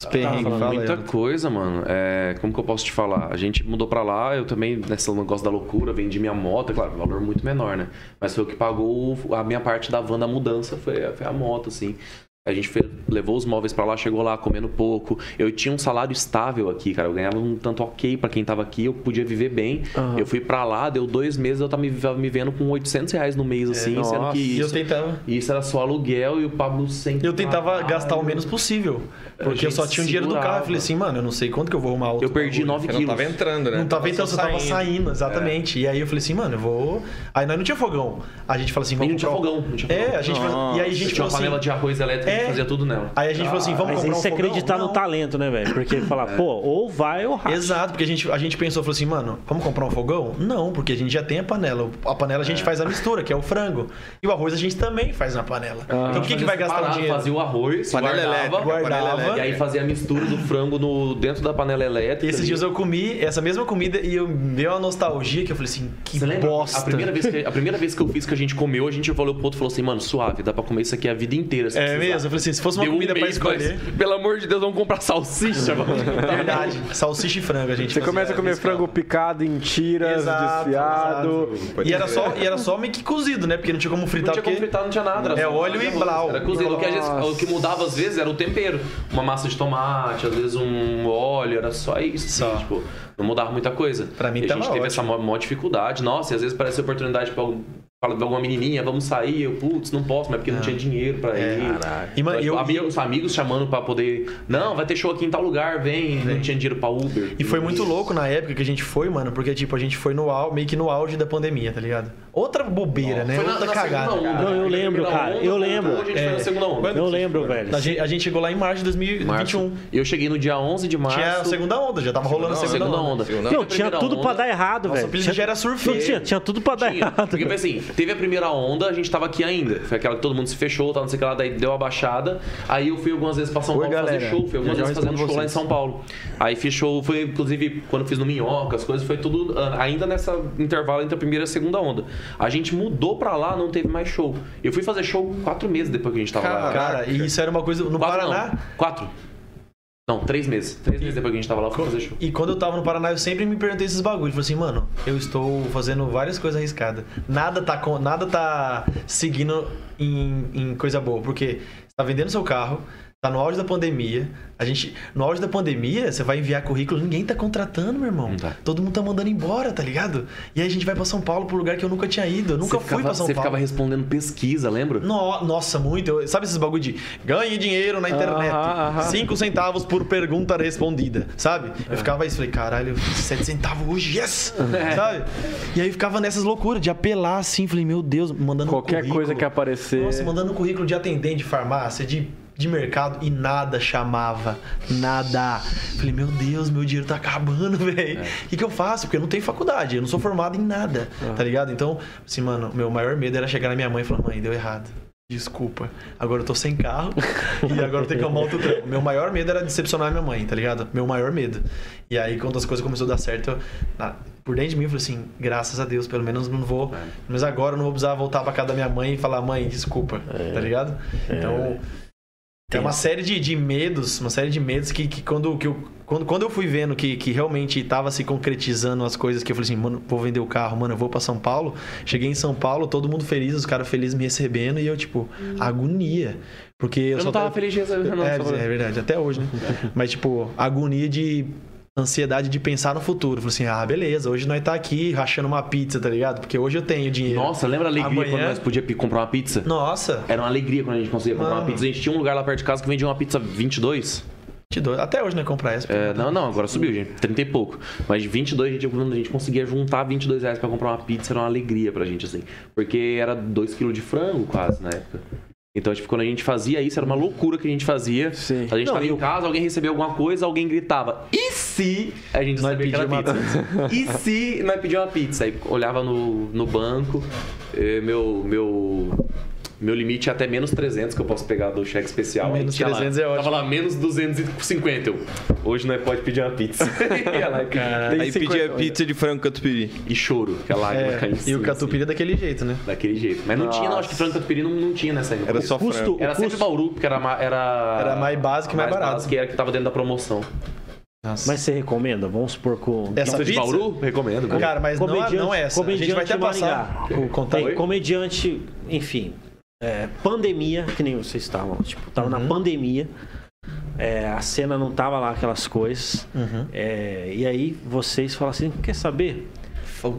[SPEAKER 4] Os perrengues,
[SPEAKER 1] Tava falando
[SPEAKER 4] fala aí,
[SPEAKER 5] Muita
[SPEAKER 4] Ana.
[SPEAKER 5] coisa, mano. É, como que eu posso te falar? A gente mudou pra lá, eu também, nesse negócio da loucura, vendi minha moto, é claro, valor muito menor, né? Mas foi o que pagou o- a minha parte da van da mudança, foi, a- foi a moto, assim. A gente fe- levou os móveis pra lá, chegou lá comendo pouco. Eu tinha um salário estável aqui, cara. Eu ganhava um tanto ok pra quem tava aqui, eu podia viver bem. Eu fui pra lá, deu dois meses, eu tava me, tava me vendo com 800 reais no mês, assim, sendo
[SPEAKER 2] nossa.
[SPEAKER 5] que
[SPEAKER 4] É, E eu
[SPEAKER 5] isso,
[SPEAKER 4] tentava,
[SPEAKER 5] isso era só aluguel e o Pablo sem.
[SPEAKER 4] eu tentava
[SPEAKER 5] trabalho.
[SPEAKER 4] gastar o menos possível. Porque eu
[SPEAKER 5] gente
[SPEAKER 4] só tinha o dinheiro do
[SPEAKER 5] segurava.
[SPEAKER 4] carro. Eu falei assim, mano, eu não sei quanto que eu vou arrumar outro.
[SPEAKER 5] Eu perdi
[SPEAKER 4] bagulho.
[SPEAKER 5] 9
[SPEAKER 3] Eu não
[SPEAKER 5] quilos.
[SPEAKER 3] tava entrando, né?
[SPEAKER 4] Não tá tava entrando,
[SPEAKER 3] só
[SPEAKER 4] só tava saindo, exatamente.
[SPEAKER 5] é.
[SPEAKER 4] E aí eu falei assim, mano, eu vou. Aí nós não tinha fogão. A gente falou assim,
[SPEAKER 5] E
[SPEAKER 4] vamos
[SPEAKER 5] não tinha
[SPEAKER 4] comprar um-
[SPEAKER 5] fogão. Não tinha fogão.
[SPEAKER 4] É, a gente.
[SPEAKER 3] Nossa,
[SPEAKER 4] e aí a gente
[SPEAKER 5] tinha
[SPEAKER 4] falou
[SPEAKER 5] uma
[SPEAKER 4] assim.
[SPEAKER 5] panela de arroz elétrica
[SPEAKER 4] É.
[SPEAKER 5] que fazia tudo nela.
[SPEAKER 4] Aí a gente falou assim, vamos
[SPEAKER 1] Mas
[SPEAKER 4] comprar um
[SPEAKER 1] aí você
[SPEAKER 4] fogão?
[SPEAKER 1] acreditar
[SPEAKER 4] Não.
[SPEAKER 1] no talento, né, velho? Porque falar, pô, ou vai ou racha.
[SPEAKER 4] Exato, porque a gente, a gente pensou, falou assim, mano, vamos comprar um fogão? Não, porque a gente já tem a panela. A panela a gente faz a mistura, que é o frango. E o arroz a gente também faz na panela. então por que, que vai gastar o
[SPEAKER 5] Ah, Parava,
[SPEAKER 4] dinheiro?
[SPEAKER 5] Fazia o arroz,
[SPEAKER 3] Panela
[SPEAKER 5] guardava,
[SPEAKER 3] elétrica, panela
[SPEAKER 4] guardava.
[SPEAKER 3] elétrica.
[SPEAKER 5] e aí fazia a mistura do frango no, dentro da panela
[SPEAKER 4] E
[SPEAKER 5] elétrica.
[SPEAKER 4] esses
[SPEAKER 5] ali.
[SPEAKER 4] dias eu comi essa mesma comida e eu me deu uma nostalgia que eu falei assim, que
[SPEAKER 5] Você lembra?
[SPEAKER 4] bosta.
[SPEAKER 5] A primeira, vez que, a primeira vez que eu fiz que a gente comeu, a gente falou pro outro e falou assim, mano, suave, dá pra comer isso aqui a vida inteira. se
[SPEAKER 4] É
[SPEAKER 5] precisar."
[SPEAKER 4] mesmo? Eu falei assim, se fosse uma
[SPEAKER 5] Deu um
[SPEAKER 4] comida pra
[SPEAKER 5] mês,
[SPEAKER 4] escolher.
[SPEAKER 5] (laughs) mas, pelo amor de Deus, vamos comprar salsicha, (laughs) mano.
[SPEAKER 4] Verdade. Salsicha e frango, a gente.
[SPEAKER 2] Você
[SPEAKER 4] fazia,
[SPEAKER 2] começa a comer
[SPEAKER 4] arriscava.
[SPEAKER 2] frango picado em tiras,
[SPEAKER 4] Exato,
[SPEAKER 2] desfiado.
[SPEAKER 3] Pode
[SPEAKER 4] E era,
[SPEAKER 3] crer.
[SPEAKER 4] só, e era só meio que cozido, né? Porque não tinha como
[SPEAKER 5] Não
[SPEAKER 4] fritar
[SPEAKER 5] tinha
[SPEAKER 4] o
[SPEAKER 5] como
[SPEAKER 4] quê?
[SPEAKER 5] fritar, não tinha nada. era
[SPEAKER 4] É
[SPEAKER 5] só- um-
[SPEAKER 4] óleo e blau.
[SPEAKER 5] Era cozido. O que, às vezes- o que mudava às vezes era o tempero. Uma massa de tomate, às vezes um óleo, era só isso. assim,
[SPEAKER 4] Só.
[SPEAKER 5] tipo, não mudava muita coisa.
[SPEAKER 4] Pra mim
[SPEAKER 5] e a gente
[SPEAKER 4] tava
[SPEAKER 5] teve
[SPEAKER 4] ótimo.
[SPEAKER 5] essa maior, maior dificuldade. Nossa, e às vezes parece oportunidade pra, algum- pra alguma menininha, vamos sair. Eu, putz, não posso, mas porque não, tinha dinheiro pra
[SPEAKER 4] É.
[SPEAKER 5] ir.
[SPEAKER 4] Caraca. E, mano,
[SPEAKER 5] Mas,
[SPEAKER 4] eu-
[SPEAKER 5] amigos, amigos chamando pra poder. Não, vai ter show aqui em tal lugar, vem. Não tinha dinheiro pra Uber.
[SPEAKER 4] E foi muito louco na época que a gente foi, mano, porque, tipo, a gente foi no au- meio que no auge da pandemia, tá ligado? Outra bobeira, né?
[SPEAKER 5] Foi na,
[SPEAKER 4] Outra
[SPEAKER 5] na
[SPEAKER 4] cagada.
[SPEAKER 5] segunda onda.
[SPEAKER 1] Não, eu
[SPEAKER 5] Na
[SPEAKER 1] lembro,
[SPEAKER 5] primeira
[SPEAKER 1] cara,
[SPEAKER 5] onda,
[SPEAKER 1] eu
[SPEAKER 5] quando
[SPEAKER 1] lembro. É.
[SPEAKER 5] A gente foi na segunda onda.
[SPEAKER 1] Eu lembro, velho.
[SPEAKER 4] A gente, a gente chegou lá em março de 2021.
[SPEAKER 5] Março. Eu cheguei no dia 11 de março.
[SPEAKER 4] Tinha a segunda onda, já tava rolando a
[SPEAKER 3] onda,
[SPEAKER 4] segunda, onda.
[SPEAKER 3] Segunda
[SPEAKER 1] Não, tinha
[SPEAKER 5] Primeira
[SPEAKER 1] tudo pra
[SPEAKER 5] onda.
[SPEAKER 1] dar errado,
[SPEAKER 4] tá Nossa, o
[SPEAKER 1] velho.
[SPEAKER 4] apelido já era surfista.
[SPEAKER 1] Não tinha, tinha tudo pra dar
[SPEAKER 5] Tinha.
[SPEAKER 1] errado.
[SPEAKER 5] Porque foi assim, teve a primeira onda, a gente tava aqui ainda. Foi aquela que todo mundo se fechou, tá, não sei o que lá, daí deu a baixada. Aí eu fui algumas vezes pra São
[SPEAKER 2] Oi,
[SPEAKER 5] Paulo fazer
[SPEAKER 2] galera.
[SPEAKER 5] show, fui algumas
[SPEAKER 2] Já
[SPEAKER 5] vezes
[SPEAKER 2] já
[SPEAKER 5] fazendo show
[SPEAKER 2] respondo
[SPEAKER 5] lá em
[SPEAKER 2] vocês.
[SPEAKER 5] São Paulo. Aí fiz show, foi inclusive quando eu fiz no Minhoca, as coisas, foi tudo ah, ainda nessa intervalo entre a primeira e a segunda onda. A gente mudou pra lá, não teve mais show. Eu fui fazer show quatro meses depois que a gente tava lá.
[SPEAKER 4] Cara, e isso era uma coisa. No
[SPEAKER 5] Quatro,
[SPEAKER 4] Paraná.
[SPEAKER 5] Não, quatro. Não, três meses. Três meses depois que a gente tava lá, eu fui fazer show.
[SPEAKER 4] Tipo, E quando eu tava no Paraná, eu sempre me perguntei esses bagulhos. Falei assim, mano, eu estou fazendo várias coisas arriscadas. Nada tá, com, nada tá seguindo em, em coisa boa. Porque você tá vendendo seu carro, tá no auge da pandemia. A gente. No auge da pandemia, você vai enviar currículo, ninguém tá contratando, meu irmão.
[SPEAKER 5] Não tá.
[SPEAKER 4] Todo mundo tá mandando embora, tá ligado? E aí a gente vai pra São Paulo pro lugar que eu nunca tinha ido. Eu nunca
[SPEAKER 5] Você
[SPEAKER 4] fui
[SPEAKER 5] ficava-
[SPEAKER 4] pra São
[SPEAKER 5] Você
[SPEAKER 4] Paulo.
[SPEAKER 5] ficava respondendo pesquisa, lembra?
[SPEAKER 4] No- nossa, muito. Eu- sabe esses bagulho de ganhe dinheiro na internet?
[SPEAKER 2] Aham, É. aham.
[SPEAKER 4] Cinco centavos por pergunta respondida, sabe? Eu ficava isso, falei, caralho, eu fiz sete centavos hoje, yes!
[SPEAKER 2] É.
[SPEAKER 4] Sabe? E aí eu ficava nessas loucuras de apelar assim, falei, meu Deus, mandando
[SPEAKER 2] Qualquer
[SPEAKER 4] currículo.
[SPEAKER 2] coisa que aparecer.
[SPEAKER 4] Nossa, mandando currículo de atendente de farmácia, de, de mercado, e nada chamava. Nada. Falei, meu Deus, meu dinheiro tá acabando, (laughs) velho.
[SPEAKER 2] É.
[SPEAKER 4] O que, que eu faço? Porque eu não tenho faculdade, eu não sou formado em nada, tá ligado? Então, assim, mano, meu maior medo era chegar na minha mãe e falar, mãe, deu errado. Desculpa, agora eu tô sem carro (laughs) e agora eu tenho que arrumar outro trampo. Meu maior medo era decepcionar minha mãe, tá ligado? Meu maior medo. E aí, quando as coisas começaram a dar certo, eu, na- por dentro de mim, eu falei assim: graças a Deus, pelo menos não vou. Pelo menos
[SPEAKER 5] É.
[SPEAKER 4] agora eu não vou precisar voltar pra casa da minha mãe e falar: mãe, desculpa, tá ligado? Então, É uma série de, de medos, uma série de medos que, que quando, que eu, quando, quando eu fui vendo que, que realmente tava se concretizando as coisas, que eu falei assim, mano, vou vender o carro, mano, eu vou pra São Paulo. Cheguei em São Paulo, todo mundo feliz, os caras felizes me recebendo, e eu, tipo, agonia. Porque eu,
[SPEAKER 5] Eu
[SPEAKER 4] só
[SPEAKER 5] não tava feliz de receber, não.
[SPEAKER 4] é,
[SPEAKER 5] só-
[SPEAKER 4] é verdade, até hoje,
[SPEAKER 5] (laughs)
[SPEAKER 4] né? Mas, tipo, agonia de ansiedade de pensar no futuro. Falei assim, ah, beleza, hoje nós tá aqui rachando uma pizza, tá ligado? Porque hoje eu tenho dinheiro.
[SPEAKER 5] Nossa, lembra a alegria
[SPEAKER 4] Amanhã-
[SPEAKER 5] quando nós podíamos comprar uma pizza?
[SPEAKER 4] Nossa,
[SPEAKER 5] Era uma alegria quando a gente conseguia comprar uma
[SPEAKER 4] Mano.
[SPEAKER 5] pizza. A gente tinha um lugar lá perto de casa que vendia uma pizza 22.
[SPEAKER 4] te dou. Até hoje não é comprar essa.
[SPEAKER 5] É, não, não, agora subiu, gente. 30 e pouco. Mas 22, gente, quando a gente conseguia juntar 22 reais pra comprar uma pizza, era uma alegria pra gente, assim. Porque era 2 kg de frango quase na época. Então, tipo, quando a gente fazia isso, era uma loucura que a gente fazia.
[SPEAKER 2] Sim.
[SPEAKER 5] A gente
[SPEAKER 1] Não,
[SPEAKER 5] tava
[SPEAKER 1] eu-
[SPEAKER 5] em casa, alguém recebeu alguma coisa, alguém gritava. E se a gente
[SPEAKER 4] Nós
[SPEAKER 5] sabia que era
[SPEAKER 4] pedimos uma
[SPEAKER 5] pizza? e se nós pedimos uma pizza? Aí olhava no, no banco, eh, meu, meu, meu limite é até menos 300 que eu posso pegar do cheque especial. Aí
[SPEAKER 4] Menos
[SPEAKER 5] tinha lá,
[SPEAKER 4] 300 é ótimo.
[SPEAKER 5] Tava lá menos 250. Eu, hoje nós pode pedir uma (laughs) pizza. Ia lá e pedia.
[SPEAKER 3] Aí pedi a pizza de frango que eu te pedi.
[SPEAKER 5] e choro, que a lágrima
[SPEAKER 4] É,
[SPEAKER 5] caiu em
[SPEAKER 4] e
[SPEAKER 5] cima,
[SPEAKER 4] o catupiry é daquele jeito, né?
[SPEAKER 5] assim, daquele jeito. Mas não tinha, não, acho que frango catupiry não, não tinha nessa época.
[SPEAKER 3] Era só
[SPEAKER 1] Custo,
[SPEAKER 3] frango.
[SPEAKER 5] Era
[SPEAKER 1] o
[SPEAKER 5] sempre
[SPEAKER 1] custo,
[SPEAKER 5] Bauru, porque era, ma- era...
[SPEAKER 4] Era mais básico e mais barato.
[SPEAKER 5] básico, que era que tava dentro da promoção.
[SPEAKER 4] Nossa.
[SPEAKER 1] mas você recomenda? Vamos supor que o-
[SPEAKER 4] Essa
[SPEAKER 5] Pizza de
[SPEAKER 4] pizza?
[SPEAKER 5] Bauru? Recomendo. viu?
[SPEAKER 4] Cara, mas não, a-
[SPEAKER 1] Comediante-
[SPEAKER 4] não é essa. A gente vai até
[SPEAKER 1] comediante
[SPEAKER 4] passar o contato.
[SPEAKER 1] Tem comediante, enfim, é, pandemia, que nem vocês estavam, tipo, tava
[SPEAKER 4] Uhum.
[SPEAKER 1] na pandemia, é, a cena não tava lá aquelas coisas,
[SPEAKER 4] Uhum.
[SPEAKER 1] é, e aí vocês falam assim, quer saber?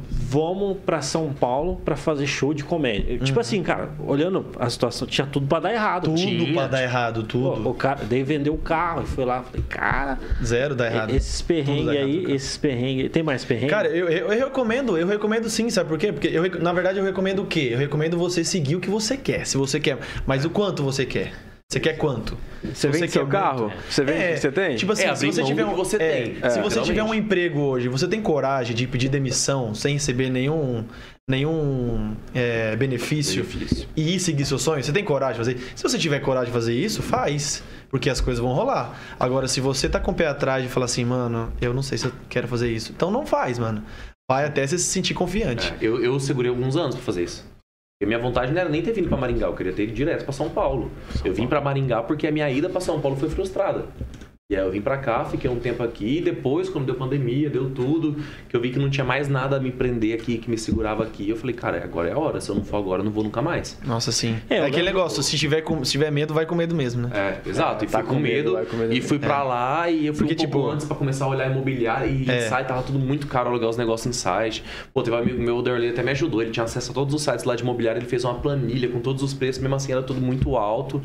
[SPEAKER 1] Vamos pra São Paulo pra fazer show de comédia. Tipo assim, cara, olhando a situação, tinha tudo pra dar errado.
[SPEAKER 4] Uhum. Tudo
[SPEAKER 1] tinha,
[SPEAKER 4] pra dar errado,
[SPEAKER 1] Pô,
[SPEAKER 4] tudo.
[SPEAKER 1] O cara, daí vendeu o carro e foi lá, falei, cara,
[SPEAKER 4] Zero dá Tá errado.
[SPEAKER 1] esses
[SPEAKER 4] Tudo dá
[SPEAKER 1] perrengues
[SPEAKER 4] errado,
[SPEAKER 1] aí,
[SPEAKER 4] cara.
[SPEAKER 1] esses perrengues, tem mais perrengue?
[SPEAKER 4] Cara, eu, eu, eu recomendo, eu recomendo sim, sabe por quê? Porque eu, rec- na verdade eu recomendo o quê? Eu recomendo você seguir o que você quer, se você quer. Mas o quanto você quer? Você quer quanto?
[SPEAKER 2] Você vende seu carro? Você vende o que você tem?
[SPEAKER 4] Tipo assim,
[SPEAKER 5] É,
[SPEAKER 4] se
[SPEAKER 5] abrir
[SPEAKER 4] você
[SPEAKER 5] mão
[SPEAKER 4] tiver
[SPEAKER 5] do
[SPEAKER 4] um,
[SPEAKER 5] que você
[SPEAKER 4] é,
[SPEAKER 5] tem,
[SPEAKER 4] se
[SPEAKER 5] é,
[SPEAKER 4] você
[SPEAKER 5] literalmente.
[SPEAKER 4] tiver um emprego hoje, você tem coragem de pedir demissão sem receber nenhum nenhum é, benefício,
[SPEAKER 5] Benefício.
[SPEAKER 4] e ir seguir seu sonho? Você tem coragem de fazer? Se você tiver coragem de fazer isso, faz, porque as coisas vão rolar. Agora, se você tá com o pé atrás e falar assim, mano, eu não sei se eu quero fazer isso, então não faz, mano. Vai até você se sentir confiante.
[SPEAKER 5] É, Eu, eu segurei alguns anos pra fazer isso. Porque minha vontade não era nem ter vindo pra Maringá, eu queria ter ido direto pra São Paulo. eu vim pra Maringá porque a minha ida pra São Paulo foi frustrada. E aí eu vim pra cá, fiquei um tempo aqui, e depois, quando deu pandemia, deu tudo, que eu vi que não tinha mais nada a me prender aqui, que me segurava aqui, eu falei, cara, agora é a hora, se eu não for agora, eu não vou nunca mais.
[SPEAKER 4] Nossa, sim.
[SPEAKER 1] É,
[SPEAKER 4] É,
[SPEAKER 1] eu
[SPEAKER 4] aquele
[SPEAKER 1] lembro-
[SPEAKER 4] negócio, se tiver, com- se tiver medo, vai com medo mesmo, né?
[SPEAKER 5] É, exato, e
[SPEAKER 2] tá
[SPEAKER 5] fui com
[SPEAKER 2] com medo,
[SPEAKER 5] medo,
[SPEAKER 2] vai com medo
[SPEAKER 5] e
[SPEAKER 2] mesmo.
[SPEAKER 5] fui pra lá, e eu fui
[SPEAKER 4] É. Porque,
[SPEAKER 5] um pouco
[SPEAKER 4] tipo,
[SPEAKER 5] antes pra começar a olhar imobiliário, e
[SPEAKER 4] É.
[SPEAKER 5] site tava tudo muito caro alugar os negócios em site. Pô, teve um amigo meu, o Derley, até me ajudou, ele tinha acesso a todos os sites lá de imobiliário, ele fez uma planilha com todos os preços, mesmo assim era tudo muito alto.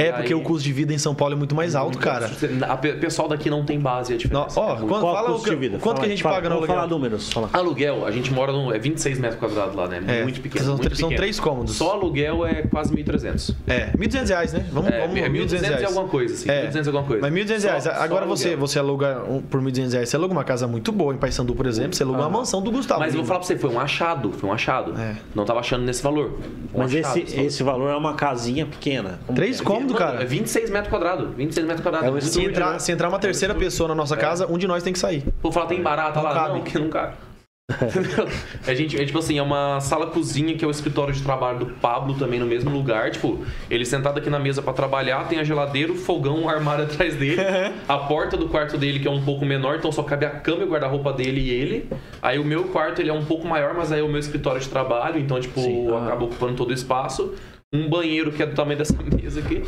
[SPEAKER 4] É,
[SPEAKER 5] E
[SPEAKER 4] porque
[SPEAKER 5] aí- então,
[SPEAKER 4] o custo de vida em São Paulo é muito mais alto, cara.
[SPEAKER 5] A pe- pessoal daqui não tem base, é
[SPEAKER 4] Nó-
[SPEAKER 5] diferença.
[SPEAKER 4] Ó,
[SPEAKER 5] É muito-
[SPEAKER 4] quando,
[SPEAKER 1] Qual
[SPEAKER 4] fala
[SPEAKER 1] o
[SPEAKER 4] o
[SPEAKER 1] custo
[SPEAKER 4] que,
[SPEAKER 1] de vida?
[SPEAKER 4] quanto
[SPEAKER 1] Fala
[SPEAKER 4] que a
[SPEAKER 1] aí,
[SPEAKER 4] gente
[SPEAKER 1] fala,
[SPEAKER 4] paga no
[SPEAKER 1] vamos
[SPEAKER 4] aluguel?
[SPEAKER 1] falar números, fala.
[SPEAKER 5] Aluguel, a gente mora num. É 26 metros quadrados lá, né?
[SPEAKER 4] É,
[SPEAKER 5] muito pequeno.
[SPEAKER 4] são-
[SPEAKER 5] muito
[SPEAKER 4] são
[SPEAKER 5] pequeno.
[SPEAKER 4] três cômodos.
[SPEAKER 5] Só aluguel é quase 1.300.
[SPEAKER 4] É, 1.200 reais, né? Vamos,
[SPEAKER 5] É,
[SPEAKER 4] vamos
[SPEAKER 5] é 1.200 e alguma coisa, assim.
[SPEAKER 4] É.
[SPEAKER 5] 1.200 e alguma coisa.
[SPEAKER 4] Mas 1.200 reais.
[SPEAKER 5] Só- só
[SPEAKER 4] Agora você,
[SPEAKER 5] aluguel.
[SPEAKER 4] você aluga um- por 1.200 reais, você aluga uma casa muito boa em Paysandu, por exemplo, você aluga uma mansão do Gustavo.
[SPEAKER 5] Mas eu vou falar pra você, foi um achado, foi um achado.
[SPEAKER 4] É.
[SPEAKER 5] Não tava achando nesse valor. Um
[SPEAKER 1] Mas
[SPEAKER 5] achado,
[SPEAKER 1] esse,
[SPEAKER 5] valor.
[SPEAKER 1] esse valor é uma casinha pequena. Como
[SPEAKER 4] Três
[SPEAKER 1] que é?
[SPEAKER 4] cômodos,
[SPEAKER 5] Mano, É
[SPEAKER 4] cara.
[SPEAKER 5] 26 metros quadrados. 26 metros quadrados.
[SPEAKER 1] um
[SPEAKER 5] Muito
[SPEAKER 4] Se
[SPEAKER 5] grande.
[SPEAKER 1] né?
[SPEAKER 4] entrar, se entrar
[SPEAKER 5] né?
[SPEAKER 4] uma terceira pessoa na
[SPEAKER 5] É.
[SPEAKER 4] nossa casa, um de nós tem que sair.
[SPEAKER 5] Vou falar, tem barata
[SPEAKER 4] Não
[SPEAKER 5] lá?
[SPEAKER 4] cabe.
[SPEAKER 5] Não, que não cabe. (laughs) Entendeu? a gente, é tipo assim, é uma sala-cozinha que é o escritório de trabalho do Pablo também no mesmo lugar. Tipo, ele sentado aqui na mesa pra trabalhar, tem a geladeira, o fogão, o armário atrás dele,
[SPEAKER 4] (laughs)
[SPEAKER 5] a porta do quarto dele que é um pouco menor, então só cabe a cama e o guarda-roupa dele e ele. Aí o meu quarto ele é um pouco maior, mas aí é o meu escritório de trabalho, então tipo, acaba ocupando todo o espaço. Um banheiro que é do tamanho dessa (laughs) mesa aqui.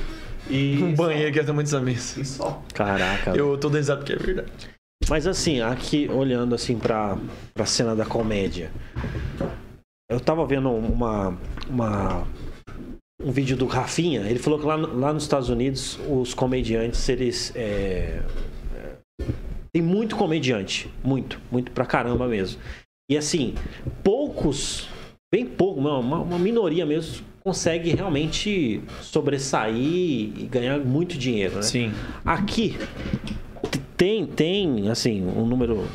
[SPEAKER 5] E
[SPEAKER 4] Um banheiro que é tamanho dessa mesa.
[SPEAKER 5] E só.
[SPEAKER 1] é? Caraca.
[SPEAKER 4] Eu tô desenhado porque é verdade.
[SPEAKER 1] Mas assim, aqui olhando assim pra, pra cena da comédia. Eu tava vendo um, uma, uma- um vídeo do Rafinha, ele falou que lá, no- lá nos Estados Unidos os comediantes, eles. é, é, tem muito comediante. Muito, muito pra caramba mesmo. E assim, poucos, bem pouco, não, uma, uma minoria mesmo, consegue realmente sobressair e ganhar muito dinheiro, né?
[SPEAKER 4] Sim.
[SPEAKER 1] Aqui t- tem, tem, assim, um número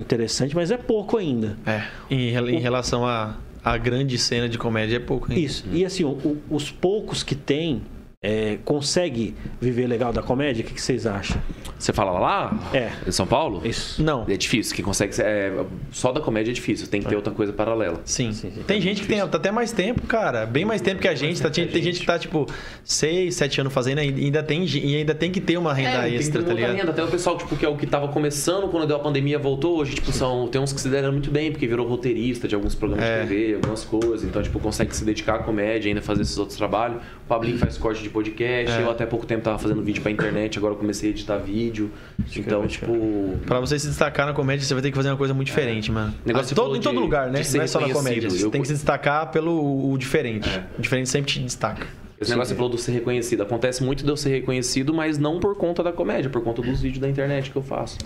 [SPEAKER 1] interessante, mas é pouco ainda.
[SPEAKER 4] É. Em, rel- em relação à à grande cena de comédia, é pouco, hein?
[SPEAKER 1] Isso. E assim, o- o- os poucos que tem é, consegue viver legal da comédia? O que, que vocês acham?
[SPEAKER 5] Você fala lá?
[SPEAKER 1] É.
[SPEAKER 5] Em São Paulo?
[SPEAKER 1] Isso.
[SPEAKER 4] Não.
[SPEAKER 5] É difícil. Quem consegue. É, só da comédia é difícil. Tem que ter outra coisa paralela.
[SPEAKER 4] Sim.
[SPEAKER 1] Sim, sim.
[SPEAKER 4] Tem gente que tem tá até mais tempo, cara. Bem mais tempo que a gente. Tá, tem tem gente que tá, tipo, seis sete anos fazendo e ainda tem, ge- e ainda tem que ter uma renda
[SPEAKER 5] É, tem
[SPEAKER 4] extra, tá
[SPEAKER 5] que ter uma outra
[SPEAKER 4] ligado?
[SPEAKER 5] renda. Até o pessoal tipo, que é o que tava começando quando deu a pandemia voltou. Hoje, tipo, são, tem uns que se deram muito bem, porque virou roteirista de alguns programas
[SPEAKER 4] É.
[SPEAKER 5] de TV, algumas coisas. Então, tipo, consegue se dedicar à comédia, ainda fazer esses outros trabalhos. O Pablinho faz corte de podcast.
[SPEAKER 4] É.
[SPEAKER 5] Eu até pouco tempo tava fazendo vídeo pra internet, agora eu comecei a editar vídeo.
[SPEAKER 4] é
[SPEAKER 5] Então, tipo.
[SPEAKER 4] Pra você se destacar na comédia, você vai ter que fazer uma coisa muito diferente, mano.
[SPEAKER 5] O negócio
[SPEAKER 4] Ah,
[SPEAKER 5] você
[SPEAKER 4] todo,
[SPEAKER 5] falou
[SPEAKER 4] em todo
[SPEAKER 5] de-
[SPEAKER 4] lugar, né?
[SPEAKER 5] de ser
[SPEAKER 4] Não é só na
[SPEAKER 5] reconhecido.
[SPEAKER 4] comédia. Você
[SPEAKER 5] Eu
[SPEAKER 4] tem que se destacar pelo o- o diferente. O diferente sempre te destaca.
[SPEAKER 5] Esse negócio que você falou do ser reconhecido. Acontece muito de eu ser reconhecido, mas não por conta da comédia, por conta dos vídeos da internet que eu faço.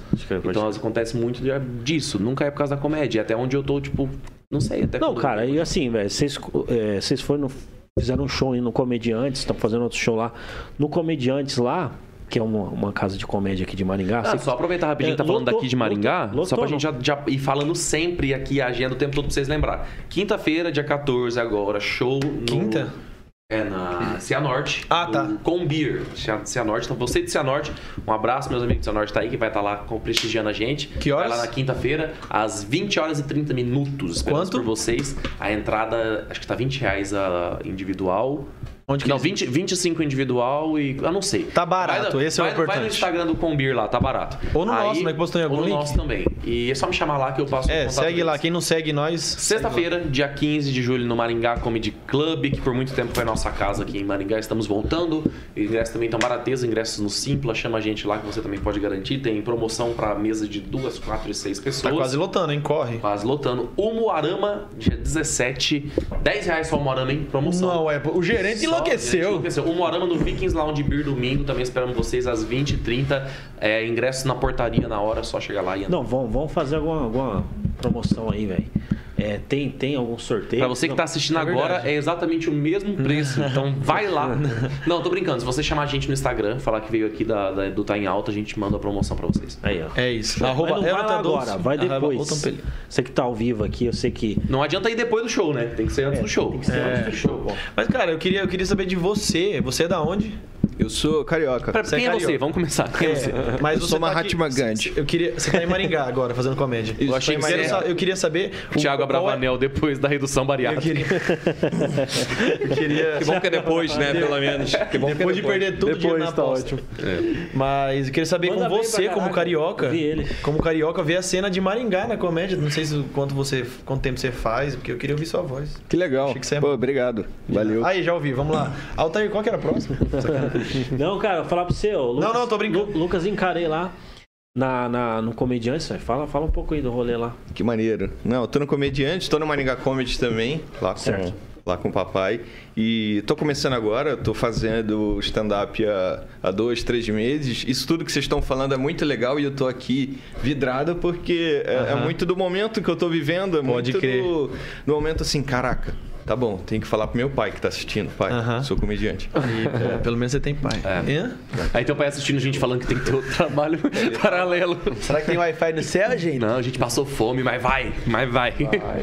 [SPEAKER 5] Então acontece muito de- disso. Nunca é por causa da comédia. É Até onde eu tô, tipo, não sei. Até
[SPEAKER 1] Não,
[SPEAKER 5] quando-
[SPEAKER 1] cara, e assim, velho, vocês, é, vocês foram no, fizeram um show aí no Comediantes, estão fazendo outro show lá. No Comediantes lá, que é uma, uma casa de comédia aqui de Maringá,
[SPEAKER 5] Ah,
[SPEAKER 1] vocês-
[SPEAKER 5] só aproveitar rapidinho,
[SPEAKER 1] É,
[SPEAKER 5] tá falando
[SPEAKER 1] lotou,
[SPEAKER 5] daqui de Maringá,
[SPEAKER 1] lotou, lotou,
[SPEAKER 5] só pra gente já, já ir falando sempre aqui a agenda o tempo todo pra vocês lembrar. Quinta-feira, dia 14 agora, show no...
[SPEAKER 4] Quinta?
[SPEAKER 5] É, na Cianorte.
[SPEAKER 4] Ah, tá.
[SPEAKER 5] no Com Beer, Cia- Cianorte. Então, você de Cianorte, um abraço, meus amigos de Cianorte tá aí, que vai estar lá com- prestigiando a gente.
[SPEAKER 4] Que horas?
[SPEAKER 5] Vai lá na quinta-feira, às 20 horas e 30 minutos. Esperamos
[SPEAKER 4] Quanto?
[SPEAKER 5] por vocês. A entrada, acho que tá 20 reais a individual.
[SPEAKER 4] Onde que é?
[SPEAKER 5] Não,
[SPEAKER 4] eles-
[SPEAKER 5] 20, 25 individual e... Ah, não sei.
[SPEAKER 4] Tá barato,
[SPEAKER 5] Vai no-
[SPEAKER 4] esse é o
[SPEAKER 5] vai- Vai no
[SPEAKER 4] importante.
[SPEAKER 5] Instagram do Combir lá, tá barato.
[SPEAKER 4] Ou no nosso, né, que postou em algum
[SPEAKER 5] ou no
[SPEAKER 4] link.
[SPEAKER 5] nosso também. E é só me chamar lá que eu passo o
[SPEAKER 4] É,
[SPEAKER 5] contato
[SPEAKER 4] segue
[SPEAKER 5] deles.
[SPEAKER 4] lá. Quem não segue nós.
[SPEAKER 5] Sexta-feira, dia 15 de julho, no Maringá Comedy Club, que por muito tempo foi nossa casa aqui em Maringá. Estamos voltando. Ingressos também estão barateza, ingressos no Simpla. Chama a gente lá que você também pode garantir. Tem promoção para mesa de duas, quatro e seis pessoas.
[SPEAKER 4] Tá quase lotando, hein? Corre.
[SPEAKER 5] Quase lotando. O Moarama, dia 17. 10 reais só o Moarama, hein? Promoção.
[SPEAKER 4] Não, é. O gerente
[SPEAKER 5] Só, gente,
[SPEAKER 4] enlouqueceu.
[SPEAKER 5] enlouqueceu. O Morama no Vikings Lounge Beer domingo. Também esperamos vocês às 20h30. É, ingressos na portaria na hora, é só chegar lá e entrar.
[SPEAKER 1] Não, vamos, vamos fazer alguma, alguma promoção aí, velho. É, tem, tem algum sorteio?
[SPEAKER 5] Pra você que tá assistindo agora, é exatamente o mesmo (laughs) preço. Então vai lá. Não, tô brincando. Se você chamar a gente no Instagram, falar que veio aqui da, da- do Tá em Alta, a gente manda a promoção pra vocês.
[SPEAKER 1] Aí, ó.
[SPEAKER 4] É isso.
[SPEAKER 1] Mas não vai lá
[SPEAKER 4] Elton Dolce,
[SPEAKER 1] agora, vai
[SPEAKER 4] arroba
[SPEAKER 1] depois.
[SPEAKER 4] Elton Pelli.
[SPEAKER 1] Você que tá ao vivo aqui, eu sei que.
[SPEAKER 5] Não adianta ir depois do show, né? Tem que ser antes do show. É. Tem que ser antes do show.
[SPEAKER 4] Mas, cara, eu queria, eu queria saber de você. Você é da onde?
[SPEAKER 3] Eu sou carioca.
[SPEAKER 5] Pra,
[SPEAKER 4] Você é
[SPEAKER 5] quem é
[SPEAKER 4] carioca.
[SPEAKER 5] você? Vamos começar. Quem é você?
[SPEAKER 4] Mas
[SPEAKER 3] Eu sou
[SPEAKER 4] tá
[SPEAKER 3] Mahatma
[SPEAKER 4] aqui-
[SPEAKER 3] Gandhi.
[SPEAKER 4] Eu queria, você tá em Maringá agora, fazendo comédia.
[SPEAKER 3] Isso,
[SPEAKER 5] achei
[SPEAKER 3] tô em
[SPEAKER 5] que você
[SPEAKER 4] Primeiro,
[SPEAKER 5] era-
[SPEAKER 3] Maringá.
[SPEAKER 4] só- eu queria saber... o-
[SPEAKER 5] Tiago
[SPEAKER 4] qual é-
[SPEAKER 5] Abravanel, depois da redução
[SPEAKER 4] Eu
[SPEAKER 5] bariátrica.
[SPEAKER 4] queria... (laughs) eu queria...
[SPEAKER 3] Que bom que é depois, né? Pelo menos. Que bom que é
[SPEAKER 4] Depois de perder tudo dinheiro
[SPEAKER 2] Depois
[SPEAKER 4] na
[SPEAKER 2] tá
[SPEAKER 4] aposta. É.
[SPEAKER 2] ótimo.
[SPEAKER 4] Mas eu queria saber
[SPEAKER 1] Manda
[SPEAKER 4] com
[SPEAKER 1] bem
[SPEAKER 4] você,
[SPEAKER 1] pra
[SPEAKER 4] como
[SPEAKER 1] caralho.
[SPEAKER 4] carioca...
[SPEAKER 1] Vi ele.
[SPEAKER 4] Como carioca, ver a cena de Maringá na comédia. Não sei se, quanto, você, quanto tempo você faz, porque eu queria ouvir sua voz.
[SPEAKER 3] Que legal.
[SPEAKER 4] Achei que você é-
[SPEAKER 3] Pô, obrigado. Valeu.
[SPEAKER 4] Aí, já ouvi, vamos lá. Altair, qual que era a próxima?
[SPEAKER 1] Não, cara, eu vou falar pra você, ó. Lucas,
[SPEAKER 4] não, tô brincando.
[SPEAKER 1] Lu- Lucas encarei lá na, na, no Comediantes, velho. Fala, fala um pouco aí do rolê lá.
[SPEAKER 3] Que maneiro. Não, eu tô no Comediante, tô no Maringá Comedy também, lá com,
[SPEAKER 1] Certo.
[SPEAKER 3] lá com o papai. E tô começando agora, tô fazendo stand-up há, há dois, três meses. Isso tudo que vocês estão falando é muito legal e eu tô aqui vidrada porque é, é muito do momento que eu tô vivendo. É
[SPEAKER 4] Pode
[SPEAKER 3] muito
[SPEAKER 4] crer.
[SPEAKER 3] Do, do momento assim, caraca, tá bom, tem que falar pro meu pai que tá assistindo. Pai,
[SPEAKER 4] Aham.
[SPEAKER 3] sou comediante.
[SPEAKER 4] É, Pelo menos você tem pai. Hã?
[SPEAKER 5] Aí teu pai assistindo gente falando que tem que ter outro trabalho (laughs) paralelo.
[SPEAKER 4] Será que tem Wi-Fi no céu, gente?
[SPEAKER 5] Não, a gente passou fome, mas vai, mas vai. (laughs)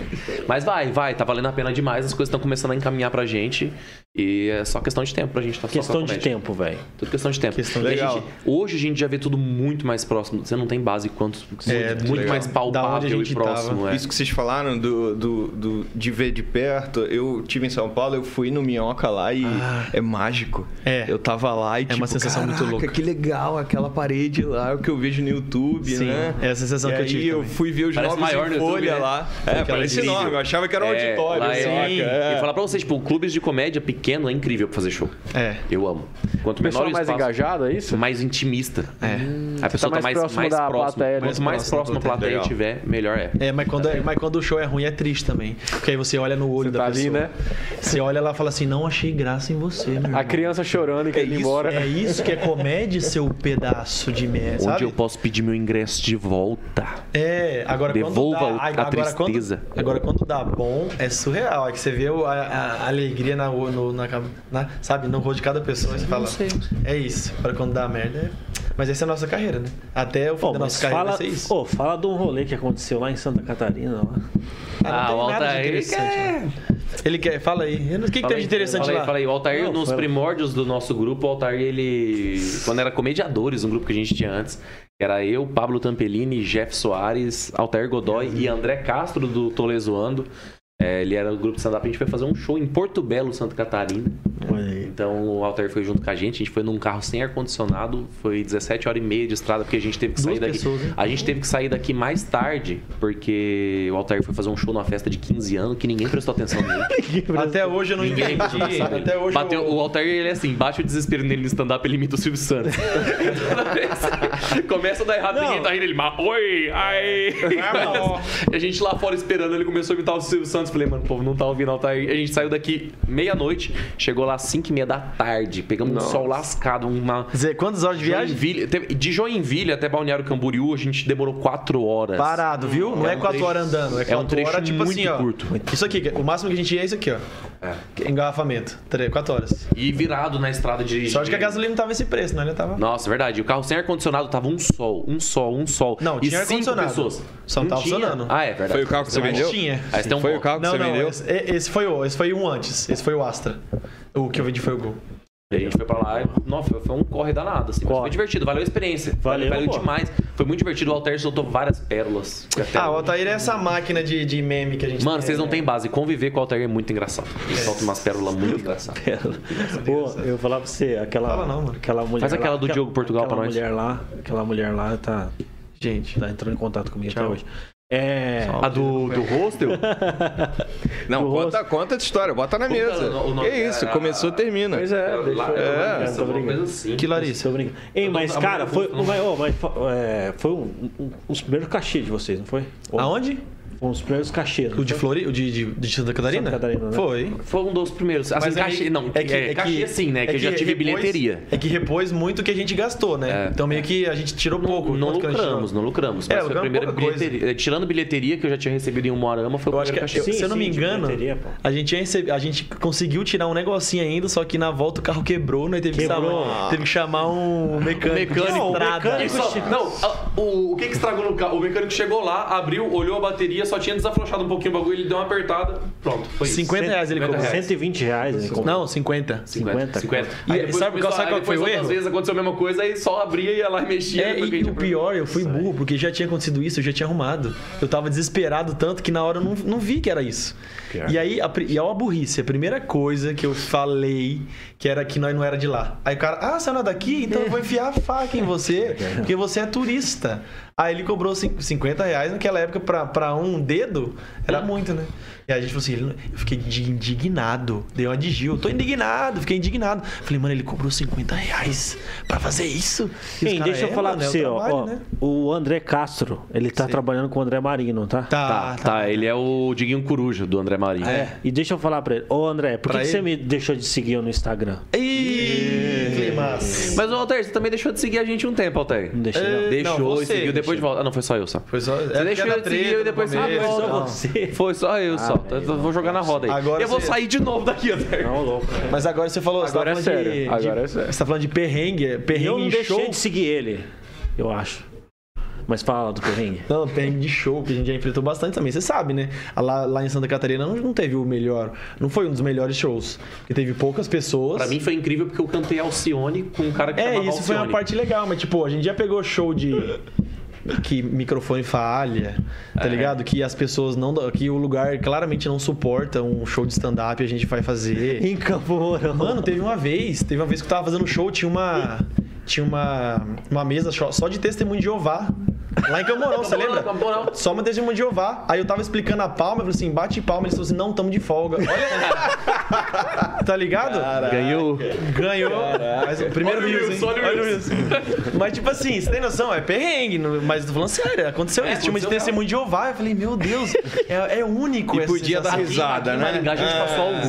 [SPEAKER 5] mas vai, vai, tá valendo a pena demais, as coisas estão começando a encaminhar pra gente. E é só questão de tempo pra gente tá só com
[SPEAKER 1] Questão
[SPEAKER 5] a
[SPEAKER 1] de
[SPEAKER 5] comédia.
[SPEAKER 1] tempo, velho.
[SPEAKER 5] Tudo questão de tempo.
[SPEAKER 4] Questão
[SPEAKER 5] E a
[SPEAKER 3] de- Legal.
[SPEAKER 5] gente- hoje a gente já vê tudo muito mais próximo. Você não tem base quanto.
[SPEAKER 4] É,
[SPEAKER 5] muito
[SPEAKER 4] legal.
[SPEAKER 5] mais
[SPEAKER 4] Da onde a
[SPEAKER 5] palpável
[SPEAKER 4] gente
[SPEAKER 5] e próximo.
[SPEAKER 4] tava.
[SPEAKER 5] É.
[SPEAKER 3] Isso que vocês falaram do, do, do- de ver de perto, eu tive em São Paulo, eu fui no Minhoca lá e é mágico.
[SPEAKER 4] Ah. É.
[SPEAKER 3] Eu tava lá e tipo,
[SPEAKER 4] uma sensação muito
[SPEAKER 3] "Caraca,
[SPEAKER 4] louca."
[SPEAKER 3] que legal aquela parede lá, é o que eu vejo no YouTube,
[SPEAKER 4] Sim,
[SPEAKER 3] né?
[SPEAKER 4] é a sensação
[SPEAKER 3] E
[SPEAKER 4] que eu tive
[SPEAKER 3] Aí eu
[SPEAKER 4] também.
[SPEAKER 3] fui ver os
[SPEAKER 5] Parece
[SPEAKER 3] novos
[SPEAKER 5] maior
[SPEAKER 3] em
[SPEAKER 5] no
[SPEAKER 3] folha
[SPEAKER 5] YouTube, né?
[SPEAKER 3] lá. É,
[SPEAKER 5] Aquela
[SPEAKER 3] parece
[SPEAKER 5] incrível.
[SPEAKER 3] enorme, eu achava que era um
[SPEAKER 5] É,
[SPEAKER 3] auditório,
[SPEAKER 5] lá é-
[SPEAKER 3] assim.
[SPEAKER 5] E falar pra vocês, tipo, clubes de comédia pequeno é incrível pra fazer show.
[SPEAKER 4] É.
[SPEAKER 5] Eu amo. Quanto
[SPEAKER 2] O pessoal
[SPEAKER 5] menor o
[SPEAKER 2] mais
[SPEAKER 5] espaço,
[SPEAKER 2] engajado, é isso?
[SPEAKER 5] mais intimista.
[SPEAKER 4] É.
[SPEAKER 5] A pessoa tá
[SPEAKER 2] mais
[SPEAKER 5] mais,
[SPEAKER 2] próximo
[SPEAKER 5] mais
[SPEAKER 2] da
[SPEAKER 5] próxima.
[SPEAKER 2] plateia, né?
[SPEAKER 5] Quanto mais próxima a plateia
[SPEAKER 3] Legal.
[SPEAKER 5] tiver, melhor é.
[SPEAKER 4] É, mas quando, é- mas quando o show é ruim é triste também. Porque aí você olha no olho
[SPEAKER 2] Você
[SPEAKER 4] da
[SPEAKER 2] tá ali,
[SPEAKER 4] pessoa.
[SPEAKER 2] né?
[SPEAKER 4] Você olha lá e fala assim: não achei graça em você, meu irmão.
[SPEAKER 2] A criança chorando e querendo ir embora.
[SPEAKER 4] É isso que é comédia, seu pedaço de merda.
[SPEAKER 5] Onde
[SPEAKER 4] sabe?
[SPEAKER 5] eu posso pedir meu ingresso de volta?
[SPEAKER 4] É, agora
[SPEAKER 5] Devolva
[SPEAKER 4] quando dá,
[SPEAKER 5] a tristeza.
[SPEAKER 4] Quando, agora quando dá bom, é surreal. É que você vê o- a, a alegria na, no, na, na- sabe, no rosto de cada pessoa. Você fala, é isso. Agora quando dá merda, é... Mas essa é a nossa carreira, né? Até o fim
[SPEAKER 1] Pô,
[SPEAKER 4] da
[SPEAKER 1] mas
[SPEAKER 4] nossa carreira
[SPEAKER 1] fala,
[SPEAKER 4] vai ser isso.
[SPEAKER 1] ô, fala de um rolê que aconteceu lá em Santa Catarina. Lá.
[SPEAKER 4] Ah, não tem nada de
[SPEAKER 5] Altair,
[SPEAKER 4] interessante,
[SPEAKER 5] que é-
[SPEAKER 4] Ele quer, fala aí. Eu não- O que, que
[SPEAKER 5] Fala
[SPEAKER 4] teve de
[SPEAKER 5] aí,
[SPEAKER 4] interessante
[SPEAKER 5] fala aí,
[SPEAKER 4] lá?
[SPEAKER 5] fala aí. O Altair, nos
[SPEAKER 1] fala.
[SPEAKER 5] primórdios do nosso grupo, o Altair, ele. Quando era comediadores, um grupo que a gente tinha antes, era eu, Pablo Tampelini, Jeff Soares, Altair Godoy e André Castro do Tolezoando. É, ele era o grupo de stand-up, a gente foi fazer um show em Porto Belo, Santa Catarina. Então o Altair foi junto com a gente, a gente foi num carro sem ar-condicionado, foi 17 horas e meia de estrada, porque a gente teve que sair
[SPEAKER 4] Duas
[SPEAKER 5] daqui.
[SPEAKER 4] pessoas, né? hein?
[SPEAKER 5] A gente teve que sair daqui mais tarde, porque o Altair foi fazer um show numa festa de 15 anos que ninguém prestou atenção nele.
[SPEAKER 4] Até hoje eu não entendi. Até hoje
[SPEAKER 5] Bateu,
[SPEAKER 4] eu...
[SPEAKER 5] O Altair, ele é assim, bate o desespero nele no stand-up, ele imita o Silvio
[SPEAKER 4] (laughs)
[SPEAKER 5] Santos. Toda vez, começa a dar errado, ninguém tá rindo, ele, mas oi, ai.
[SPEAKER 4] É. Ah,
[SPEAKER 5] e a gente lá fora esperando, ele começou a imitar o Silvio Santos. Falei, mano, o povo não tá ouvindo o Altair. A gente saiu daqui meia-noite, chegou lá às 5 e meia da tarde, pegamos um sol lascado, uma...
[SPEAKER 4] Zé, Quantas horas de viagem?
[SPEAKER 5] Joinville- teve- de Joinville até Balneário Camboriú, a gente demorou 4 horas.
[SPEAKER 4] Parado, viu? Não é 4
[SPEAKER 5] trecho-
[SPEAKER 4] horas andando, é
[SPEAKER 5] é um
[SPEAKER 4] 4
[SPEAKER 5] trecho
[SPEAKER 4] horas, tipo
[SPEAKER 5] muito
[SPEAKER 4] assim, ó.
[SPEAKER 5] curto.
[SPEAKER 4] Isso aqui, o máximo que a gente ia é isso aqui, ó. Engarrafamento. 4 horas.
[SPEAKER 5] E virado na estrada de...
[SPEAKER 4] Só acho que a gasolina não tava esse preço, não, ele tava.
[SPEAKER 5] Nossa, verdade. O carro sem ar-condicionado tava um sol, um sol, um sol.
[SPEAKER 4] Não,
[SPEAKER 5] e
[SPEAKER 4] tinha
[SPEAKER 5] cinco
[SPEAKER 4] ar-condicionado.
[SPEAKER 5] pessoas.
[SPEAKER 4] Só não tava funcionando.
[SPEAKER 5] Ah, é verdade.
[SPEAKER 3] Foi o carro que você
[SPEAKER 4] Mas
[SPEAKER 3] vendeu?
[SPEAKER 4] tinha. então
[SPEAKER 5] Aí você tem um
[SPEAKER 3] Foi o
[SPEAKER 5] ponto.
[SPEAKER 3] carro que
[SPEAKER 4] Não,
[SPEAKER 3] você
[SPEAKER 4] não,
[SPEAKER 3] vendeu?
[SPEAKER 4] esse, esse foi o, esse foi um antes. Esse foi o Astra. O que eu vendi foi o gol.
[SPEAKER 5] E a gente foi pra lá e, nossa, foi- foi um corre danado. Assim, mas
[SPEAKER 1] Corre.
[SPEAKER 5] foi divertido, valeu a experiência.
[SPEAKER 1] Valeu,
[SPEAKER 5] valeu
[SPEAKER 1] pô.
[SPEAKER 5] demais. Foi muito divertido. O Altair soltou várias pérolas. Até-
[SPEAKER 4] Ah, o Altair é essa máquina de, de meme que a gente
[SPEAKER 5] Mano,
[SPEAKER 4] tem,
[SPEAKER 5] vocês não
[SPEAKER 4] né?
[SPEAKER 5] têm base. Conviver com o Altair é muito engraçado. Ele solta umas pérolas muito engraçadas.
[SPEAKER 1] Pô, eu vou falar pra você, aquela,
[SPEAKER 4] Fala não, mano.
[SPEAKER 1] aquela mulher.
[SPEAKER 5] Faz aquela
[SPEAKER 1] lá,
[SPEAKER 5] do Diogo Portugal
[SPEAKER 1] aquela
[SPEAKER 5] pra nós.
[SPEAKER 1] mulher lá, aquela mulher lá tá,
[SPEAKER 4] Gente.
[SPEAKER 1] tá entrando em contato comigo até hoje. É.
[SPEAKER 5] A do, do hostel?
[SPEAKER 3] Não,
[SPEAKER 1] Do
[SPEAKER 3] conta, conta essa história, bota na mesa.
[SPEAKER 5] o nome
[SPEAKER 3] Que isso,
[SPEAKER 4] Ah,
[SPEAKER 5] era-
[SPEAKER 3] começou, termina.
[SPEAKER 1] Pois é, deixa
[SPEAKER 5] Lá-
[SPEAKER 1] eu-
[SPEAKER 5] é,
[SPEAKER 1] eu tô
[SPEAKER 5] alguma
[SPEAKER 1] brincando.
[SPEAKER 5] coisa assim.
[SPEAKER 4] Que
[SPEAKER 1] Isso,
[SPEAKER 4] Larissa.
[SPEAKER 1] eu brinco. tá Ei, mas,
[SPEAKER 5] a
[SPEAKER 1] cara,
[SPEAKER 5] mulher
[SPEAKER 1] foi,
[SPEAKER 5] não-
[SPEAKER 1] mas, ô, mas, fo- é, foi um, um- os primeiros cachês de vocês, não foi? Ou-
[SPEAKER 4] Aonde?
[SPEAKER 1] Foi os primeiros cachês. não
[SPEAKER 4] O de
[SPEAKER 1] foi?
[SPEAKER 4] Flori, o de, de, de Santa Catarina?
[SPEAKER 1] Santa Catarina, né?
[SPEAKER 4] Foi.
[SPEAKER 5] Foi um dos primeiros. Assim,
[SPEAKER 4] Mas é
[SPEAKER 5] cachê,
[SPEAKER 4] meio-
[SPEAKER 5] não, é, cachê sim, né?
[SPEAKER 4] é
[SPEAKER 5] que, eu já tive
[SPEAKER 4] repôs-
[SPEAKER 5] bilheteria.
[SPEAKER 4] É que repôs muito o que a gente gastou, né?
[SPEAKER 5] É.
[SPEAKER 4] Então meio que a gente tirou pouco.
[SPEAKER 5] Não
[SPEAKER 4] Quanto que a gente tirou?
[SPEAKER 5] lucramos, não lucramos.
[SPEAKER 4] É,
[SPEAKER 5] Mas foi a
[SPEAKER 4] lucramos
[SPEAKER 5] primeira
[SPEAKER 4] pouca coisa.
[SPEAKER 5] bilheteria. eh, Tirando bilheteria que eu já tinha recebido em um Moarama, foi o
[SPEAKER 4] Eu acho que, é-
[SPEAKER 5] primeiro
[SPEAKER 4] eu-
[SPEAKER 5] cachê.
[SPEAKER 1] Sim,
[SPEAKER 4] se eu não me
[SPEAKER 1] sim, de
[SPEAKER 4] engano,
[SPEAKER 1] bilheteria, pô.
[SPEAKER 4] a gente, ia receber- a gente conseguiu tirar um negocinho ainda, só que na volta o carro quebrou, nós teve,
[SPEAKER 1] Quebrou.
[SPEAKER 4] Que, chamar, teve que chamar um mecânico. de
[SPEAKER 5] Mecânico.
[SPEAKER 4] estrada.
[SPEAKER 5] Ele
[SPEAKER 1] mecânico.
[SPEAKER 5] só- não, a- o, o que que estragou no carro? O mecânico chegou lá, abriu, olhou a bateria, só tinha desafrouxado um pouquinho o bagulho, ele deu uma apertada, pronto, foi isso.
[SPEAKER 4] 50 reais ele cobrou.
[SPEAKER 1] 120 reais, né? como-
[SPEAKER 4] Não, 50.
[SPEAKER 1] 50.
[SPEAKER 5] 50.
[SPEAKER 4] E
[SPEAKER 5] Aí depois
[SPEAKER 4] sabe qual-
[SPEAKER 5] começou-
[SPEAKER 4] sabe
[SPEAKER 5] aí
[SPEAKER 4] qual
[SPEAKER 5] depois
[SPEAKER 4] foi o
[SPEAKER 5] outras
[SPEAKER 4] erro?
[SPEAKER 5] vezes aconteceu a mesma coisa, aí só abria, ia lá e mexia.
[SPEAKER 4] É,
[SPEAKER 5] depois que a
[SPEAKER 4] e
[SPEAKER 5] gente
[SPEAKER 4] o pior, eu fui burro, porque já tinha acontecido isso, eu já tinha arrumado. Eu tava desesperado tanto que na hora eu não, não vi que era isso. E aí, a, pri- e é uma burrice. A primeira coisa que eu falei que era que nós não era de lá. Aí o cara, ah, você não é daqui? Então eu vou enfiar a faca em você, porque você (laughs) é turista. Aí ele cobrou cin- 50 reais naquela época pra, pra um dedo, era muito, né? E aí a gente falou assim, ele não- eu fiquei de- indignado. Dei uma de Gil, eu tô indignado, fiquei indignado. Falei, mano, ele cobrou 50 reais pra fazer isso? E os
[SPEAKER 1] Ei,
[SPEAKER 4] cara,
[SPEAKER 1] deixa eu
[SPEAKER 4] é,
[SPEAKER 1] falar
[SPEAKER 4] mano,
[SPEAKER 1] pra
[SPEAKER 4] é o
[SPEAKER 1] você, ó,
[SPEAKER 4] trabalho,
[SPEAKER 1] ó,
[SPEAKER 4] né?
[SPEAKER 1] O André Castro, ele tá trabalhando com o André Marinho, não tá?
[SPEAKER 4] Tá,
[SPEAKER 5] Tá, tá, ele é o Diguinho Coruja, do André Marinho.
[SPEAKER 4] É.
[SPEAKER 1] E deixa eu falar pra ele. Ô, André, por que,
[SPEAKER 4] Pra
[SPEAKER 1] que
[SPEAKER 4] ele?
[SPEAKER 1] você me deixou de seguir no Instagram?
[SPEAKER 4] Ih, climas.
[SPEAKER 5] Mas, ô, Altair, você também deixou de seguir a gente um tempo, Altair.
[SPEAKER 1] Não deixei, não.
[SPEAKER 5] Deixou
[SPEAKER 4] Não, você
[SPEAKER 5] e seguiu, depois
[SPEAKER 4] deixou.
[SPEAKER 5] de volta. Ah, não, foi só eu só.
[SPEAKER 4] Foi só.
[SPEAKER 5] Você deixou eu de seguir e depois você
[SPEAKER 4] você
[SPEAKER 1] começo,
[SPEAKER 5] volta.
[SPEAKER 1] só você.
[SPEAKER 5] Foi só
[SPEAKER 4] Ah,
[SPEAKER 5] eu só. Tá,
[SPEAKER 1] velho,
[SPEAKER 5] tá, vou jogar na roda aí.
[SPEAKER 4] Agora
[SPEAKER 5] eu vou
[SPEAKER 4] você-
[SPEAKER 5] sair de novo daqui, Altair.
[SPEAKER 1] Não, louco.
[SPEAKER 4] Mas agora você falou. você
[SPEAKER 2] Agora
[SPEAKER 4] tá
[SPEAKER 2] é
[SPEAKER 4] falando
[SPEAKER 2] sério,
[SPEAKER 4] de-
[SPEAKER 2] agora
[SPEAKER 4] de-
[SPEAKER 2] é sério.
[SPEAKER 4] Você tá falando de perrengue? Perrengue
[SPEAKER 1] Eu não
[SPEAKER 4] em
[SPEAKER 1] deixei
[SPEAKER 4] show?
[SPEAKER 1] de seguir ele, eu acho. Mas fala do perrengue.
[SPEAKER 4] Não, perrengue de show, que a gente já enfrentou bastante também. Você sabe, né? Lá, lá em Santa Catarina não, não teve o melhor. Não foi um dos melhores shows. Porque teve poucas pessoas.
[SPEAKER 5] Pra mim foi incrível porque eu cantei Alcione com um cara que
[SPEAKER 4] É,
[SPEAKER 5] chamava
[SPEAKER 4] isso foi
[SPEAKER 5] Alcione.
[SPEAKER 4] uma parte legal, mas tipo, a gente já pegou show de. Que microfone falha, tá ligado? Que as pessoas não. dão- Que o lugar claramente não suporta um show de stand-up e a gente vai fazer.
[SPEAKER 1] Em Campo Mourão.
[SPEAKER 4] Mano, teve uma vez, teve uma vez que eu tava fazendo show, tinha uma. Tinha uma, uma mesa só só de testemunho de Jeová. Lá em Camorão, você lembra?
[SPEAKER 5] Camorão.
[SPEAKER 4] Só uma testemunha de Jeová. Aí eu tava explicando a palma, eu falei assim, bate palma. Eles falaram assim, não, tamo de folga. Olha aí. (laughs) Tá ligado?
[SPEAKER 5] Ganhou.
[SPEAKER 4] Ganhou. Mas o primeiro
[SPEAKER 5] Olha
[SPEAKER 4] Wilson,
[SPEAKER 5] o
[SPEAKER 4] hein?
[SPEAKER 5] Wilson, olha o
[SPEAKER 4] Olha o Wilson. Mas, tipo assim, você tem noção? É perrengue. não- Mas tô falando sério, aconteceu
[SPEAKER 5] É,
[SPEAKER 4] isso. Tinha uma de
[SPEAKER 5] aconteceu
[SPEAKER 4] testemunho de Jeová. Eu falei, meu Deus, é, é único.
[SPEAKER 3] E
[SPEAKER 4] essa
[SPEAKER 3] podia dar
[SPEAKER 4] sensação.
[SPEAKER 3] risada,
[SPEAKER 5] Aqui em Maringá
[SPEAKER 3] né?
[SPEAKER 5] a gente passou algumas.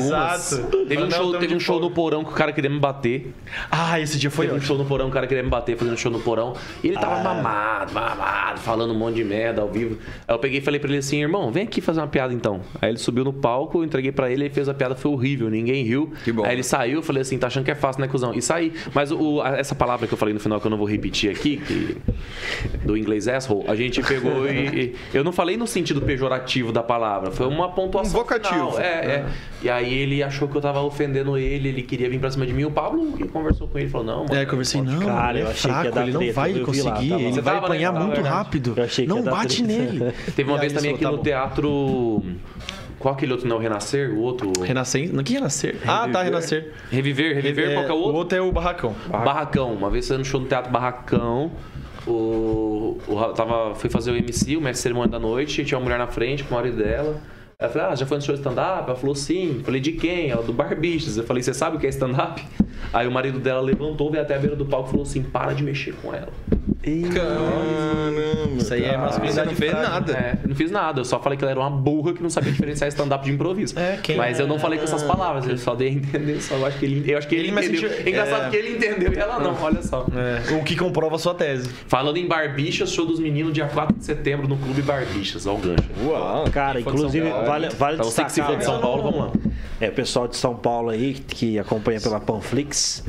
[SPEAKER 4] exato.
[SPEAKER 5] Teve um
[SPEAKER 4] Não,
[SPEAKER 5] show,
[SPEAKER 4] tamo
[SPEAKER 5] teve
[SPEAKER 4] de
[SPEAKER 5] um show
[SPEAKER 4] folga.
[SPEAKER 5] no porão que o cara queria me bater.
[SPEAKER 4] Ah, esse dia foi
[SPEAKER 5] Teve um
[SPEAKER 4] ótimo.
[SPEAKER 3] Ah.
[SPEAKER 5] show no porão, o cara queria me bater, fazendo um show no porão. E ele tava mamado, mamado, estourado, falando um monte de merda ao vivo. Aí eu peguei e falei pra ele assim, irmão, vem aqui fazer uma piada então. Aí ele subiu no palco, eu entreguei pra ele, ele fez a piada, foi horrível, ninguém riu.
[SPEAKER 3] Que bom.
[SPEAKER 5] Aí ele saiu, eu falei assim, tá achando que é fácil, né, cuzão? E saí. Mas o- a- essa palavra que eu falei no final, que eu não vou repetir aqui, que- do inglês asshole, a gente pegou e, e- Eu não falei no sentido pejorativo da palavra, foi uma pontuação.
[SPEAKER 3] Um vocativo.
[SPEAKER 5] final, é, é. E aí ele achou que eu tava ofendendo ele, ele queria vir pra cima de mim. O Pablo que conversou com ele falou, não, mano.
[SPEAKER 4] É, eu conversei, não,
[SPEAKER 1] Cara,
[SPEAKER 4] mano, ele
[SPEAKER 1] eu
[SPEAKER 4] é
[SPEAKER 1] achei que ia
[SPEAKER 4] fraco,
[SPEAKER 1] dar
[SPEAKER 4] ele não
[SPEAKER 1] treta,
[SPEAKER 4] vai
[SPEAKER 1] eu vi lá,
[SPEAKER 4] conseguir,
[SPEAKER 1] tava lá.
[SPEAKER 4] ele
[SPEAKER 5] Você
[SPEAKER 4] vai
[SPEAKER 5] tava, né?
[SPEAKER 4] apanhar
[SPEAKER 5] Tava,
[SPEAKER 4] muito
[SPEAKER 5] verdade.
[SPEAKER 4] rápido.
[SPEAKER 1] Eu achei que
[SPEAKER 4] Não
[SPEAKER 1] ia dar
[SPEAKER 4] bate
[SPEAKER 1] treta.
[SPEAKER 4] (laughs) nele.
[SPEAKER 5] Teve uma
[SPEAKER 4] E
[SPEAKER 5] vez
[SPEAKER 4] aí,
[SPEAKER 5] também
[SPEAKER 4] isso,
[SPEAKER 5] aqui
[SPEAKER 4] tá
[SPEAKER 5] no
[SPEAKER 4] bom.
[SPEAKER 5] teatro. Qual aquele outro não? Renascer? O outro.
[SPEAKER 4] Renascer? Não, que renascer? Ah, tá, renascer.
[SPEAKER 5] Reviver, reviver, qual que é o
[SPEAKER 4] o
[SPEAKER 5] outro?
[SPEAKER 4] outro é o barracão.
[SPEAKER 5] Barracão. Uma vez saindo no show no Teatro Barracão, o, o Ra- tava, fui fazer o MC, o mestre de cerimônia da noite, tinha uma mulher na frente com o marido dela. Ela falou, ah, já foi no show de stand-up? Ela falou, sim. Falei, de quem? Ela, do Barbichas. Eu falei, você sabe o que é stand-up? Aí o marido dela levantou, veio até a beira do palco e falou assim, para de mexer com ela.
[SPEAKER 3] Ah, Caramba.
[SPEAKER 4] Isso aí
[SPEAKER 1] Ah,
[SPEAKER 4] é
[SPEAKER 3] Você não
[SPEAKER 4] masculinidade
[SPEAKER 3] fez
[SPEAKER 4] frágil.
[SPEAKER 3] nada.
[SPEAKER 5] É, não fiz nada, eu só falei que ela era uma burra que não sabia diferenciar stand-up de improviso.
[SPEAKER 4] É, quem-
[SPEAKER 5] Mas eu não falei com essas palavras, eu só dei a entender, só eu acho que ele, eu acho que ele,
[SPEAKER 4] Ele me
[SPEAKER 5] entendeu.
[SPEAKER 4] sentiu-
[SPEAKER 5] É engraçado
[SPEAKER 4] é.
[SPEAKER 5] que ele entendeu e ela não, olha só.
[SPEAKER 4] É, o que comprova a sua tese.
[SPEAKER 5] Falando em Barbichas, show dos meninos dia 4 de setembro no Clube Barbichas, ó o gancho.
[SPEAKER 3] Uau.
[SPEAKER 1] Cara,
[SPEAKER 5] for de
[SPEAKER 1] inclusive,
[SPEAKER 5] São Paulo,
[SPEAKER 1] vale, vale
[SPEAKER 5] Pra você que se
[SPEAKER 1] destacar. né?
[SPEAKER 5] for
[SPEAKER 4] né?
[SPEAKER 5] de São Paulo, vamos lá.
[SPEAKER 1] É, pessoal de São Paulo aí, que acompanha pela Panflix,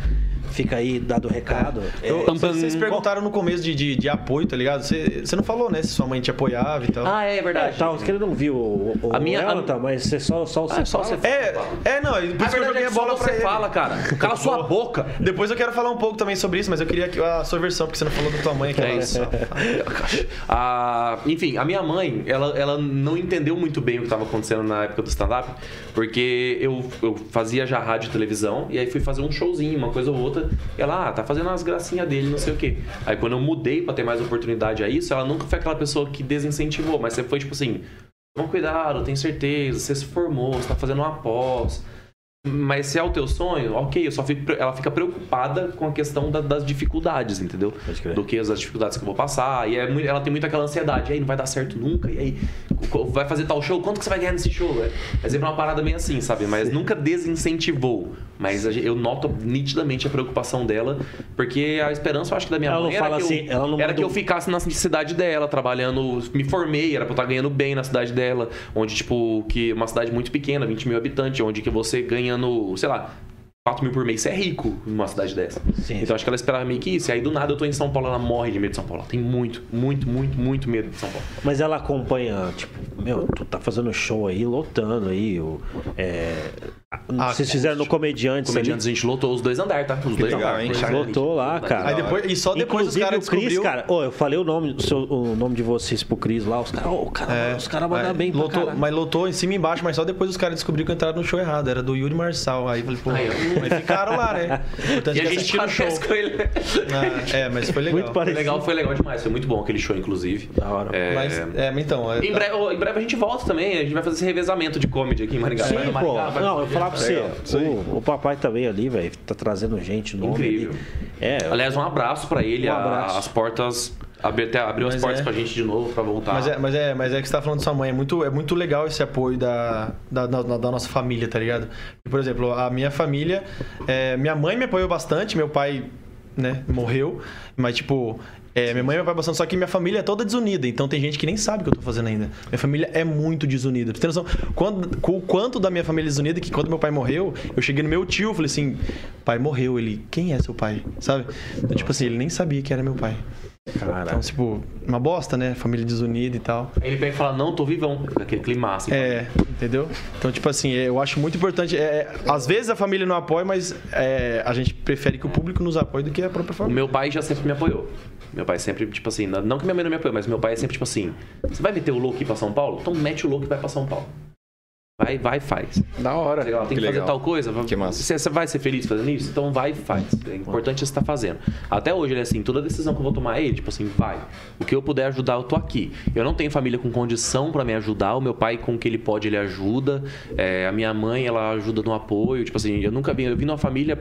[SPEAKER 1] fica aí dado o recado. É,
[SPEAKER 4] Eu-
[SPEAKER 5] Tam, tam.
[SPEAKER 4] vocês perguntaram no começo de, de, de apoio, tá ligado? Você, você não falou, né? Se sua mãe te apoiava e tal.
[SPEAKER 5] Ah, é
[SPEAKER 1] é,
[SPEAKER 5] verdade.
[SPEAKER 1] tá, os que ele não viu o, o
[SPEAKER 5] A minha- a-
[SPEAKER 1] Elton, tá, mas você só, só,
[SPEAKER 5] Ah, só você
[SPEAKER 4] é, é, não, por isso
[SPEAKER 5] A
[SPEAKER 4] que eu
[SPEAKER 5] verdade
[SPEAKER 4] joguei
[SPEAKER 5] é
[SPEAKER 4] a
[SPEAKER 5] que só
[SPEAKER 4] bola pra
[SPEAKER 5] você
[SPEAKER 4] ele.
[SPEAKER 5] fala, cara. Cala sua boca.
[SPEAKER 4] Depois eu quero falar um pouco também sobre isso, mas eu queria que- a sua versão, porque você não falou da tua mãe aqui.
[SPEAKER 5] É
[SPEAKER 4] agora.
[SPEAKER 5] isso. Ah, enfim, a minha mãe, ela, ela não entendeu muito bem o que estava acontecendo na época do stand-up, porque eu, eu fazia já rádio e televisão, e aí fui fazer um showzinho, uma coisa ou outra, e ela, ah, tá fazendo umas gracinhas dele, não sei o quê. Aí quando eu mudei pra ter mais oportunidade a isso, ela nunca foi aquela pessoa que desincentivou, mas você foi tipo assim, toma cuidado, eu tenho certeza, você se formou, você tá fazendo uma pós, mas se é o teu sonho, ok, eu só fico, pre- ela fica preocupada com a questão da- das dificuldades, entendeu?
[SPEAKER 1] Pode crer.
[SPEAKER 5] Do que as dificuldades que eu vou passar. E é muito- ela tem muito aquela ansiedade, e aí não vai dar certo nunca, e aí co- vai fazer tal show, quanto que você vai ganhar nesse show? É, é sempre uma parada meio assim, sabe? Mas nunca desincentivou. Mas a gen- eu noto nitidamente a preocupação dela, porque a esperança, eu acho que da minha
[SPEAKER 1] Ela
[SPEAKER 5] mãe
[SPEAKER 1] não
[SPEAKER 5] era,
[SPEAKER 1] fala
[SPEAKER 5] que,
[SPEAKER 1] assim,
[SPEAKER 5] eu,
[SPEAKER 1] ela não
[SPEAKER 5] era
[SPEAKER 1] manda
[SPEAKER 5] que eu
[SPEAKER 1] um-
[SPEAKER 5] ficasse na cidade dela, trabalhando, me formei, era pra eu estar ganhando bem na cidade dela, onde, tipo, que uma cidade muito pequena, 20 mil habitantes, onde que você ganhando, sei lá, 4 mil por mês, você é rico numa cidade dessa.
[SPEAKER 1] Sim.
[SPEAKER 5] Então acho que ela esperava meio que isso, e aí do nada eu tô em São Paulo, ela morre de medo de São Paulo, ela tem muito, muito, muito, muito medo de São Paulo.
[SPEAKER 1] Mas ela acompanha, tipo, meu, tu tá fazendo show aí, lotando aí. O, é,
[SPEAKER 4] Ah,
[SPEAKER 1] vocês fizeram no Comediantes,
[SPEAKER 5] Comediantes, a gente lotou os dois andares, tá? Os dois
[SPEAKER 3] legal,
[SPEAKER 5] andares.
[SPEAKER 3] hein?
[SPEAKER 5] Foi
[SPEAKER 1] ali, lotou lá, cara.
[SPEAKER 4] Aí depois, e só depois os
[SPEAKER 1] Inclusive,
[SPEAKER 4] caras
[SPEAKER 1] o Cris,
[SPEAKER 4] descobriu.
[SPEAKER 1] cara, ô, eu falei o nome, do seu- o nome de vocês pro Cris lá, os caras, ô, cara,
[SPEAKER 4] É,
[SPEAKER 1] os caras mandaram
[SPEAKER 4] é,
[SPEAKER 1] bem pra
[SPEAKER 4] lotou,
[SPEAKER 1] caralho.
[SPEAKER 4] Mas lotou em cima e embaixo, mas só depois os caras descobriram que entraram no show errado. Era do Yuri Marçal. Aí eu falei, pô,
[SPEAKER 5] Aí, ó.
[SPEAKER 4] mas ficaram lá,
[SPEAKER 5] (laughs)
[SPEAKER 4] né? Portanto,
[SPEAKER 5] E a
[SPEAKER 4] que
[SPEAKER 5] gente
[SPEAKER 4] assistiram o show.
[SPEAKER 5] parece com (laughs) ele.
[SPEAKER 4] Ah, é, mas foi legal.
[SPEAKER 1] Muito
[SPEAKER 5] Foi
[SPEAKER 1] parecido.
[SPEAKER 5] legal, foi legal demais, foi muito bom aquele show, inclusive.
[SPEAKER 1] Da hora.
[SPEAKER 5] É,
[SPEAKER 4] Mas, é, mas então. é-
[SPEAKER 5] Em breve, oh, em breve a gente volta também, a gente vai fazer esse revezamento de comedy aqui em Maringá. Vai
[SPEAKER 1] Sim,
[SPEAKER 5] no Maringá,
[SPEAKER 1] pô.
[SPEAKER 5] vai-
[SPEAKER 1] Não, eu falar pra você,
[SPEAKER 3] Legal, isso aí.
[SPEAKER 1] o, o papai também ali, velho, tá trazendo gente nova.
[SPEAKER 5] Incrível.
[SPEAKER 1] É,
[SPEAKER 5] Aliás, um abraço pra ele,
[SPEAKER 1] Um
[SPEAKER 5] a-
[SPEAKER 1] abraço.
[SPEAKER 5] as portas abri- até abriu as
[SPEAKER 4] Mas
[SPEAKER 5] portas
[SPEAKER 4] é.
[SPEAKER 5] pra gente de novo pra voltar.
[SPEAKER 4] Mas é, mas é, mas é que você tá falando de sua mãe. É muito, é muito legal esse apoio da, da, da, da nossa família, tá ligado? Por exemplo, a minha família. é, minha mãe me apoiou bastante, meu pai, né, morreu. Mas, tipo. é, minha mãe me apoiou bastante, só que minha família é toda desunida, então tem gente que nem sabe o que eu tô fazendo ainda. Minha família é muito desunida. Pra você ter noção, quando, com o quanto da minha família é desunida, que quando meu pai morreu, eu cheguei no meu tio, falei assim, pai morreu, ele, quem é seu pai? Sabe? Então, tipo assim, ele nem sabia que era meu pai. Então,
[SPEAKER 1] Caralho.
[SPEAKER 4] tipo, uma bosta, né? Família desunida e tal.
[SPEAKER 5] Aí ele pega e fala, não, tô vivão. Aquele clima assim.
[SPEAKER 4] É, entendeu? Então, tipo assim, é, eu acho muito importante. é, é, às vezes a família não apoia, mas é, a gente prefere que o público nos apoie do que a própria
[SPEAKER 5] O
[SPEAKER 4] família.
[SPEAKER 5] meu pai já sempre me apoiou. Meu pai sempre, tipo assim, não- não que minha mãe não me apoiou, mas meu pai é sempre tipo assim: você vai meter o louco e ir pra São Paulo? Então mete o louco e vai pra São Paulo. Vai, vai, faz.
[SPEAKER 3] Da hora.
[SPEAKER 5] Legal, tem que, fazer tal coisa.
[SPEAKER 3] Que massa.
[SPEAKER 5] Você, você vai ser feliz fazendo isso? Então vai e faz. É importante você estar fazendo. Até hoje, ele é assim, toda decisão que eu vou tomar é ele, tipo assim, vai. O que eu puder ajudar, eu tô aqui. Eu não tenho família com condição pra me ajudar. O meu pai, com o que ele pode, ele ajuda. É, a minha mãe, ela ajuda no apoio. Tipo assim, eu nunca vim. Eu vim numa família.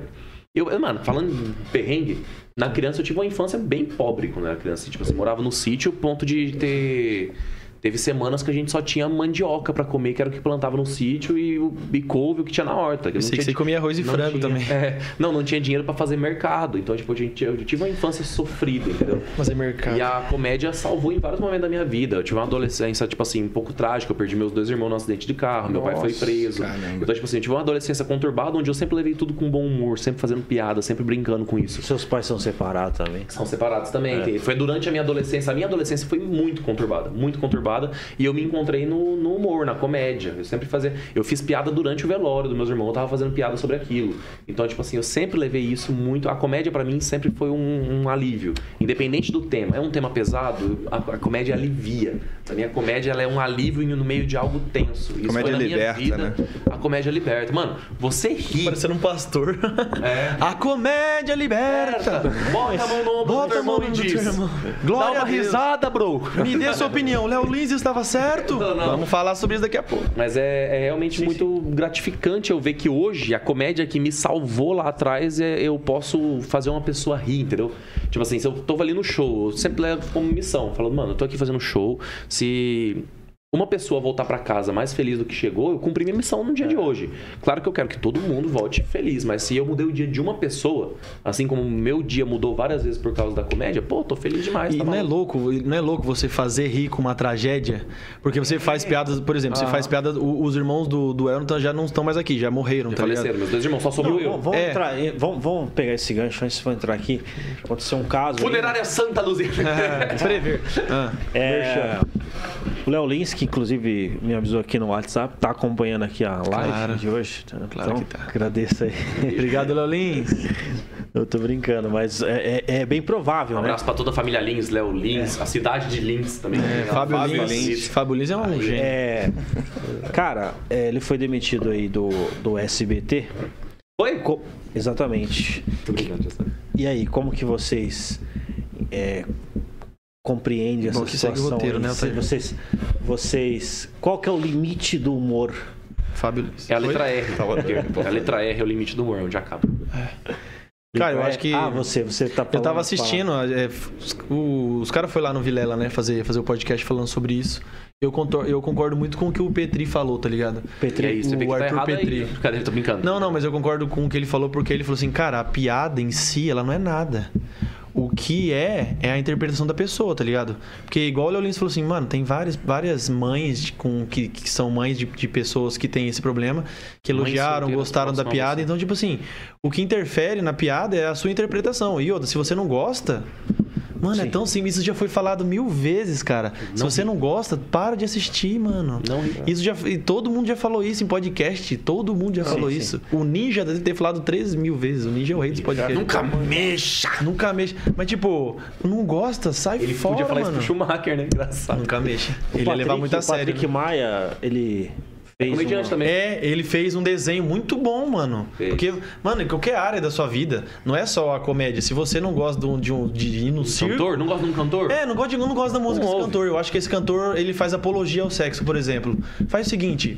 [SPEAKER 5] Eu, eu, mano, falando em perrengue, na criança eu tive uma infância bem pobre quando eu era criança. Tipo assim, morava no sítio, ponto de ter Teve semanas que a gente só tinha mandioca pra comer, que era o que plantava no sítio, e, o- e couve, o que tinha na horta. que
[SPEAKER 4] Eu
[SPEAKER 5] não
[SPEAKER 4] sei que você
[SPEAKER 5] tinha
[SPEAKER 4] comia arroz e
[SPEAKER 5] não
[SPEAKER 4] frango
[SPEAKER 5] tinha.
[SPEAKER 4] também.
[SPEAKER 5] É, não, não tinha dinheiro pra fazer mercado. Então, tipo, a gente, eu tive uma infância sofrida, entendeu?
[SPEAKER 4] Fazer é mercado.
[SPEAKER 5] E a comédia salvou em vários momentos da minha vida. Eu tive uma adolescência, tipo assim, um pouco trágica. Eu perdi meus dois irmãos num acidente de carro, meu pai foi preso. Então, tipo assim, eu tive uma adolescência conturbada onde eu sempre levei tudo com bom humor, sempre fazendo piada, sempre brincando com isso.
[SPEAKER 1] Seus pais são separados também.
[SPEAKER 5] São separados
[SPEAKER 4] É.
[SPEAKER 5] também. tem- Foi durante a minha adolescência. A minha adolescência foi muito conturbada, muito conturbada. E eu me encontrei no, no humor, na comédia. Eu sempre fazia. Eu fiz piada durante o velório do meus irmãos, eu tava fazendo piada sobre aquilo. Então, tipo assim, eu sempre levei isso muito. A comédia pra mim sempre foi um, um alívio. Independente do tema. É um tema pesado, a, a comédia alivia. Pra mim, a comédia ela é um alívio no meio de algo tenso. Isso
[SPEAKER 3] Comédia
[SPEAKER 5] foi na minha
[SPEAKER 3] liberta,
[SPEAKER 5] vida.
[SPEAKER 3] né?
[SPEAKER 5] A comédia liberta. Mano, você ri.
[SPEAKER 4] Parecendo um pastor.
[SPEAKER 5] É.
[SPEAKER 4] (laughs) A comédia liberta.
[SPEAKER 5] Certa. Bota a mão no ombro do
[SPEAKER 4] Bota
[SPEAKER 5] teu
[SPEAKER 4] a mão
[SPEAKER 5] irmão
[SPEAKER 4] no
[SPEAKER 5] e
[SPEAKER 4] ombro do
[SPEAKER 5] diz.
[SPEAKER 4] teu irmão.
[SPEAKER 5] Dá
[SPEAKER 4] Glória
[SPEAKER 5] uma
[SPEAKER 4] a Deus.
[SPEAKER 5] risada, bro.
[SPEAKER 4] Me dê sua (laughs) opinião. Léo Lins estava certo?
[SPEAKER 5] Não, não.
[SPEAKER 4] Vamos falar sobre isso daqui a pouco.
[SPEAKER 5] Mas é, é realmente muito gratificante eu ver que hoje a comédia que me salvou lá atrás é, eu posso fazer uma pessoa rir, entendeu? Tipo assim, se eu tô ali no show, eu sempre levo como missão, falando, mano, eu tô aqui fazendo um show, se uma pessoa voltar pra casa mais feliz do que chegou, eu cumpri minha missão no dia
[SPEAKER 4] É.
[SPEAKER 5] de hoje. Claro que eu quero que todo mundo volte feliz, mas se eu mudei o dia de uma pessoa, assim como o meu dia mudou várias vezes por causa da comédia, pô, tô feliz demais.
[SPEAKER 4] E
[SPEAKER 5] tá
[SPEAKER 4] não é
[SPEAKER 5] maluco?
[SPEAKER 4] louco, não é louco você fazer rir com uma tragédia? Porque você faz piadas, por exemplo, você faz piada, o- os irmãos do, do Elton já não estão mais aqui, já morreram,
[SPEAKER 5] Eu
[SPEAKER 4] tá
[SPEAKER 5] falei sério,
[SPEAKER 4] ligado?
[SPEAKER 5] meus dois irmãos, só sobrou eu.
[SPEAKER 1] Vamos,
[SPEAKER 4] É.
[SPEAKER 1] entrar, eh, vamos, vamos pegar esse gancho antes de eu entrar aqui. Aconteceu um caso. aí,
[SPEAKER 5] Funerária Santa Luzia.
[SPEAKER 4] Prever. Ah,
[SPEAKER 1] É, o Léo Lins, que inclusive me avisou aqui no WhatsApp, tá acompanhando aqui a live
[SPEAKER 4] Claro.
[SPEAKER 1] de hoje.
[SPEAKER 4] Claro
[SPEAKER 1] então,
[SPEAKER 4] que tá.
[SPEAKER 1] Agradeço aí. (laughs)
[SPEAKER 4] obrigado, Léo Lins.
[SPEAKER 1] Eu tô brincando, mas é, é- é bem provável,
[SPEAKER 5] (laughs) Um
[SPEAKER 1] né?
[SPEAKER 5] abraço pra toda a família Lins, Léo Lins, a cidade de Lins também. É,
[SPEAKER 4] É. Fábio,
[SPEAKER 3] Fábio
[SPEAKER 4] Lins.
[SPEAKER 3] Lins.
[SPEAKER 4] Fábio Lins é um gênio.
[SPEAKER 1] É, cara, é, ele foi demitido aí do, do SBT.
[SPEAKER 5] Oi?
[SPEAKER 1] Co- exatamente. E aí, como que vocês é, compreendem essa
[SPEAKER 4] Bom, que segue o
[SPEAKER 1] situação?
[SPEAKER 4] roteiro,
[SPEAKER 1] aí?
[SPEAKER 4] né,
[SPEAKER 1] Se
[SPEAKER 4] Altair?
[SPEAKER 1] vocês, vocês, qual que é o limite do humor?
[SPEAKER 4] Fábio Lins.
[SPEAKER 5] É a letra R. É a letra R é o limite do humor, onde acaba.
[SPEAKER 4] Cara, eu
[SPEAKER 1] É-
[SPEAKER 4] acho que.
[SPEAKER 1] Ah, você, você tá
[SPEAKER 4] Eu
[SPEAKER 1] falando-
[SPEAKER 4] tava assistindo, é, f- o- os caras foram lá no Vilela, né, fazer, fazer o podcast falando sobre isso. Eu, contor- eu concordo muito com o que o Petri falou, tá ligado?
[SPEAKER 5] E aí, você
[SPEAKER 4] o
[SPEAKER 5] vê que tá
[SPEAKER 4] Arthur
[SPEAKER 5] errado
[SPEAKER 4] Petri.
[SPEAKER 5] aí. Cadê? Tô brincando.
[SPEAKER 4] Não, não, mas eu concordo com o que ele falou, porque ele falou assim, cara, a piada em si, ela não é nada. O que é, é a interpretação da pessoa, tá ligado? Porque igual o Leolins falou assim, mano, tem várias, várias mães de- com, que, que são mães de, de pessoas que têm esse problema, que
[SPEAKER 5] Mães
[SPEAKER 4] elogiaram,
[SPEAKER 5] solteiras,
[SPEAKER 4] gostaram da
[SPEAKER 5] próxima a
[SPEAKER 4] piada.
[SPEAKER 5] você.
[SPEAKER 4] Então, tipo assim, o que interfere na piada é a sua interpretação. E outra, se você não gosta. Mano, é tão simples. Isso já foi falado mil vezes, cara. se você não gosta, para de assistir, mano.
[SPEAKER 5] Não ri.
[SPEAKER 4] Isso já, e todo mundo já falou isso em podcast. Todo mundo já falou
[SPEAKER 1] sim.
[SPEAKER 4] isso. O Ninja deve ter falado 3 mil vezes. O Ninja é o rei dos podcasts.
[SPEAKER 5] Nunca mexa.
[SPEAKER 4] Nunca mexe. Mas, tipo, não gosta, sai
[SPEAKER 5] Ele
[SPEAKER 4] fora,
[SPEAKER 5] podia falar
[SPEAKER 4] mano.
[SPEAKER 5] isso pro Schumacher, né? Engraçado.
[SPEAKER 4] Nunca mexe.
[SPEAKER 1] O
[SPEAKER 4] Ele ia levar muito a
[SPEAKER 1] O
[SPEAKER 4] sério.
[SPEAKER 1] Patrick
[SPEAKER 4] né?
[SPEAKER 1] Maia, ele fez
[SPEAKER 5] Comediante
[SPEAKER 1] uma-
[SPEAKER 5] também.
[SPEAKER 4] É, ele fez um desenho muito bom, mano.
[SPEAKER 5] Fez.
[SPEAKER 4] Porque, mano, em qualquer área da sua vida, não é só a comédia. Se você não gosta de, um, de, um- de ir no circo,
[SPEAKER 5] Cantor? Não gosta de um cantor?
[SPEAKER 4] É, não gosto, de- não gosto da música
[SPEAKER 5] Não
[SPEAKER 4] desse
[SPEAKER 5] ouve.
[SPEAKER 4] cantor. Eu acho que esse cantor, ele faz apologia ao sexo, por exemplo. Faz o seguinte...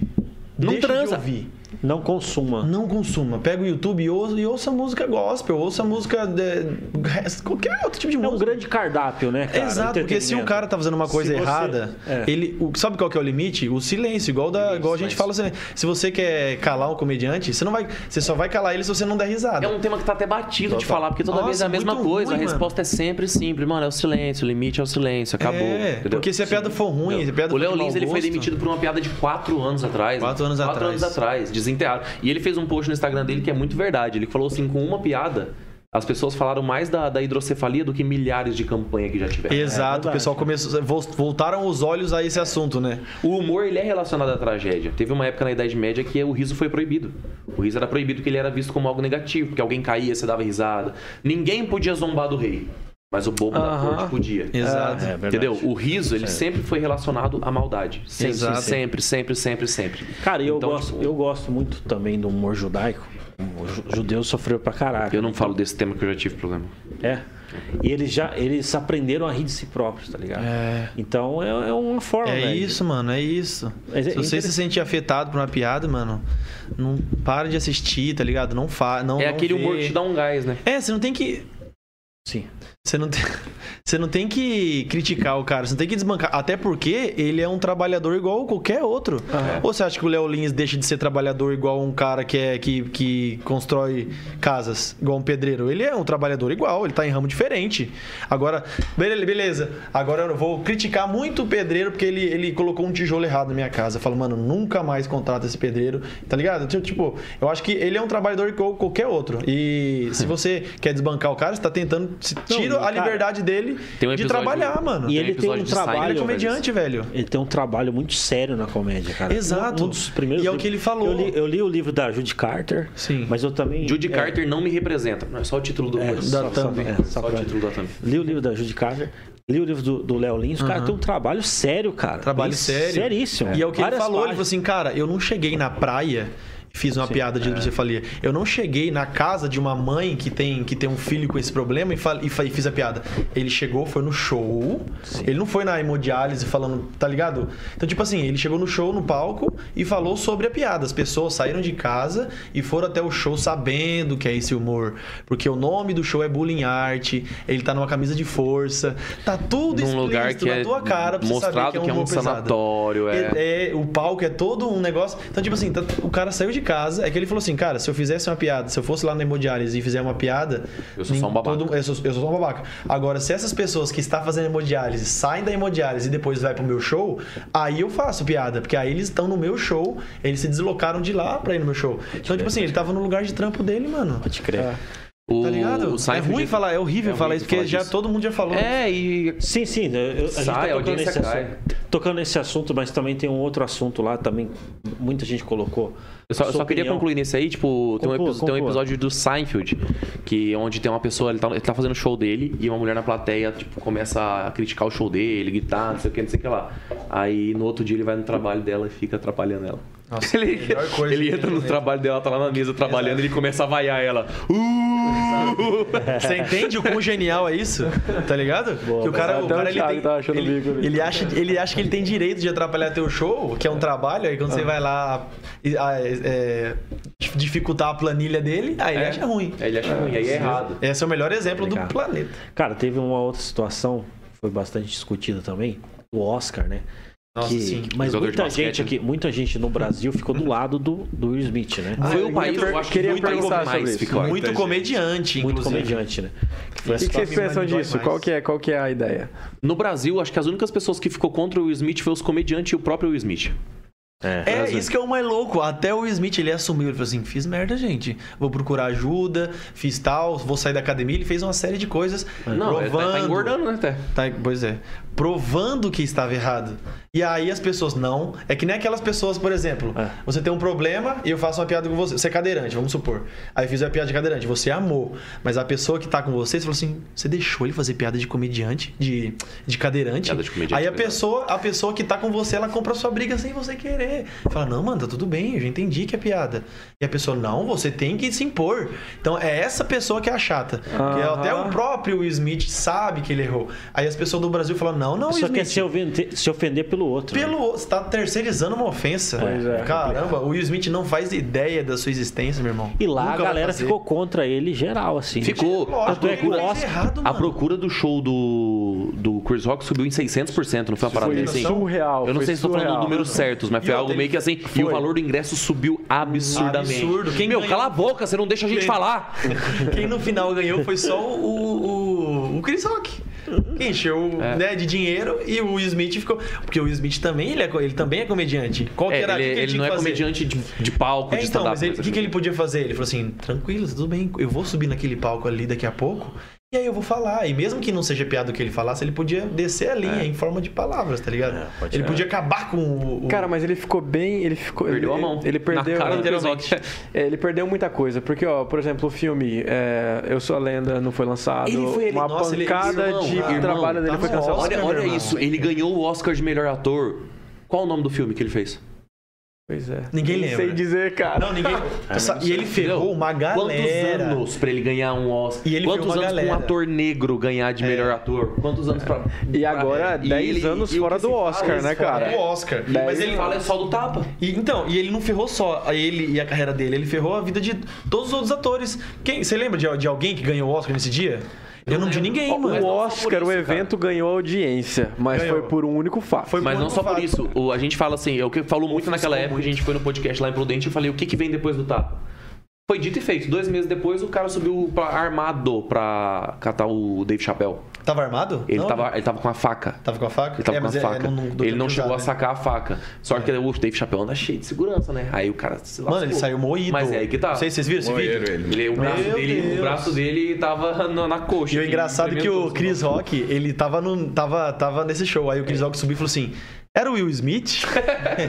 [SPEAKER 5] Não
[SPEAKER 4] deixa De
[SPEAKER 5] transa.
[SPEAKER 4] ouvir,
[SPEAKER 1] não consuma.
[SPEAKER 4] não consuma. Pega o YouTube e ouça, e ouça música gospel, ouça música... de- qualquer outro tipo de
[SPEAKER 1] É
[SPEAKER 4] música.
[SPEAKER 1] um grande cardápio, né, cara?
[SPEAKER 4] Exato, porque se um
[SPEAKER 1] Entretenimento.
[SPEAKER 4] cara tá fazendo uma coisa
[SPEAKER 1] você-
[SPEAKER 4] errada,
[SPEAKER 1] é.
[SPEAKER 4] ele. o- sabe qual que é o limite? O silêncio, igual, da, igual a gente fala assim. Se você quer calar um comediante, você não vai. Você só vai calar ele se você não der risada.
[SPEAKER 5] É um tema que tá até batido de falar, porque toda
[SPEAKER 4] Nossa,
[SPEAKER 5] vez é a mesma
[SPEAKER 4] muito
[SPEAKER 5] coisa.
[SPEAKER 4] ruim,
[SPEAKER 5] a resposta é sempre simples. Mano, é o silêncio, o limite é o silêncio, acabou.
[SPEAKER 4] É,
[SPEAKER 5] entendeu?
[SPEAKER 4] porque se a piada for ruim, se a piada
[SPEAKER 5] O
[SPEAKER 4] for de
[SPEAKER 5] Léo
[SPEAKER 4] mau
[SPEAKER 5] Lins ele foi
[SPEAKER 4] gosto-
[SPEAKER 5] demitido por uma piada de 4 anos atrás.
[SPEAKER 4] Quatro anos
[SPEAKER 5] Quatro
[SPEAKER 4] atrás.
[SPEAKER 5] anos atrás, desenterrado. E ele fez um post no Instagram dele que é muito verdade. Ele falou assim, com uma piada, as pessoas falaram mais da, da hidrocefalia do que milhares de campanha que já tiveram.
[SPEAKER 4] Exato,
[SPEAKER 1] verdade.
[SPEAKER 4] o pessoal começou. vol- Voltaram os olhos a esse assunto, né?
[SPEAKER 5] O humor, ele é relacionado à tragédia. Teve uma época na Idade Média que o riso foi proibido. O riso era proibido porque ele era visto como algo negativo, porque alguém caía, você dava risada. Ninguém podia zombar do rei, mas o bobo
[SPEAKER 4] Aham.
[SPEAKER 5] da corte podia.
[SPEAKER 4] Exato.
[SPEAKER 1] É, é verdade. É.
[SPEAKER 5] Entendeu? O riso, ele sempre foi relacionado à maldade. Sempre,
[SPEAKER 4] Exato.
[SPEAKER 5] sempre, sempre, sempre, sempre.
[SPEAKER 1] Cara, e eu,
[SPEAKER 5] Então,
[SPEAKER 1] gosto,
[SPEAKER 5] tipo,
[SPEAKER 1] eu gosto muito também do humor judaico. O ju- judeu sofreu pra caralho.
[SPEAKER 5] Eu não falo desse tema que eu já tive problema.
[SPEAKER 1] É. E eles já eles aprenderam a rir de si próprios, tá ligado?
[SPEAKER 4] É.
[SPEAKER 1] Então é, é uma forma.
[SPEAKER 4] É
[SPEAKER 1] né, de-
[SPEAKER 4] isso, mano, é isso.
[SPEAKER 1] Mas é
[SPEAKER 4] se você se
[SPEAKER 1] interessante.
[SPEAKER 4] sentir afetado por uma piada, mano, não para de assistir, tá ligado? Não fa, não.
[SPEAKER 5] é
[SPEAKER 4] não
[SPEAKER 5] aquele
[SPEAKER 4] vê.
[SPEAKER 5] humor que te dá um gás, né?
[SPEAKER 4] É, você não tem (laughs) que.
[SPEAKER 1] Sim.
[SPEAKER 4] Você não tem. Você não tem que criticar o cara, você não tem que desbancar. Até porque ele é um trabalhador igual qualquer outro. Ou você acha que o Léo Lins deixa de ser trabalhador igual um cara que, é, que, que constrói casas, igual um pedreiro? Ele é um trabalhador igual, ele tá em ramo diferente. Agora, bele- beleza. Agora eu vou criticar muito o pedreiro porque ele, ele colocou um tijolo errado na minha casa. Eu falo, mano, nunca mais contrata esse pedreiro, tá ligado? Tipo, Tipo, eu acho que ele é um trabalhador igual qualquer outro. E se você quer desbancar o cara, você tá tentando. se Tira
[SPEAKER 1] cara,
[SPEAKER 4] a liberdade dele
[SPEAKER 5] Tem um
[SPEAKER 4] de
[SPEAKER 5] episódio-
[SPEAKER 4] trabalhar, mano.
[SPEAKER 1] E ele tem
[SPEAKER 5] episódio
[SPEAKER 1] um
[SPEAKER 5] de Seinfeld,
[SPEAKER 1] trabalho-
[SPEAKER 4] Ele é
[SPEAKER 1] velho,
[SPEAKER 4] comediante,
[SPEAKER 5] comediante.
[SPEAKER 4] velho.
[SPEAKER 1] Ele tem um trabalho muito sério na comédia, cara.
[SPEAKER 4] Exato.
[SPEAKER 1] Um dos primeiros
[SPEAKER 4] E é o que ele falou.
[SPEAKER 1] Eu li, eu li o livro da Judy Carter.
[SPEAKER 4] Sim.
[SPEAKER 1] Mas eu também.
[SPEAKER 5] Judy
[SPEAKER 1] é,
[SPEAKER 5] Carter não me representa. Não, é só o título do
[SPEAKER 1] É,
[SPEAKER 5] coisa.
[SPEAKER 1] só-
[SPEAKER 5] Só-
[SPEAKER 1] só-
[SPEAKER 5] só-
[SPEAKER 1] é, só
[SPEAKER 5] só o
[SPEAKER 1] pra-
[SPEAKER 5] título da thumb.
[SPEAKER 4] Tá
[SPEAKER 1] Li o livro da Judy Carter. Li o livro do- do Léo Lins. O cara tem um trabalho sério, cara.
[SPEAKER 4] Trabalho
[SPEAKER 1] Bem
[SPEAKER 4] sério.
[SPEAKER 1] Seríssimo.
[SPEAKER 4] E é o que
[SPEAKER 1] Várias
[SPEAKER 4] ele falou, ele falou
[SPEAKER 1] páginas. É.
[SPEAKER 4] assim, cara, eu não cheguei na praia e fiz uma piada de hidrocefalia. Eu não cheguei na casa de uma mãe que tem, que tem um filho com esse problema e, fal- e fa- e fiz a piada. Ele chegou, foi no show. Ele não foi na hemodiálise falando, tá ligado? Então, tipo assim, ele chegou no show, no palco, e falou sobre a piada. As pessoas saíram de casa e foram até o show sabendo que é esse humor. Porque o nome do show é Bullying Arte, ele tá numa camisa de força, tá tudo
[SPEAKER 5] Num lugar
[SPEAKER 4] explícito
[SPEAKER 5] que
[SPEAKER 4] na
[SPEAKER 5] é
[SPEAKER 4] tua cara pra você saber
[SPEAKER 5] mostrado
[SPEAKER 4] que é um,
[SPEAKER 5] que é um
[SPEAKER 4] humor pesado.
[SPEAKER 5] sanatório, é.
[SPEAKER 4] É, o palco é todo um negócio. Então, tipo assim, tá- o cara saiu de casa, é que ele falou assim, cara, se eu fizesse uma piada, se eu fosse lá na hemodiálise e fizer uma piada...
[SPEAKER 5] Eu sou só um
[SPEAKER 4] nem-
[SPEAKER 5] babaca.
[SPEAKER 4] eu, sou, eu sou só um babaca. Agora, se essas pessoas que estão fazendo hemodiálise saem da hemodiálise e depois vai pro meu show, aí eu faço piada, porque aí eles estão no meu show, eles se deslocaram de lá pra ir no meu show. Então, tipo assim, ele tava no lugar de trampo dele, mano.
[SPEAKER 1] Pode crer.
[SPEAKER 5] O,
[SPEAKER 4] Tá ligado?
[SPEAKER 5] o
[SPEAKER 4] é
[SPEAKER 5] Seinfeld-
[SPEAKER 4] ruim falar, é horrível
[SPEAKER 5] é
[SPEAKER 4] falar
[SPEAKER 5] horrível
[SPEAKER 4] isso, porque
[SPEAKER 5] falar
[SPEAKER 4] já
[SPEAKER 5] disso.
[SPEAKER 4] todo mundo já falou.
[SPEAKER 5] É, e.
[SPEAKER 1] Sim, sim. eu- eu- a gente
[SPEAKER 5] Sai,
[SPEAKER 1] tá
[SPEAKER 5] a
[SPEAKER 1] tocando
[SPEAKER 5] audiência
[SPEAKER 1] nesse,
[SPEAKER 5] cai.
[SPEAKER 1] assunto, tocando nesse assunto, mas também tem um outro assunto lá também. Muita gente colocou.
[SPEAKER 5] Eu só, eu
[SPEAKER 1] Sua
[SPEAKER 5] só queria
[SPEAKER 1] opinião.
[SPEAKER 5] concluir nesse aí, tipo, tem um,
[SPEAKER 1] Conclua,
[SPEAKER 5] episo- tem um
[SPEAKER 1] conclua.
[SPEAKER 5] episódio do Seinfeld, que onde tem uma pessoa, ele tá, ele tá fazendo o show dele e uma mulher na plateia, tipo, começa a criticar o show dele, gritar, não sei o que, não sei o que lá. Aí no outro dia ele vai no trabalho dela e fica atrapalhando ela.
[SPEAKER 4] Nossa,
[SPEAKER 5] ele,
[SPEAKER 4] melhor coisa
[SPEAKER 5] ele
[SPEAKER 4] que
[SPEAKER 5] entra
[SPEAKER 4] tem
[SPEAKER 5] no
[SPEAKER 4] no
[SPEAKER 5] trabalho dela, tá lá na mesa trabalhando, ele começa a vaiar ela.
[SPEAKER 4] (laughs) Você entende o quão genial é isso? Tá ligado? que o cara,
[SPEAKER 2] até
[SPEAKER 4] o
[SPEAKER 2] o
[SPEAKER 4] cara ele,
[SPEAKER 2] Thiago
[SPEAKER 4] tem,
[SPEAKER 2] tá achando
[SPEAKER 4] ele,
[SPEAKER 2] o bico ali.
[SPEAKER 4] ele acha, ele acha que ele tem direito de atrapalhar teu show, que é um trabalho, aí quando
[SPEAKER 2] Ah.
[SPEAKER 4] você vai lá e- a- é, dificultar a planilha dele, aí ele acha ruim.
[SPEAKER 5] É. Aí ele acha ruim, aí é errado.
[SPEAKER 4] Esse é o melhor exemplo do
[SPEAKER 1] Obrigado.
[SPEAKER 4] planeta.
[SPEAKER 1] Cara, teve uma outra situação, foi bastante discutida também, o Oscar, né?
[SPEAKER 4] Nossa,
[SPEAKER 1] que,
[SPEAKER 4] sim.
[SPEAKER 1] Mas
[SPEAKER 5] Jogador de
[SPEAKER 1] muita
[SPEAKER 5] basquete,
[SPEAKER 1] gente
[SPEAKER 5] né?
[SPEAKER 1] aqui, muita gente no Brasil ficou do lado do, do Will Smith, né?
[SPEAKER 4] Ah,
[SPEAKER 5] Foi
[SPEAKER 2] eu
[SPEAKER 5] o país,
[SPEAKER 2] queria-
[SPEAKER 5] eu acho
[SPEAKER 2] queria
[SPEAKER 5] que foi o país
[SPEAKER 2] perguntar
[SPEAKER 5] que mais
[SPEAKER 2] sobre isso.
[SPEAKER 5] ficou.
[SPEAKER 4] Muito comediante,
[SPEAKER 1] Muito
[SPEAKER 4] inclusive.
[SPEAKER 1] comediante, né? Que foi
[SPEAKER 4] E
[SPEAKER 1] a
[SPEAKER 4] que
[SPEAKER 2] O que vocês
[SPEAKER 1] situação-
[SPEAKER 4] Sim, mas
[SPEAKER 2] pensam
[SPEAKER 4] não dói
[SPEAKER 2] disso?
[SPEAKER 4] tá mais.
[SPEAKER 2] Qual que, é, qual que é a ideia?
[SPEAKER 5] No Brasil, acho que as únicas pessoas que ficou contra o Will Smith foi os comediantes e o próprio Will Smith.
[SPEAKER 4] É, isso que é o mais louco. Até o Will Smith, ele assumiu. Ele falou assim, fiz merda, gente. Vou procurar ajuda, fiz tal, vou sair da academia. Ele fez uma série de coisas
[SPEAKER 5] Não, ele tá, tá engordando, né, até.
[SPEAKER 4] Tá, pois é. Provando que estava errado. E aí as pessoas não. É que nem aquelas pessoas, por exemplo,
[SPEAKER 1] É.
[SPEAKER 4] você tem um problema e eu faço uma piada com você. Você é cadeirante, vamos supor. Aí eu fiz a piada de cadeirante, você amou. Mas a pessoa que tá com você, você falou assim: você deixou ele fazer piada de comediante, de, de cadeirante.
[SPEAKER 5] Piada de comediante,
[SPEAKER 4] aí a
[SPEAKER 5] é verdade.
[SPEAKER 4] pessoa, a pessoa que tá com você, ela compra a sua briga sem você querer. Fala, não, mano, tá tudo bem, eu já entendi que é piada. E a pessoa, não, você tem que se impor. Então é essa pessoa que é a chata. Porque
[SPEAKER 2] Aham.
[SPEAKER 4] até um o próprio Will Smith sabe que ele errou. Aí as pessoas do Brasil falam, não, não, Will
[SPEAKER 1] Só quer
[SPEAKER 4] Smith.
[SPEAKER 1] se ofender, se ofender um pelo outro. né?
[SPEAKER 4] Pelo, você tá terceirizando uma ofensa.
[SPEAKER 2] é.
[SPEAKER 4] Caramba, o Will Smith não faz ideia da sua existência, meu irmão.
[SPEAKER 1] E lá
[SPEAKER 4] Nunca
[SPEAKER 1] a
[SPEAKER 4] vai
[SPEAKER 1] galera
[SPEAKER 4] fazer.
[SPEAKER 1] ficou contra ele geral, assim.
[SPEAKER 5] Ficou.
[SPEAKER 4] Lógico,
[SPEAKER 1] Tanto é que o
[SPEAKER 4] ele fez
[SPEAKER 1] Oscar-
[SPEAKER 4] errado,
[SPEAKER 5] A
[SPEAKER 4] mano.
[SPEAKER 5] procura do show do, do Chris Rock subiu em 600%, não foi uma parada
[SPEAKER 2] Foi
[SPEAKER 5] assim?
[SPEAKER 2] surreal,
[SPEAKER 5] Eu não
[SPEAKER 2] foi
[SPEAKER 5] sei se tô falando
[SPEAKER 2] surreal.
[SPEAKER 5] números certos, mas foi
[SPEAKER 4] E outra,
[SPEAKER 5] algo meio que assim. E
[SPEAKER 2] foi.
[SPEAKER 5] o valor do ingresso subiu absurdamente.
[SPEAKER 4] Absurdo. Quem
[SPEAKER 5] Meu,
[SPEAKER 4] ganha-
[SPEAKER 5] cala a boca, você não deixa a gente
[SPEAKER 4] Quem-
[SPEAKER 5] falar.
[SPEAKER 4] (laughs) Quem no final ganhou foi só o, o, o Chris Rock. Que encheu
[SPEAKER 1] É.
[SPEAKER 4] né, de dinheiro e o Will Smith ficou. Porque o Will Smith também, ele, é, co- ele também é comediante. Qual que
[SPEAKER 5] É,
[SPEAKER 4] era o
[SPEAKER 5] ele
[SPEAKER 4] que que
[SPEAKER 5] ele
[SPEAKER 4] tinha
[SPEAKER 5] não
[SPEAKER 4] que
[SPEAKER 5] é
[SPEAKER 4] fazer?
[SPEAKER 5] comediante de, de palco,
[SPEAKER 4] É,
[SPEAKER 5] de
[SPEAKER 4] então,
[SPEAKER 5] stand-up.
[SPEAKER 4] mas ele- o
[SPEAKER 5] mas
[SPEAKER 4] que, que ele podia fazer? Ele falou assim: tranquilo, tudo bem, eu vou subir naquele palco ali daqui a pouco. E aí eu vou falar. E mesmo que não seja piada o que ele falasse, ele podia descer a linha
[SPEAKER 5] É.
[SPEAKER 4] em forma de palavras, tá ligado? ele podia acabar com o. o-
[SPEAKER 2] Cara, mas ele ficou bem. Ele ficou.
[SPEAKER 5] Perdeu
[SPEAKER 2] ele,
[SPEAKER 5] a mão.
[SPEAKER 2] Ele perdeu.
[SPEAKER 5] Na cara do Chris
[SPEAKER 4] literalmente.
[SPEAKER 5] Rock. (laughs)
[SPEAKER 2] É, ele perdeu muita coisa, porque, ó, por exemplo, o filme é, Eu Sou a Lenda não foi lançado.
[SPEAKER 5] Ele foi- ele-
[SPEAKER 2] uma
[SPEAKER 4] nossa, ele- é
[SPEAKER 2] pancada
[SPEAKER 4] irmão,
[SPEAKER 2] de
[SPEAKER 4] irmão,
[SPEAKER 2] trabalho dele
[SPEAKER 4] tá
[SPEAKER 2] foi cancelado.
[SPEAKER 5] Olha,
[SPEAKER 4] Oscar,
[SPEAKER 5] olha
[SPEAKER 4] meu irmão.
[SPEAKER 5] isso, ele ganhou o Oscar de melhor ator. Qual o nome do filme que ele fez?
[SPEAKER 2] Pois é.
[SPEAKER 4] Ninguém
[SPEAKER 2] Não
[SPEAKER 4] lembra.
[SPEAKER 2] Sei dizer, cara.
[SPEAKER 4] Não,
[SPEAKER 5] (laughs)
[SPEAKER 4] ninguém.
[SPEAKER 5] É,
[SPEAKER 4] Essa- e ele ferrou uma galera.
[SPEAKER 5] Quantos anos pra ele ganhar um Oscar?
[SPEAKER 4] E ele
[SPEAKER 5] Quantos
[SPEAKER 4] foi uma
[SPEAKER 5] anos pra um
[SPEAKER 4] galera.
[SPEAKER 5] ator negro ganhar de melhor ator? Quantos anos pra.
[SPEAKER 2] E agora,
[SPEAKER 5] pra- e
[SPEAKER 2] 10
[SPEAKER 5] ele-
[SPEAKER 2] anos
[SPEAKER 5] e o
[SPEAKER 2] fora
[SPEAKER 5] que
[SPEAKER 2] do
[SPEAKER 5] se fala,
[SPEAKER 2] Oscar, né,
[SPEAKER 5] se fala,
[SPEAKER 2] cara?
[SPEAKER 4] O Oscar.
[SPEAKER 5] é.
[SPEAKER 4] Mas ele.
[SPEAKER 5] fala só do tapa.
[SPEAKER 4] E, então, e ele não ferrou só a ele e a carreira dele, ele ferrou a vida de todos os outros atores. Quem, você lembra de, de alguém que ganhou o Oscar nesse dia? Eu não vi ninguém,
[SPEAKER 2] O
[SPEAKER 4] mano.
[SPEAKER 2] Oscar, o evento, ganhou audiência, mas
[SPEAKER 4] Ganhou.
[SPEAKER 2] foi por um único fato.
[SPEAKER 4] Foi
[SPEAKER 5] Mas não só por
[SPEAKER 4] fato.
[SPEAKER 5] isso. O- a gente fala assim, eu que falo muito naquela época, a gente foi no podcast lá em Prudente e eu falei, o que, que vem depois do tapa? Foi dito e feito. Dois meses depois, o cara subiu pra- armado pra catar o Dave Chappelle.
[SPEAKER 4] Tava armado?
[SPEAKER 5] Ele,
[SPEAKER 4] Não,
[SPEAKER 5] tava, ele tava com a faca.
[SPEAKER 4] Tava com a faca?
[SPEAKER 5] Ele tava
[SPEAKER 4] É,
[SPEAKER 5] com a
[SPEAKER 4] mas é-
[SPEAKER 5] faca.
[SPEAKER 4] é, não- não-
[SPEAKER 5] ele não
[SPEAKER 4] usar,
[SPEAKER 5] chegou a
[SPEAKER 4] né? É.
[SPEAKER 5] sacar a faca. Só que o Dave Chappelle anda cheio de segurança, né? Aí o cara se lascou.
[SPEAKER 4] Mano, ele saiu moído.
[SPEAKER 5] Mas é aí que tá.
[SPEAKER 4] Não sei se vocês viram esse vídeo.
[SPEAKER 3] Moeiro ele.
[SPEAKER 5] Ele, o, braço
[SPEAKER 4] Meu
[SPEAKER 5] dele,
[SPEAKER 4] Deus.
[SPEAKER 5] o braço dele tava na, na coxa.
[SPEAKER 4] E o
[SPEAKER 5] assim,
[SPEAKER 4] engraçado é que o
[SPEAKER 5] tremendoso.
[SPEAKER 4] Chris Rock, ele tava, no, tava, tava nesse show. Aí o
[SPEAKER 5] É.
[SPEAKER 4] Chris Rock subiu e falou assim: era o Will
[SPEAKER 5] (laughs)
[SPEAKER 4] Smith?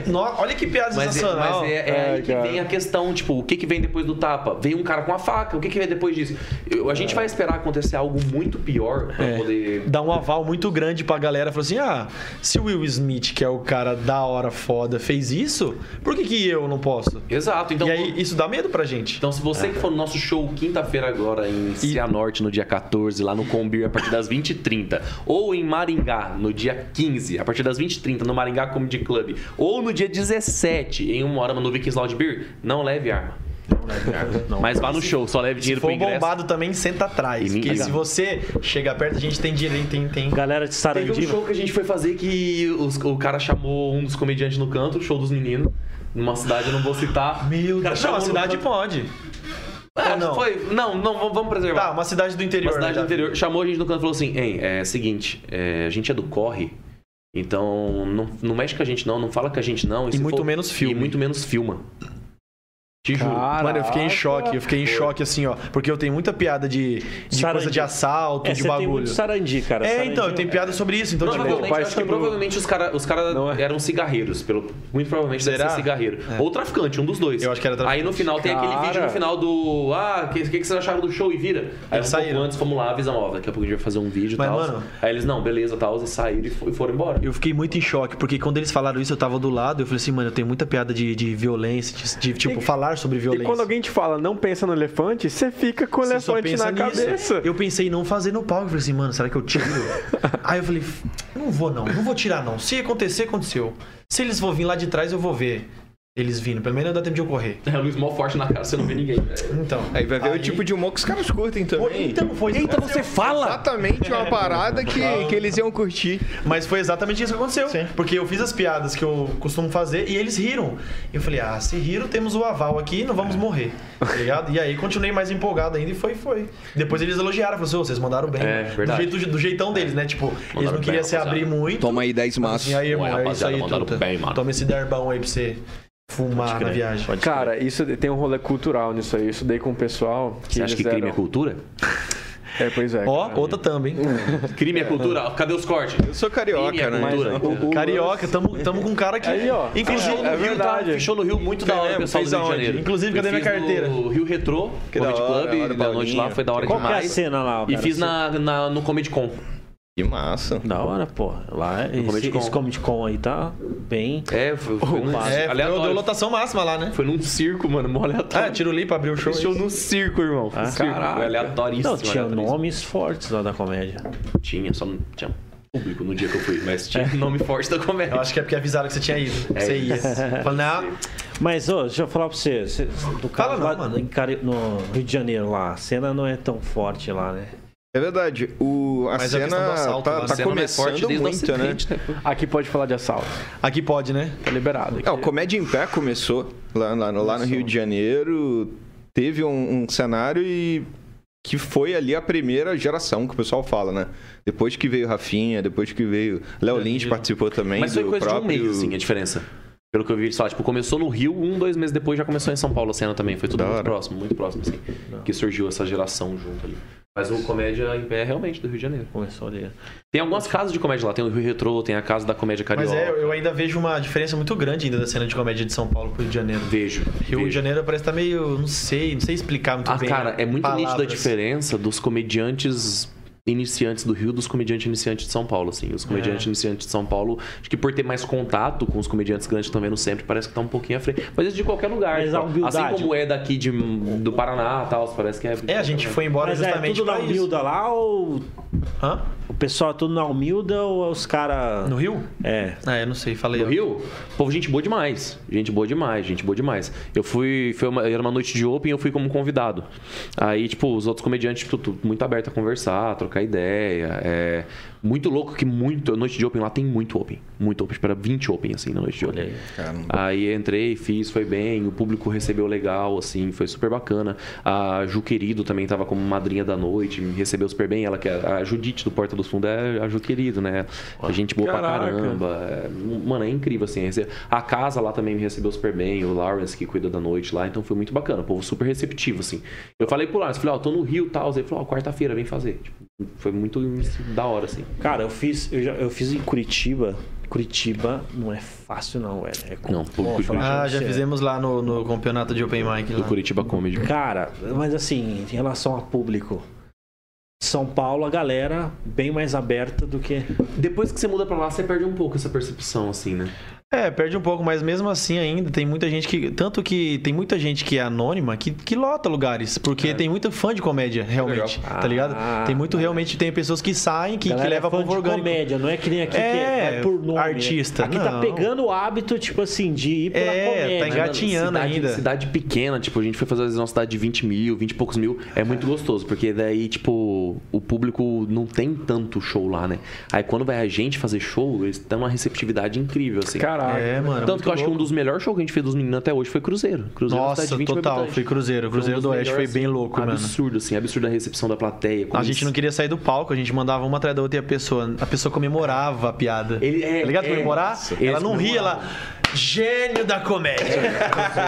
[SPEAKER 4] Nossa, olha que piada
[SPEAKER 5] Mas é,
[SPEAKER 4] sensacional.
[SPEAKER 5] mas é- é aí que vem a questão, tipo, o que, que vem depois do tapa? Vem um cara com a faca, o que, que vem depois disso? Eu- a
[SPEAKER 4] É.
[SPEAKER 5] gente vai esperar acontecer algo muito pior pra poder.
[SPEAKER 4] Dá um aval muito grande pra galera. Falou assim: ah, se o Will Smith, que é o cara da hora foda, fez isso, por que, que eu não posso?
[SPEAKER 5] Exato, então.
[SPEAKER 4] e aí, isso dá medo pra gente.
[SPEAKER 5] Então, se você que for no nosso show quinta-feira agora em Cianorte, no dia 14, lá no Combir, a partir das 20h30, ou em Maringá, no dia 15, a partir das 20h30, no Maringá Comedy Club, ou no dia 17, em uma hora no Vikings Loud Beer, não leve arma. Mas vá no show, só leve
[SPEAKER 4] Se
[SPEAKER 5] dinheiro pro
[SPEAKER 4] for
[SPEAKER 5] ingresso.
[SPEAKER 4] bombado também, senta atrás.
[SPEAKER 5] E
[SPEAKER 4] Porque
[SPEAKER 5] ninguém-
[SPEAKER 4] se você chega perto, a gente tem direito, tem, tem.
[SPEAKER 1] Galera de
[SPEAKER 5] Teve um
[SPEAKER 1] Sarandiva.
[SPEAKER 5] show que a gente foi fazer que os- o cara chamou um dos comediantes no canto, o show dos meninos. Numa cidade, eu não vou citar.
[SPEAKER 4] Meu
[SPEAKER 5] O cara
[SPEAKER 4] Deus,
[SPEAKER 5] chamou
[SPEAKER 4] não, a
[SPEAKER 5] no
[SPEAKER 4] cidade
[SPEAKER 5] canto.
[SPEAKER 4] pode.
[SPEAKER 5] Ah,
[SPEAKER 4] ou não?
[SPEAKER 5] Foi. Não, não, vamos- vamos preservar.
[SPEAKER 4] Tá, uma cidade do interior.
[SPEAKER 5] Uma cidade
[SPEAKER 4] né,
[SPEAKER 5] do interior. Chamou a gente no canto e falou assim: Hein, é seguinte, é, a gente é do corre, então não, não mexe com a gente não, não fala com a gente não.
[SPEAKER 4] E
[SPEAKER 5] se
[SPEAKER 4] muito menos filma.
[SPEAKER 5] E muito menos filma. Te juro.
[SPEAKER 4] Mano, eu fiquei em choque, eu fiquei em choque assim, ó. Porque eu tenho muita piada de, de
[SPEAKER 1] Sarandi.
[SPEAKER 4] coisa de assalto,
[SPEAKER 1] É,
[SPEAKER 4] de
[SPEAKER 1] você tem muito
[SPEAKER 4] bagulho.
[SPEAKER 1] sarandi, cara.
[SPEAKER 4] É,
[SPEAKER 1] Sarandi
[SPEAKER 4] então, eu tenho piada sobre isso. Então, tipo,
[SPEAKER 5] Provavelmente,
[SPEAKER 2] pai
[SPEAKER 5] acho que
[SPEAKER 2] Sandu.
[SPEAKER 5] provavelmente os caras os cara
[SPEAKER 2] Não é?
[SPEAKER 5] eram cigarreiros. Pelo, muito provavelmente deve
[SPEAKER 4] Será? É.
[SPEAKER 5] ser cigarreiro. Ou traficante, um dos dois.
[SPEAKER 4] Eu acho que era
[SPEAKER 5] Aí no final tem aquele vídeo no final do. Ah, o que, que, que vocês acharam do show e vira? Aí um pouco
[SPEAKER 4] saíram.
[SPEAKER 5] antes fomos lá, avisamos, ó, daqui a pouco a gente vai fazer um vídeo e
[SPEAKER 4] Mas,
[SPEAKER 5] tal.
[SPEAKER 4] mano-
[SPEAKER 5] Aí eles, não, beleza, tal, e saíram e fo- e foram embora.
[SPEAKER 4] eu fiquei muito em choque, porque quando eles falaram isso, eu tava do lado. Eu falei assim, mano, eu tenho muita piada de, de violência, de, de, tipo, falar sobre
[SPEAKER 2] E
[SPEAKER 4] violência.
[SPEAKER 2] quando alguém te fala, não pensa no elefante, você fica com o
[SPEAKER 4] Você só
[SPEAKER 2] elefante
[SPEAKER 4] pensa
[SPEAKER 2] na
[SPEAKER 4] nisso.
[SPEAKER 2] cabeça.
[SPEAKER 4] Eu pensei em não fazer no palco. Eu falei assim, mano, será que eu tiro? Aí eu falei, não vou não, não vou tirar não. Se acontecer, aconteceu. Se eles vão vir lá de trás, eu vou ver eles vindo. Pelo menos não dá tempo de eu correr.
[SPEAKER 5] É, Luiz, mó forte na cara, você não vê ninguém. né?
[SPEAKER 4] Então.
[SPEAKER 3] Aí vai ver o tipo de humor que os caras curtem também.
[SPEAKER 4] Então, foi isso que aconteceu.
[SPEAKER 1] é fala!
[SPEAKER 3] Exatamente
[SPEAKER 5] (laughs)
[SPEAKER 3] uma parada que, que eles iam curtir.
[SPEAKER 4] Mas foi exatamente isso que aconteceu. Porque eu fiz as piadas que eu costumo fazer e eles riram. Eu falei, ah, se riram, temos o aval aqui não vamos morrer. Tá ligado? E aí continuei mais empolgado ainda e foi, foi. Depois eles elogiaram, falaram assim, "Ô, vocês mandaram bem.
[SPEAKER 5] É,
[SPEAKER 4] né?" do,
[SPEAKER 5] verdade.
[SPEAKER 4] jeito- do jeitão deles, né? Tipo, eles não
[SPEAKER 5] bem,
[SPEAKER 4] queriam se
[SPEAKER 5] rapaziada.
[SPEAKER 4] abrir muito.
[SPEAKER 6] Toma aí 10 maços.
[SPEAKER 4] E aí, irmão,
[SPEAKER 5] Ué,
[SPEAKER 4] é isso
[SPEAKER 5] rapaziada,
[SPEAKER 4] aí,
[SPEAKER 5] mandaram
[SPEAKER 4] truta.
[SPEAKER 5] bem, mano.
[SPEAKER 4] Toma esse darbão aí pra você fumar na viagem.
[SPEAKER 2] Cara, isso tem um rolê cultural nisso aí. Eu estudei com o pessoal. Que
[SPEAKER 5] Você acha que
[SPEAKER 2] eles
[SPEAKER 5] crime é
[SPEAKER 2] eram-
[SPEAKER 5] cultura?
[SPEAKER 2] É, pois é.
[SPEAKER 4] Ó, outra também.
[SPEAKER 5] Crime é cultura? Cadê os cortes?
[SPEAKER 3] Eu sou
[SPEAKER 5] Crime é
[SPEAKER 3] carioca, né?
[SPEAKER 5] cultura.
[SPEAKER 3] Então,
[SPEAKER 2] o-
[SPEAKER 4] Carioca, tamo, tamo com um cara que.
[SPEAKER 2] Aí, ó.
[SPEAKER 4] Inclusive,
[SPEAKER 2] É, é
[SPEAKER 4] no Rio tá-
[SPEAKER 2] verdade.
[SPEAKER 5] Fechou no Rio muito da hora,
[SPEAKER 3] Caramba,
[SPEAKER 5] pessoal do
[SPEAKER 3] fez
[SPEAKER 5] Rio de
[SPEAKER 3] aonde?
[SPEAKER 5] Janeiro.
[SPEAKER 4] Inclusive, cadê
[SPEAKER 5] Eu
[SPEAKER 4] minha
[SPEAKER 5] fiz
[SPEAKER 4] carteira?
[SPEAKER 5] No Rio Retrô,
[SPEAKER 3] Que
[SPEAKER 5] Comedy
[SPEAKER 3] da hora,
[SPEAKER 5] Club,
[SPEAKER 3] a hora do
[SPEAKER 5] da noite lá,
[SPEAKER 3] Paulinho.
[SPEAKER 5] foi da hora
[SPEAKER 1] Qual que é a
[SPEAKER 5] demais.
[SPEAKER 1] cena lá,
[SPEAKER 5] E
[SPEAKER 1] cara?
[SPEAKER 5] fiz na, na- no Comedy Con.
[SPEAKER 3] Que massa.
[SPEAKER 1] é Da hora, porra. Lá,
[SPEAKER 5] Comic
[SPEAKER 1] esse,
[SPEAKER 5] Con.
[SPEAKER 1] esse Comic Con aí tá bem...
[SPEAKER 5] É, foi, foi num,
[SPEAKER 4] É, deu, deu
[SPEAKER 5] aleatório.
[SPEAKER 4] lotação máxima lá, né?
[SPEAKER 5] Foi num circo, mano, mó aleatório.
[SPEAKER 4] Ah, tiro ali pra abrir o show.
[SPEAKER 5] Fechou no circo, irmão. Ah, Foi
[SPEAKER 4] é
[SPEAKER 5] aleatoríssimo.
[SPEAKER 1] Não, tinha
[SPEAKER 5] aleatoríssimo.
[SPEAKER 1] nomes fortes lá da comédia.
[SPEAKER 5] Tinha, só não tinha público no dia que eu fui, mas
[SPEAKER 1] É.
[SPEAKER 5] tinha (laughs) nome forte da
[SPEAKER 4] Eu
[SPEAKER 5] comédia.
[SPEAKER 4] acho que é porque avisaram que você tinha ido.
[SPEAKER 5] É
[SPEAKER 4] você ia. (laughs) ah,
[SPEAKER 5] isso.
[SPEAKER 4] Falei, não,
[SPEAKER 1] Mas, ô, deixa eu falar pra você. você- do cara
[SPEAKER 4] Fala não,
[SPEAKER 1] lá
[SPEAKER 4] mano.
[SPEAKER 1] em Cari- no Rio de Janeiro lá, a cena não é tão forte lá, né?
[SPEAKER 3] É verdade. O, a
[SPEAKER 4] Mas a
[SPEAKER 3] cena
[SPEAKER 4] questão do assalto,
[SPEAKER 3] tá,
[SPEAKER 4] né?
[SPEAKER 3] tá
[SPEAKER 5] A cena não é
[SPEAKER 3] começando
[SPEAKER 5] desde o
[SPEAKER 3] muito, né?
[SPEAKER 5] acidente,
[SPEAKER 2] Aqui pode falar de assalto.
[SPEAKER 4] aqui pode, né?
[SPEAKER 2] Tá liberado. aqui.
[SPEAKER 3] É, o Comédia em Pé começou lá, lá no, lá no Rio de Janeiro. Teve um, um cenário e que foi ali a primeira geração que o pessoal fala, né? Depois que veio Rafinha, depois que veio Léo Lins participou também
[SPEAKER 5] Mas
[SPEAKER 3] do
[SPEAKER 5] foi coisa
[SPEAKER 3] próprio.
[SPEAKER 5] de um mês, assim, a diferença. Pelo que eu vi eles falar, tipo, começou no Rio, um, dois meses depois já começou em São Paulo a cena também. Foi tudo
[SPEAKER 3] Da
[SPEAKER 5] muito
[SPEAKER 3] hora.
[SPEAKER 5] próximo, muito próximo, assim. Que surgiu essa geração junto ali. Mas o Comédia em Pé é realmente do Rio de Janeiro.
[SPEAKER 1] Começou ali.
[SPEAKER 5] Tem algumas casas de comédia lá. Tem o Rio Retrô, tem a casa da comédia
[SPEAKER 4] Mas
[SPEAKER 5] carioca.
[SPEAKER 4] é, eu ainda vejo uma diferença muito grande ainda da cena de comédia de São Paulo pro Rio de Janeiro.
[SPEAKER 5] Vejo.
[SPEAKER 4] Rio de
[SPEAKER 5] vejo.
[SPEAKER 4] Janeiro parece que tá meio. Não sei, não sei explicar muito
[SPEAKER 5] Ah,
[SPEAKER 4] bem.
[SPEAKER 5] cara, é muito nítida a
[SPEAKER 4] palavras.
[SPEAKER 5] diferença dos comediantes iniciantes do Rio dos comediantes iniciantes de São Paulo, assim.
[SPEAKER 4] É.
[SPEAKER 5] Os comediantes iniciantes de São Paulo, acho que por ter mais contato com os comediantes grandes que estão vendo sempre, parece que tá um pouquinho à frente. Mas isso de qualquer lugar.
[SPEAKER 1] Mas
[SPEAKER 5] tipo,
[SPEAKER 1] a humildade-
[SPEAKER 5] assim como é daqui de, do Paraná e tal, parece que é...
[SPEAKER 4] É, a gente foi embora
[SPEAKER 1] Mas é
[SPEAKER 4] justamente
[SPEAKER 1] tudo na
[SPEAKER 4] pra isso.
[SPEAKER 1] humilda lá ou
[SPEAKER 4] Hã?
[SPEAKER 1] O pessoal é tudo na humilda ou é os caras.
[SPEAKER 4] No Rio?
[SPEAKER 1] É.
[SPEAKER 4] Ah, eu não sei, falei.
[SPEAKER 5] No Rio? Povo, gente boa demais. Gente boa demais, gente boa demais. Eu fui. Foi uma, era uma noite de open e eu fui como um convidado. Aí, tipo, os outros comediantes, tipo, tu- muito aberto a conversar, a trocar ideia. É muito louco que muito. Noite de open lá tem muito open. Muito open. Espera 20 open, assim, na noite de open.
[SPEAKER 3] Caramba.
[SPEAKER 5] Aí entrei, fiz, foi bem, o público recebeu legal, assim, foi super bacana. A Ju Querido também tava como madrinha da noite, me recebeu super bem. Ela que é a Judite do Porta dos Fundos é a Ju Querido, né? A gente boa
[SPEAKER 2] Caraca.
[SPEAKER 5] pra caramba. É, Mano, é incrível, assim. rece- A casa lá também me recebeu super bem, o Lawrence que cuida da noite lá, então foi muito bacana. O povo super receptivo, assim. Eu falei pro Lawrence, falei, ó, tô no Rio e tal. Ele falou, ó, quarta-feira, vem fazer. Tipo, foi muito da hora, assim.
[SPEAKER 1] Cara, eu fiz, eu, já- eu fiz em Curitiba. Curitiba não é fácil, não, velho. É com-
[SPEAKER 5] Não, público
[SPEAKER 1] Pô,
[SPEAKER 5] de
[SPEAKER 1] falar pra
[SPEAKER 4] Ah, já
[SPEAKER 1] você.
[SPEAKER 4] fizemos lá no, no campeonato de Open Mic
[SPEAKER 5] Do
[SPEAKER 4] lá.
[SPEAKER 5] Curitiba Comedy.
[SPEAKER 1] Cara, mas assim, em relação a público, São Paulo, a galera bem mais aberta do que.
[SPEAKER 5] Depois que você muda pra lá, você perde um pouco essa percepção, assim, né?
[SPEAKER 4] É, perde um pouco, mas mesmo assim ainda tem muita gente que. Tanto que tem muita gente que é anônima que, que lota lugares.
[SPEAKER 5] É.
[SPEAKER 4] Porque tem muito fã de comédia, realmente.
[SPEAKER 1] legal.
[SPEAKER 4] Tá ligado?
[SPEAKER 1] Ah,
[SPEAKER 4] tem muito, realmente, tem pessoas que saem, que, que
[SPEAKER 1] galera
[SPEAKER 4] leva
[SPEAKER 1] é fã
[SPEAKER 4] povo
[SPEAKER 1] de
[SPEAKER 4] orgânico.
[SPEAKER 1] comédia, não é que nem aqui que
[SPEAKER 4] É,
[SPEAKER 1] é, é por nome.
[SPEAKER 4] artista,
[SPEAKER 1] Aqui tá
[SPEAKER 4] não.
[SPEAKER 1] pegando o hábito, tipo assim, de ir pela
[SPEAKER 4] É,
[SPEAKER 1] comédia.
[SPEAKER 4] tá engatinhado. Engatinhando
[SPEAKER 5] né, cidade,
[SPEAKER 4] ainda.
[SPEAKER 5] Cidade pequena, tipo, a gente foi fazer às vezes, uma cidade de 20 mil, 20 e poucos mil. É muito gostoso, porque daí, tipo, o público não tem tanto show lá, né? Aí quando vai a gente fazer show, eles têm uma receptividade incrível, assim.
[SPEAKER 2] Caraca.
[SPEAKER 4] É, mano.
[SPEAKER 5] Tanto que eu acho que um dos melhores shows que a gente fez dos meninos até hoje foi Cruzeiro. Cruzeiro é uma
[SPEAKER 4] Nossa,
[SPEAKER 5] cidade de 20 mil
[SPEAKER 4] total.
[SPEAKER 5] habitantes.
[SPEAKER 4] Foi Cruzeiro.
[SPEAKER 5] Foi um
[SPEAKER 4] Cruzeiro
[SPEAKER 5] dos
[SPEAKER 4] do Oeste foi
[SPEAKER 5] melhores,
[SPEAKER 4] bem louco, mano.
[SPEAKER 5] Absurdo, assim, absurdo a recepção da plateia. como
[SPEAKER 4] A gente
[SPEAKER 5] eles-
[SPEAKER 4] não queria sair do palco, a gente mandava uma atrás da outra e a pessoa, a pessoa comemorava a piada.
[SPEAKER 5] Ele- é,
[SPEAKER 4] tá ligado?
[SPEAKER 5] é,
[SPEAKER 4] comemorar?
[SPEAKER 5] nossa,
[SPEAKER 4] ela
[SPEAKER 5] eles
[SPEAKER 4] não ria, ela. Gênio da comédia.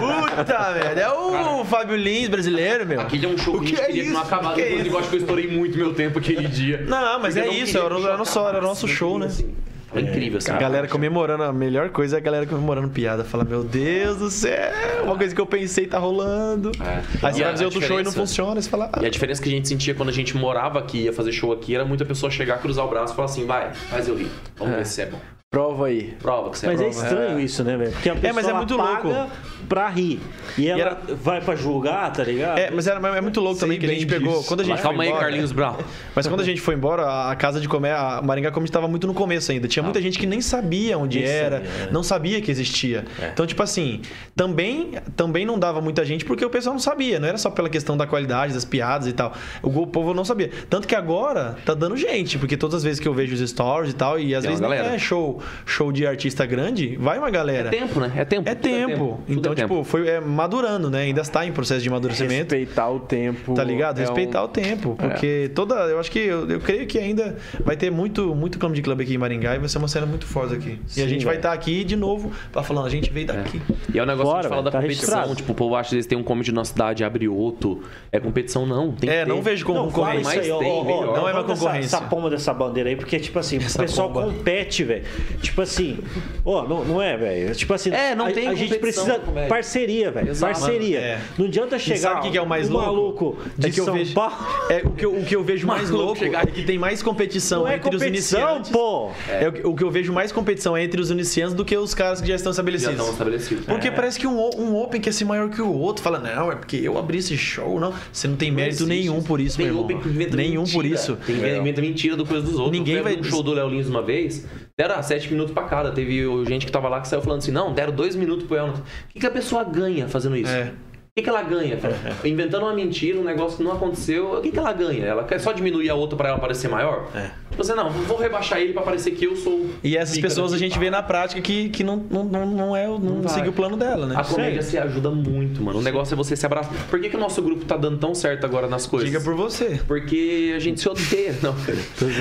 [SPEAKER 4] Puta, velho. É o Fábio Lins brasileiro, meu.
[SPEAKER 5] Aquele é um show
[SPEAKER 4] O
[SPEAKER 5] que,
[SPEAKER 4] que
[SPEAKER 5] a gente
[SPEAKER 4] é
[SPEAKER 5] queria que não
[SPEAKER 4] isso? O
[SPEAKER 5] acabava.
[SPEAKER 4] que é
[SPEAKER 5] depois,
[SPEAKER 4] isso?
[SPEAKER 5] eu acho que eu estourei muito meu
[SPEAKER 4] (laughs)
[SPEAKER 5] tempo aquele dia.
[SPEAKER 4] Não, mas
[SPEAKER 5] Porque
[SPEAKER 4] é
[SPEAKER 5] eu não
[SPEAKER 4] isso,
[SPEAKER 5] queria
[SPEAKER 4] era o
[SPEAKER 5] que
[SPEAKER 4] nosso- era o nosso
[SPEAKER 5] acabasse,
[SPEAKER 4] show, né?
[SPEAKER 5] assim. É incrível, assim.
[SPEAKER 4] A galera comemorando, a melhor coisa é a galera comemorando piada. Fala, meu Deus do céu, uma coisa que eu pensei tá rolando.
[SPEAKER 5] É.
[SPEAKER 4] Aí você
[SPEAKER 5] E
[SPEAKER 4] vai
[SPEAKER 5] a
[SPEAKER 4] fazer outro show e não
[SPEAKER 5] diferença-
[SPEAKER 4] funciona, aí você fala. "Ah,
[SPEAKER 5] E a diferença que a gente sentia quando a gente morava aqui, ia fazer show aqui, era muita pessoa chegar, cruzar o braço e falar assim, vai, faz eu rir. Vamos ver se você é bom.
[SPEAKER 2] Prova aí.
[SPEAKER 5] Prova que você é
[SPEAKER 1] Mas é
[SPEAKER 5] bom.
[SPEAKER 1] estranho isso, né, velho? Porque a pessoa
[SPEAKER 4] mas é
[SPEAKER 1] ela
[SPEAKER 4] muito
[SPEAKER 1] paga
[SPEAKER 4] louco.
[SPEAKER 1] pra rir. E ela
[SPEAKER 4] era-
[SPEAKER 1] vai pra julgar, tá ligado?
[SPEAKER 4] É, mas era, mas é muito louco também que a
[SPEAKER 2] bem
[SPEAKER 4] gente pegou.
[SPEAKER 2] disso.
[SPEAKER 4] Quando a gente
[SPEAKER 5] Mas calma
[SPEAKER 4] foi
[SPEAKER 5] aí,
[SPEAKER 4] embora-
[SPEAKER 5] Carlinhos Brown.
[SPEAKER 4] Mas quando a gente foi embora, a- a casa de comédia, a Maringá Comedy estava muito no começo ainda. Tinha
[SPEAKER 5] Ah.
[SPEAKER 4] muita gente que nem sabia onde
[SPEAKER 1] Nem
[SPEAKER 4] era,
[SPEAKER 1] sabia, né?
[SPEAKER 4] não sabia que existia.
[SPEAKER 5] É.
[SPEAKER 4] Então, tipo assim, também, também não dava muita gente porque o pessoal não sabia. Não era só pela questão da qualidade, das piadas e tal. O, go- o povo não sabia. Tanto que agora tá dando gente, porque todas as vezes que eu vejo os stories e tal, e às
[SPEAKER 5] Tem uma
[SPEAKER 4] vezes não
[SPEAKER 5] galera.
[SPEAKER 4] é show, show de artista grande, vai uma
[SPEAKER 5] É
[SPEAKER 4] galera.
[SPEAKER 5] tempo, né? É tempo.
[SPEAKER 4] É
[SPEAKER 5] Tudo
[SPEAKER 4] tempo.
[SPEAKER 5] Tudo
[SPEAKER 4] Então,
[SPEAKER 5] é tempo. É
[SPEAKER 4] tipo, foi é, madurando, né? Ainda está em processo de amadurecimento.
[SPEAKER 2] Respeitar o tempo.
[SPEAKER 4] Tá ligado?
[SPEAKER 2] é
[SPEAKER 4] Respeitar
[SPEAKER 2] um-
[SPEAKER 4] o tempo. Porque toda. Eu acho que. Eu, eu creio que ainda vai ter muito, muito comedy club aqui em Maringá e vai ser uma cena muito forte aqui. e
[SPEAKER 1] Sim,
[SPEAKER 4] a gente vai
[SPEAKER 1] velho.
[SPEAKER 4] estar aqui de novo pra falando, a gente veio daqui.
[SPEAKER 5] E é o negócio
[SPEAKER 1] Fora,
[SPEAKER 5] que a gente fala
[SPEAKER 1] velho,
[SPEAKER 5] da
[SPEAKER 1] tá
[SPEAKER 5] competição.
[SPEAKER 1] registrado.
[SPEAKER 5] Tipo, o povo acha que eles têm um comedy na cidade, abre outro. É competição, não. Tem que
[SPEAKER 4] É, não
[SPEAKER 5] ter.
[SPEAKER 4] vejo como
[SPEAKER 1] Não, fala
[SPEAKER 4] concorrente.
[SPEAKER 1] isso
[SPEAKER 5] mas
[SPEAKER 1] aí, ó,
[SPEAKER 5] tem,
[SPEAKER 1] ó, ó,
[SPEAKER 5] melhor.
[SPEAKER 4] Não é uma
[SPEAKER 1] levanta essa-
[SPEAKER 4] concorrência.
[SPEAKER 1] Essa, pomba dessa bandeira aí, porque, tipo assim,
[SPEAKER 4] Essa
[SPEAKER 1] o pessoal
[SPEAKER 4] pomba.
[SPEAKER 1] compete, velho. Tipo assim, ó, não, não é, velho? Tipo assim,
[SPEAKER 5] É, não
[SPEAKER 1] a,
[SPEAKER 5] tem
[SPEAKER 1] a gente
[SPEAKER 5] competição
[SPEAKER 1] precisa
[SPEAKER 5] com comédia.
[SPEAKER 1] parceria, velho.
[SPEAKER 5] Exato.
[SPEAKER 1] Parceria.
[SPEAKER 4] Mano, é.
[SPEAKER 1] Não adianta
[SPEAKER 4] E
[SPEAKER 1] chegar
[SPEAKER 4] sabe o que que é o mais
[SPEAKER 1] um
[SPEAKER 4] louco?
[SPEAKER 1] maluco de
[SPEAKER 4] É que eu
[SPEAKER 1] São
[SPEAKER 4] vejo- (laughs)
[SPEAKER 1] Paulo.
[SPEAKER 4] É, o, que eu, o que eu vejo mais
[SPEAKER 5] Maluco
[SPEAKER 4] louco
[SPEAKER 5] chegar
[SPEAKER 4] é que tem mais competição
[SPEAKER 1] Não é
[SPEAKER 4] entre os
[SPEAKER 1] competição,
[SPEAKER 4] iniciantes.
[SPEAKER 1] pô.
[SPEAKER 4] É, o, que- o que eu vejo mais competição é entre os iniciantes do que os caras que já estão
[SPEAKER 5] Já
[SPEAKER 4] estabelecidos.
[SPEAKER 5] estão estabelecidos.
[SPEAKER 4] Porque parece que um, o- um Open quer ser maior que o outro. Fala, não, é porque eu abri esse show, não. Você não tem mérito
[SPEAKER 5] existe
[SPEAKER 4] nenhum por isso,
[SPEAKER 5] Tem
[SPEAKER 4] meu
[SPEAKER 5] open
[SPEAKER 4] irmão.
[SPEAKER 5] que inventa
[SPEAKER 4] Nenhum
[SPEAKER 5] mentira.
[SPEAKER 4] por isso. É,
[SPEAKER 5] Tem que inventa mentira do coisa dos outros.
[SPEAKER 4] Ninguém
[SPEAKER 5] Eu fui
[SPEAKER 4] vai-
[SPEAKER 5] um show do Léo Lins uma vez, deram ah, sete minutos pra cada. Teve o- gente que tava lá que saiu falando assim, não, deram dois minutos pro Elton. O que, que a pessoa ganha fazendo isso?
[SPEAKER 4] É.
[SPEAKER 5] O que, que
[SPEAKER 4] (laughs)
[SPEAKER 5] ela ganha? Inventando uma mentira, um negócio que não aconteceu. O que, que ela ganha? Ela quer só diminuir a outra pra ela parecer maior? É. Você não, vou rebaixar ele pra parecer que eu sou.
[SPEAKER 4] E essas
[SPEAKER 5] pica
[SPEAKER 4] pessoas a
[SPEAKER 5] daqui.
[SPEAKER 4] gente vê na prática que, que não, não, não, não é, o- não,
[SPEAKER 5] Não vai.
[SPEAKER 4] segue o plano dela, né?
[SPEAKER 5] A é comédia se ajuda muito, mano. O negócio é você se abraçar. Por que, que o nosso grupo tá dando tão certo agora nas coisas?
[SPEAKER 4] Diga por você.
[SPEAKER 5] Porque a gente se odeia, (laughs) não.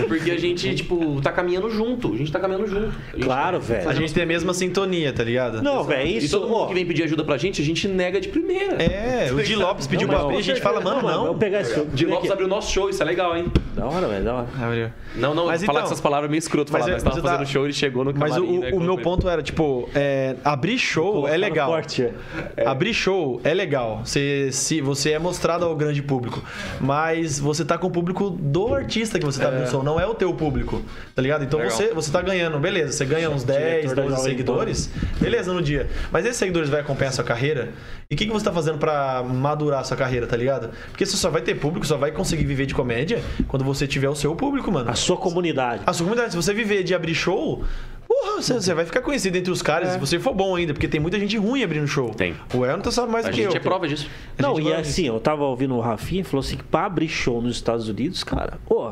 [SPEAKER 5] Porque a gente, tipo, tá caminhando junto. A gente tá caminhando junto. A gente-
[SPEAKER 1] Claro, velho.
[SPEAKER 4] A gente tem a mesma sintonia, tá ligado?
[SPEAKER 1] Não, velho,
[SPEAKER 5] E
[SPEAKER 1] isso,
[SPEAKER 5] todo mundo
[SPEAKER 1] ó,
[SPEAKER 5] que vem pedir ajuda pra gente, a gente nega de primeira.
[SPEAKER 4] É, o Di Lopes pediu
[SPEAKER 1] não,
[SPEAKER 4] pra abrir, a gente fala, mano,
[SPEAKER 1] Vamos
[SPEAKER 4] não.
[SPEAKER 1] pegar esse jogo.
[SPEAKER 5] De Lopes abriu o nosso show, isso é legal, hein?
[SPEAKER 1] Da hora, velho, da hora.
[SPEAKER 4] Abriu.
[SPEAKER 5] Não, não,
[SPEAKER 4] Mas
[SPEAKER 5] falar
[SPEAKER 4] então-
[SPEAKER 5] com essas palavras é meio escroto.
[SPEAKER 4] Mas
[SPEAKER 5] falar,
[SPEAKER 4] é-
[SPEAKER 5] nós tava
[SPEAKER 4] mas tá-
[SPEAKER 5] fazendo show, ele chegou no
[SPEAKER 4] Mas o,
[SPEAKER 5] camarim,
[SPEAKER 4] o-
[SPEAKER 5] né,
[SPEAKER 4] o meu
[SPEAKER 5] colocou-
[SPEAKER 4] ponto era, tipo, é, abrir show é
[SPEAKER 1] Colocar no
[SPEAKER 4] legal.
[SPEAKER 1] corte, é.
[SPEAKER 4] Abrir show é legal. Você, se, você é mostrado ao grande público. Mas você tá com o público do artista que você tá abrindo show, não é o teu público. Tá ligado? Então você, você tá ganhando, beleza. Você ganha uns 10,
[SPEAKER 1] Diretor da
[SPEAKER 4] 12
[SPEAKER 1] Jovem Pan.
[SPEAKER 4] seguidores. Beleza no dia. Mas esses seguidores vai acompanhar a sua carreira? E o que, que você tá fazendo pra madurar a sua carreira, tá ligado? Porque você só vai ter público, só vai conseguir viver de comédia quando você tiver o seu público, mano.
[SPEAKER 1] A sua comunidade.
[SPEAKER 4] A sua comunidade, se você viver de abrir show, porra, você, você vai ficar conhecido entre os caras se você for bom ainda, porque tem muita gente ruim abrindo show.
[SPEAKER 5] Tem.
[SPEAKER 4] O Elton sabe mais
[SPEAKER 5] A
[SPEAKER 4] do que
[SPEAKER 5] gente
[SPEAKER 4] eu.
[SPEAKER 5] é prova disso.
[SPEAKER 4] A
[SPEAKER 1] Não,
[SPEAKER 4] gente
[SPEAKER 1] e
[SPEAKER 4] vai-
[SPEAKER 1] assim, eu tava ouvindo o Rafinha e falou assim que pra abrir show nos Estados Unidos, cara, ô,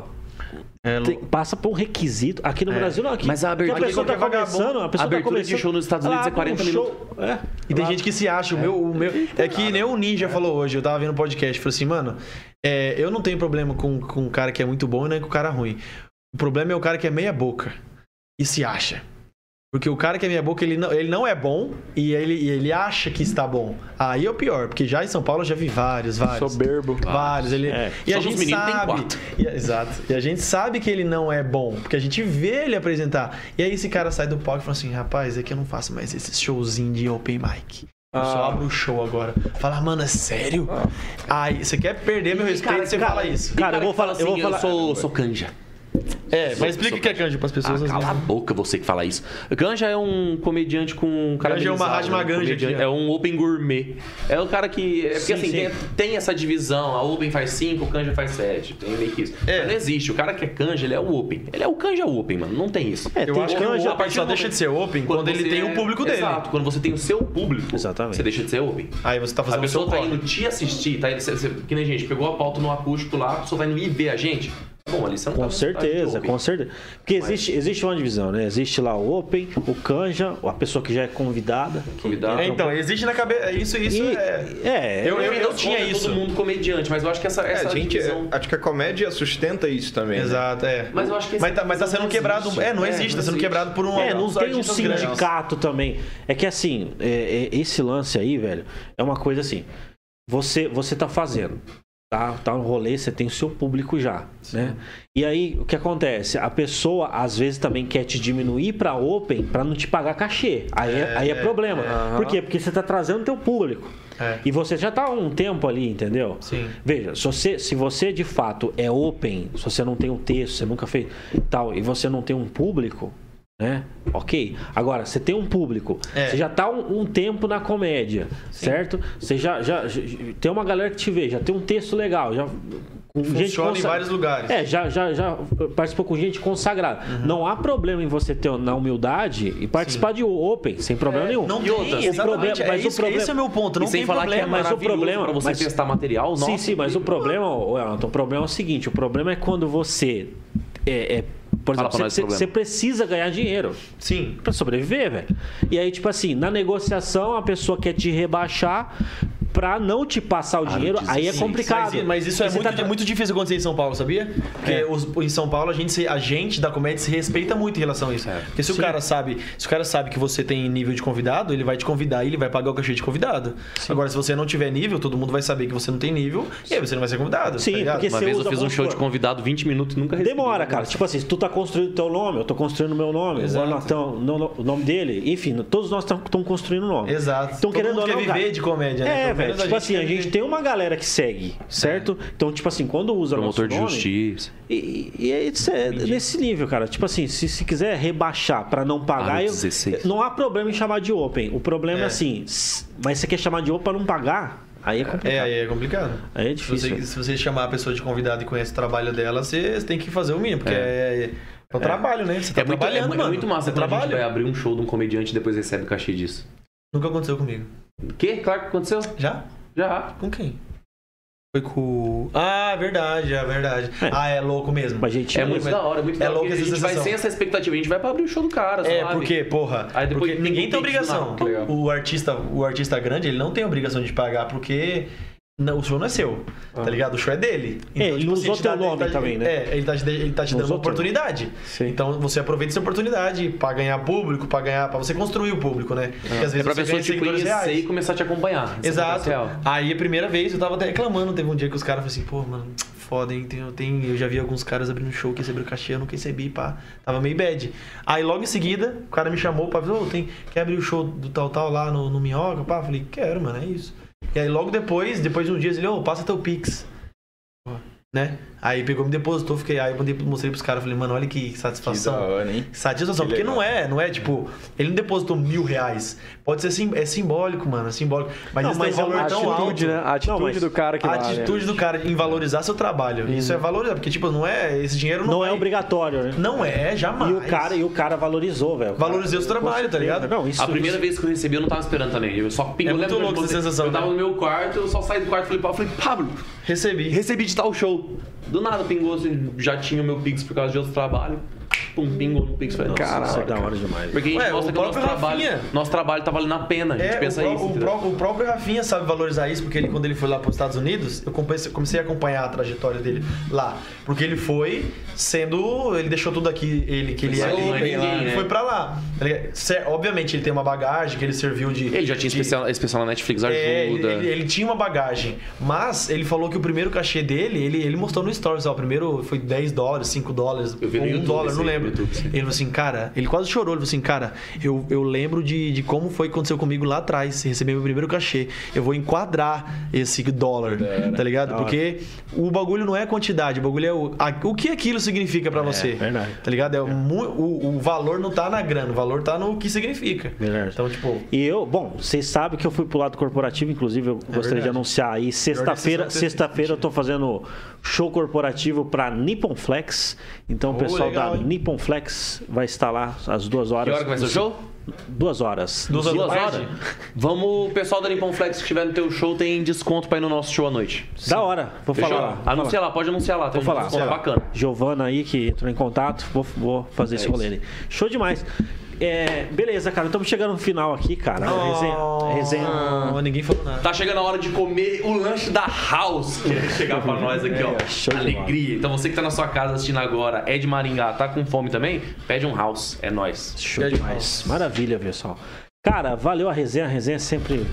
[SPEAKER 4] É,
[SPEAKER 1] tem- passa por um requisito. Aqui no Brasil não, aqui.
[SPEAKER 5] Hum. É. Mas a abertura- é
[SPEAKER 1] porque a pessoa
[SPEAKER 4] aqui
[SPEAKER 1] tá
[SPEAKER 4] qualquer
[SPEAKER 1] começando,
[SPEAKER 4] vagabundo-
[SPEAKER 1] a pessoa tá
[SPEAKER 5] abertura de
[SPEAKER 1] começando-
[SPEAKER 5] show nos Estados Unidos
[SPEAKER 1] Ela
[SPEAKER 5] é 40
[SPEAKER 1] abre um show, é.
[SPEAKER 4] E tem gente que se acha, o meu, o meu. É que nem o Ninja falou hoje, eu tava vendo um podcast, falou assim, mano, é, eu não tenho problema com, com um cara que é muito bom e nem com o cara ruim. O problema é o cara que é meia boca e se acha. Porque o cara que é meia boca, ele não, ele não é bom e ele, e ele acha que está bom. Aí é o pior, porque já em São Paulo eu já vi vários, vários.
[SPEAKER 2] Soberbo.
[SPEAKER 4] Vários. Ele...
[SPEAKER 1] É,
[SPEAKER 4] E
[SPEAKER 5] só
[SPEAKER 4] a
[SPEAKER 5] dos
[SPEAKER 4] gente
[SPEAKER 5] meninos tem
[SPEAKER 4] sabe.
[SPEAKER 5] quatro.
[SPEAKER 4] E a- Exato. E a gente sabe que ele não é bom, porque a gente vê ele apresentar. E aí esse cara sai do palco e fala assim: rapaz, é que eu não faço mais esses showzinho de open mic. Eu só
[SPEAKER 5] Ah.
[SPEAKER 4] abro o show agora. Fala, mano, é sério? Ai, você quer perder meu respeito,
[SPEAKER 5] cara,
[SPEAKER 4] você
[SPEAKER 5] cara,
[SPEAKER 4] fala isso.
[SPEAKER 1] Cara, eu
[SPEAKER 5] que
[SPEAKER 1] vou falar-
[SPEAKER 5] fala assim,
[SPEAKER 1] eu vou falar-
[SPEAKER 5] sou, sou canja.
[SPEAKER 4] É,
[SPEAKER 5] sou-
[SPEAKER 4] mas explica
[SPEAKER 5] sou-
[SPEAKER 4] o que é canja pras pessoas.
[SPEAKER 5] Ah,
[SPEAKER 4] às
[SPEAKER 5] cala a
[SPEAKER 4] vezes.
[SPEAKER 1] né?
[SPEAKER 5] boca você que fala isso. Ganja é um comediante com cara
[SPEAKER 4] Ganja é uma Mahatma Ganja aqui, ó.
[SPEAKER 5] É um open gourmet. É o cara que. É porque
[SPEAKER 1] Sim,
[SPEAKER 5] assim,
[SPEAKER 1] sim.
[SPEAKER 5] Tem, tem essa divisão. A open faz 5, o canja faz 7. Tem meio que isso.
[SPEAKER 4] É.
[SPEAKER 5] Mas não existe. O cara que é canja, ele é o open. Ele é o canja open, mano. Não tem isso.
[SPEAKER 1] É,
[SPEAKER 4] Eu
[SPEAKER 1] tem
[SPEAKER 4] acho
[SPEAKER 1] canja-
[SPEAKER 4] que o
[SPEAKER 5] a
[SPEAKER 4] open
[SPEAKER 5] partir
[SPEAKER 4] só
[SPEAKER 5] do
[SPEAKER 4] deixa
[SPEAKER 5] momento-
[SPEAKER 4] de ser open quando, ele
[SPEAKER 5] você
[SPEAKER 4] tem o
[SPEAKER 5] é-
[SPEAKER 4] público dele.
[SPEAKER 5] Exato. Quando você tem o seu público,
[SPEAKER 1] Exatamente.
[SPEAKER 5] você deixa de ser open.
[SPEAKER 4] Aí você tá
[SPEAKER 5] A
[SPEAKER 4] fazendo o seu
[SPEAKER 5] pessoa tá
[SPEAKER 4] corre.
[SPEAKER 5] indo te assistir, tá indo, você- você- que nem a gente, pegou a pauta no acústico lá, a pessoa vai indo ir ver a gente. Bom, ali você não tá
[SPEAKER 1] Com
[SPEAKER 5] na cidade de
[SPEAKER 1] certeza,
[SPEAKER 5] open.
[SPEAKER 1] com certeza. Porque existe, existe uma divisão, né? Existe lá o Open, o Canja, a pessoa que já é convidada.
[SPEAKER 5] Convidado.
[SPEAKER 4] É, então, existe na cabeça. Isso, isso
[SPEAKER 1] E-
[SPEAKER 4] é.
[SPEAKER 1] é,
[SPEAKER 4] Eu-
[SPEAKER 5] Eu,
[SPEAKER 4] eu
[SPEAKER 5] tinha
[SPEAKER 4] tinha
[SPEAKER 5] isso.
[SPEAKER 4] isso.
[SPEAKER 5] todo mundo comediante, mas eu acho que essa,
[SPEAKER 3] É,
[SPEAKER 5] essa
[SPEAKER 3] gente,
[SPEAKER 5] divisão...
[SPEAKER 3] é, acho que a comédia sustenta isso também. né?
[SPEAKER 4] Exato, é.
[SPEAKER 5] Mas eu acho que esse
[SPEAKER 4] Mas tá, mas tá sendo
[SPEAKER 5] não
[SPEAKER 4] quebrado.
[SPEAKER 5] existe.
[SPEAKER 4] É, não
[SPEAKER 5] É,
[SPEAKER 4] existe,
[SPEAKER 5] não
[SPEAKER 4] tá sendo
[SPEAKER 5] existe.
[SPEAKER 4] quebrado por um.
[SPEAKER 1] É, não
[SPEAKER 4] uns
[SPEAKER 1] tem um
[SPEAKER 4] artistas grandes.
[SPEAKER 1] sindicato também. É que assim, é- é- esse lance aí, velho, é uma coisa assim. Você, você tá fazendo, tá? Tá no rolê, você tem o seu público já, né? E aí, o que acontece? A pessoa, às vezes, também quer te diminuir pra open pra não te pagar cachê. Aí é, aí é problema. Por quê? Porque você tá trazendo teu público.
[SPEAKER 4] É.
[SPEAKER 1] E você já tá há um tempo ali, entendeu?
[SPEAKER 4] Sim.
[SPEAKER 1] Veja, se você, se você de fato é open, se você não tem um texto, você nunca fez tal, e você não tem um público, né? Ok. Agora, você tem um público,
[SPEAKER 4] É.
[SPEAKER 1] você já tá um, um tempo na comédia, certo? Você já, já, já- tem uma galera que te vê, já tem um texto legal, já com gente
[SPEAKER 4] Funciona em
[SPEAKER 1] consa-
[SPEAKER 4] vários lugares. Uhum.
[SPEAKER 1] É, já, já, já participou com gente consagrada. Não há problema em você ter na humildade e participar de open, sem problema nenhum.
[SPEAKER 4] É, Não
[SPEAKER 5] E outra,
[SPEAKER 4] tem,
[SPEAKER 5] o
[SPEAKER 4] exatamente.
[SPEAKER 1] problema- mas
[SPEAKER 4] é
[SPEAKER 1] o
[SPEAKER 4] isso,
[SPEAKER 1] problema-
[SPEAKER 4] Esse é o meu ponto.
[SPEAKER 5] E
[SPEAKER 4] Não
[SPEAKER 5] sem
[SPEAKER 4] tem
[SPEAKER 5] falar
[SPEAKER 4] problema.
[SPEAKER 5] que é
[SPEAKER 1] mas o
[SPEAKER 5] maravilhoso
[SPEAKER 1] problema-
[SPEAKER 5] pra você
[SPEAKER 1] mas-
[SPEAKER 5] testar material, nossa.
[SPEAKER 1] Sim, sim, mas o problema, ô, Elton, o problema é o seguinte: o problema é quando você. É, é, por
[SPEAKER 5] Fala pra
[SPEAKER 1] exemplo, você-
[SPEAKER 5] nós o
[SPEAKER 1] você,
[SPEAKER 5] problema.
[SPEAKER 1] você precisa ganhar dinheiro
[SPEAKER 4] Sim.
[SPEAKER 1] pra sobreviver, velho. E aí, tipo assim, na negociação, a pessoa quer te rebaixar pra não te passar o dinheiro,
[SPEAKER 5] diz
[SPEAKER 1] aí é
[SPEAKER 5] assim,
[SPEAKER 1] complicado.
[SPEAKER 4] Mas, mas isso é
[SPEAKER 1] Porque você
[SPEAKER 4] muito,
[SPEAKER 1] tá-
[SPEAKER 4] muito difícil acontecer em São Paulo, sabia? Porque os- em São Paulo a gente, se- a gente da comédia se respeita muito em relação a isso. Porque se o cara sabe, se o cara sabe que você tem nível de convidado, ele vai te convidar e ele vai pagar o cachê de convidado. Agora, se você não tiver nível, todo mundo vai saber que você não tem nível e aí você não vai ser convidado.
[SPEAKER 1] Sim,
[SPEAKER 4] tá ligado?
[SPEAKER 1] porque
[SPEAKER 5] Uma
[SPEAKER 1] você
[SPEAKER 5] vez
[SPEAKER 1] usa-
[SPEAKER 5] eu fiz um
[SPEAKER 1] vamos
[SPEAKER 5] show de
[SPEAKER 1] supor-
[SPEAKER 5] convidado 20 minutos e nunca recebi.
[SPEAKER 1] Demora, cara. Tipo assim, se tu tá construindo o teu nome, eu tô construindo o meu nome,
[SPEAKER 4] né?
[SPEAKER 1] então,
[SPEAKER 4] Exato.
[SPEAKER 1] o Anatão, no- no- o nome dele, enfim, todos nós estamos construindo o nome.
[SPEAKER 4] Exato.
[SPEAKER 1] Então,
[SPEAKER 4] Todo
[SPEAKER 1] querendo
[SPEAKER 4] mundo
[SPEAKER 1] ou
[SPEAKER 4] quer
[SPEAKER 1] não,
[SPEAKER 4] viver
[SPEAKER 1] cara,
[SPEAKER 4] de comédia, né?
[SPEAKER 1] É,
[SPEAKER 4] Pelo
[SPEAKER 1] velho.
[SPEAKER 4] menos a
[SPEAKER 1] Tipo
[SPEAKER 4] gente É.
[SPEAKER 1] assim,
[SPEAKER 4] quer
[SPEAKER 1] a gente
[SPEAKER 4] viver.
[SPEAKER 1] tem uma galera que segue, certo? Então, tipo assim, quando usa
[SPEAKER 5] Promotor
[SPEAKER 1] nosso
[SPEAKER 5] de
[SPEAKER 1] nome,
[SPEAKER 5] justiça.
[SPEAKER 1] E, e é, isso é nesse nível, cara. Tipo assim, se, se quiser rebaixar pra não pagar,
[SPEAKER 5] Ah,
[SPEAKER 1] eu-
[SPEAKER 5] 16.
[SPEAKER 1] não há problema em chamar de open. O problema é,
[SPEAKER 4] É.
[SPEAKER 1] assim, s- mas você quer chamar de open pra não pagar? Aí é
[SPEAKER 4] É,
[SPEAKER 1] complicado.
[SPEAKER 4] aí é complicado.
[SPEAKER 1] Aí é difícil,
[SPEAKER 4] Se você,
[SPEAKER 1] velho.
[SPEAKER 4] se você chamar a pessoa de convidado e conhece o trabalho dela, você tem que fazer o mínimo, porque é, é, é um trabalho, né? Você tá
[SPEAKER 5] É muito, é,
[SPEAKER 4] trabalhando,
[SPEAKER 5] mu- é
[SPEAKER 4] mano.
[SPEAKER 5] muito massa.
[SPEAKER 4] É
[SPEAKER 5] quando A gente
[SPEAKER 4] trabalho.
[SPEAKER 5] vai abrir um show de um comediante e depois recebe o cachê disso.
[SPEAKER 4] Nunca aconteceu comigo.
[SPEAKER 5] O quê? Claro que aconteceu.
[SPEAKER 4] Já?
[SPEAKER 5] Já.
[SPEAKER 4] Com quem? Foi com. o- Ah, verdade, é verdade.
[SPEAKER 1] É.
[SPEAKER 4] Ah, é louco mesmo.
[SPEAKER 1] Mas, gente,
[SPEAKER 5] É muito
[SPEAKER 4] mas-
[SPEAKER 5] da hora, é muito
[SPEAKER 4] é
[SPEAKER 5] da hora.
[SPEAKER 4] louco
[SPEAKER 5] porque a
[SPEAKER 4] essa
[SPEAKER 5] gente vai
[SPEAKER 4] sensação.
[SPEAKER 5] sem essa expectativa, a gente vai pra abrir o show do cara,
[SPEAKER 4] É,
[SPEAKER 5] suave.
[SPEAKER 4] porque, porra.
[SPEAKER 5] Aí depois
[SPEAKER 4] porque
[SPEAKER 5] tem-
[SPEAKER 4] ninguém tem
[SPEAKER 5] tem que ensinar.
[SPEAKER 4] obrigação.
[SPEAKER 5] Que legal.
[SPEAKER 4] O artista, o artista grande, ele não tem obrigação de pagar, porque. não, o show não é seu, tá ligado? O show é dele.
[SPEAKER 1] É, ele usou
[SPEAKER 4] te
[SPEAKER 1] teu
[SPEAKER 4] ele
[SPEAKER 1] nome
[SPEAKER 4] tá-
[SPEAKER 1] também, né?
[SPEAKER 4] É, ele tá te, ele tá te
[SPEAKER 1] Não
[SPEAKER 4] dando
[SPEAKER 1] usou
[SPEAKER 4] uma oportunidade.
[SPEAKER 2] Sim.
[SPEAKER 4] Então você aproveita essa oportunidade pra ganhar público, pra ganhar, pra você construir o público, né? Porque às
[SPEAKER 5] É
[SPEAKER 4] vezes
[SPEAKER 5] pra
[SPEAKER 4] você
[SPEAKER 5] pessoa
[SPEAKER 4] ganha
[SPEAKER 5] te
[SPEAKER 4] seguidores
[SPEAKER 5] conhecer
[SPEAKER 4] reais.
[SPEAKER 5] e começar a te acompanhar. Isso
[SPEAKER 4] Exato.
[SPEAKER 5] acontece real.
[SPEAKER 4] Aí a primeira vez eu tava até reclamando, teve um dia que os caras falaram assim, pô, mano, foda, hein? Tem, tem- eu já vi alguns caras abrindo show que receberam cachê, eu nunca recebi, pá. Tava meio bad. Aí logo em seguida, o cara me chamou pra falar, ô, tem. Quer abrir o show do tal tal lá no, no Minhoca? Pá, eu falei, quero, mano, é isso. E aí logo depois, depois de um dia, ele, ô, passa teu Pix. né? Aí pegou, me depositou, fiquei, aí eu mandei- mostrei pros caras, falei, mano, olha que
[SPEAKER 3] Que da
[SPEAKER 4] satisfação.
[SPEAKER 3] hora, hein?
[SPEAKER 4] Satisfação,
[SPEAKER 3] Que
[SPEAKER 4] porque
[SPEAKER 3] legal.
[SPEAKER 4] não é, não é tipo, ele não depositou mil reais. Pode ser sim, é simbólico, mano, é simbólico. Mas
[SPEAKER 2] Não,
[SPEAKER 4] eles
[SPEAKER 2] mas
[SPEAKER 4] têm um
[SPEAKER 2] a
[SPEAKER 4] valor tão alto.
[SPEAKER 2] atitude, né? A atitude
[SPEAKER 1] Não, mas
[SPEAKER 2] do cara que
[SPEAKER 4] A
[SPEAKER 2] lá, né?
[SPEAKER 4] atitude do cara em valorizar seu trabalho. Isso é valorizar, porque, tipo, não é. Esse dinheiro não,
[SPEAKER 1] Não
[SPEAKER 4] vai-
[SPEAKER 1] é obrigatório, né?
[SPEAKER 4] Não é, jamais.
[SPEAKER 1] E o cara, e o cara valorizou, velho. O cara-
[SPEAKER 4] Valorizei o seu trabalho, tá ligado?
[SPEAKER 1] Não, isso
[SPEAKER 5] A primeira vez que eu recebi, eu não tava esperando também. Eu só pingou,
[SPEAKER 4] É muito
[SPEAKER 5] lembra
[SPEAKER 4] louco
[SPEAKER 5] quando
[SPEAKER 4] essa
[SPEAKER 5] eu-
[SPEAKER 4] sensação,
[SPEAKER 5] Eu tava
[SPEAKER 4] né?
[SPEAKER 5] no meu quarto, eu só saí do quarto e falei, pra- eu falei, Pablo,
[SPEAKER 4] Recebi.
[SPEAKER 5] recebi de tal show. Do nada pingou, assim, já tinha o meu Pix por causa de outro trabalho. Pum, pingou no Pix. Falei, nossa,
[SPEAKER 2] Caraca.
[SPEAKER 1] Isso é da hora demais.
[SPEAKER 5] Porque a gente
[SPEAKER 4] Ué,
[SPEAKER 5] mostra
[SPEAKER 4] o
[SPEAKER 5] que o nosso
[SPEAKER 4] próprio
[SPEAKER 5] trabalho,
[SPEAKER 4] Rafinha.
[SPEAKER 5] nosso trabalho tá valendo a pena. A gente
[SPEAKER 4] É,
[SPEAKER 5] pensa
[SPEAKER 4] o, pró-
[SPEAKER 5] isso.
[SPEAKER 4] o
[SPEAKER 5] entendeu?
[SPEAKER 4] pró- o próprio Rafinha sabe valorizar isso, porque ele, quando ele foi lá para os Estados Unidos, eu comecei, comecei a acompanhar a trajetória dele lá. Porque ele foi sendo. Ele deixou tudo aqui, ele que ele é.
[SPEAKER 5] Saiu
[SPEAKER 4] Ele,
[SPEAKER 5] bem lá,
[SPEAKER 4] ele
[SPEAKER 5] né?
[SPEAKER 4] foi para lá. Ele- é, se- obviamente, ele tem uma bagagem que ele serviu de.
[SPEAKER 5] Ele já tinha
[SPEAKER 4] de-
[SPEAKER 5] especial, especial na Netflix, ajuda.
[SPEAKER 4] É, ele, ele- ele tinha uma bagagem, mas ele falou que o primeiro cachê dele, ele, ele mostrou no Stories, ó, o primeiro foi 10 dólares, 5 dólares,
[SPEAKER 5] Eu vi no
[SPEAKER 4] 1
[SPEAKER 5] YouTube
[SPEAKER 4] dólar,
[SPEAKER 5] esse
[SPEAKER 4] não
[SPEAKER 5] aí,
[SPEAKER 4] lembro.
[SPEAKER 5] no YouTube, sim.
[SPEAKER 4] Ele falou assim, cara, ele quase chorou, ele falou assim, cara, eu, eu lembro de, de como foi que aconteceu comigo lá atrás, receber meu primeiro cachê, eu vou enquadrar esse dólar, tá ligado? Porque o bagulho não é a quantidade, o bagulho é o, a- o que aquilo significa
[SPEAKER 5] É,
[SPEAKER 4] pra você,
[SPEAKER 1] verdade.
[SPEAKER 4] tá ligado? É, mu- O, o valor não tá na grana, o valor tá no que significa.
[SPEAKER 1] Verdade.
[SPEAKER 4] Então, tipo...
[SPEAKER 1] E eu, bom, vocês sabem que eu fui pro lado corporativo, inclusive
[SPEAKER 5] É
[SPEAKER 1] eu gostaria de
[SPEAKER 4] verdade.
[SPEAKER 1] anunciar aí, sexta-feira,
[SPEAKER 4] decisão que você
[SPEAKER 1] sexta-feira eu tô fazendo show corporativo pra Nippon Flex. Então o pessoal
[SPEAKER 4] legal,
[SPEAKER 1] da
[SPEAKER 4] hein?
[SPEAKER 1] Nippon Flex vai estar lá às duas horas.
[SPEAKER 5] Que hora que vai ser o show?
[SPEAKER 1] Duas horas.
[SPEAKER 4] Duas horas da tarde?
[SPEAKER 5] Vamos, o pessoal da Nippon Flex que estiver no teu show tem desconto pra ir no nosso show à noite.
[SPEAKER 1] Da hora. Vou
[SPEAKER 5] Fechou?
[SPEAKER 1] falar lá. vou
[SPEAKER 5] Anuncia lá, pode anunciar lá. Tem um
[SPEAKER 1] falar.
[SPEAKER 5] desconto
[SPEAKER 1] Sei lá.
[SPEAKER 5] bacana.
[SPEAKER 1] Giovana aí que entrou em contato, vou, vou
[SPEAKER 5] É
[SPEAKER 1] fazer esse rolê ali. Show demais. É, beleza, cara, estamos chegando no final aqui, cara.
[SPEAKER 5] Ah.
[SPEAKER 1] A resenha, a resenha-
[SPEAKER 4] Ah, ninguém falou nada.
[SPEAKER 5] Tá chegando a hora de comer o lanche da House, que vai chegar pra nós aqui, ó.
[SPEAKER 1] (laughs) show de bola.
[SPEAKER 5] Alegria. Então você que tá na sua casa assistindo agora, é de Maringá, tá com fome também? Pede um House, é nóis.
[SPEAKER 1] Show demais. Maravilha, pessoal. Cara, valeu a resenha. A resenha é sempre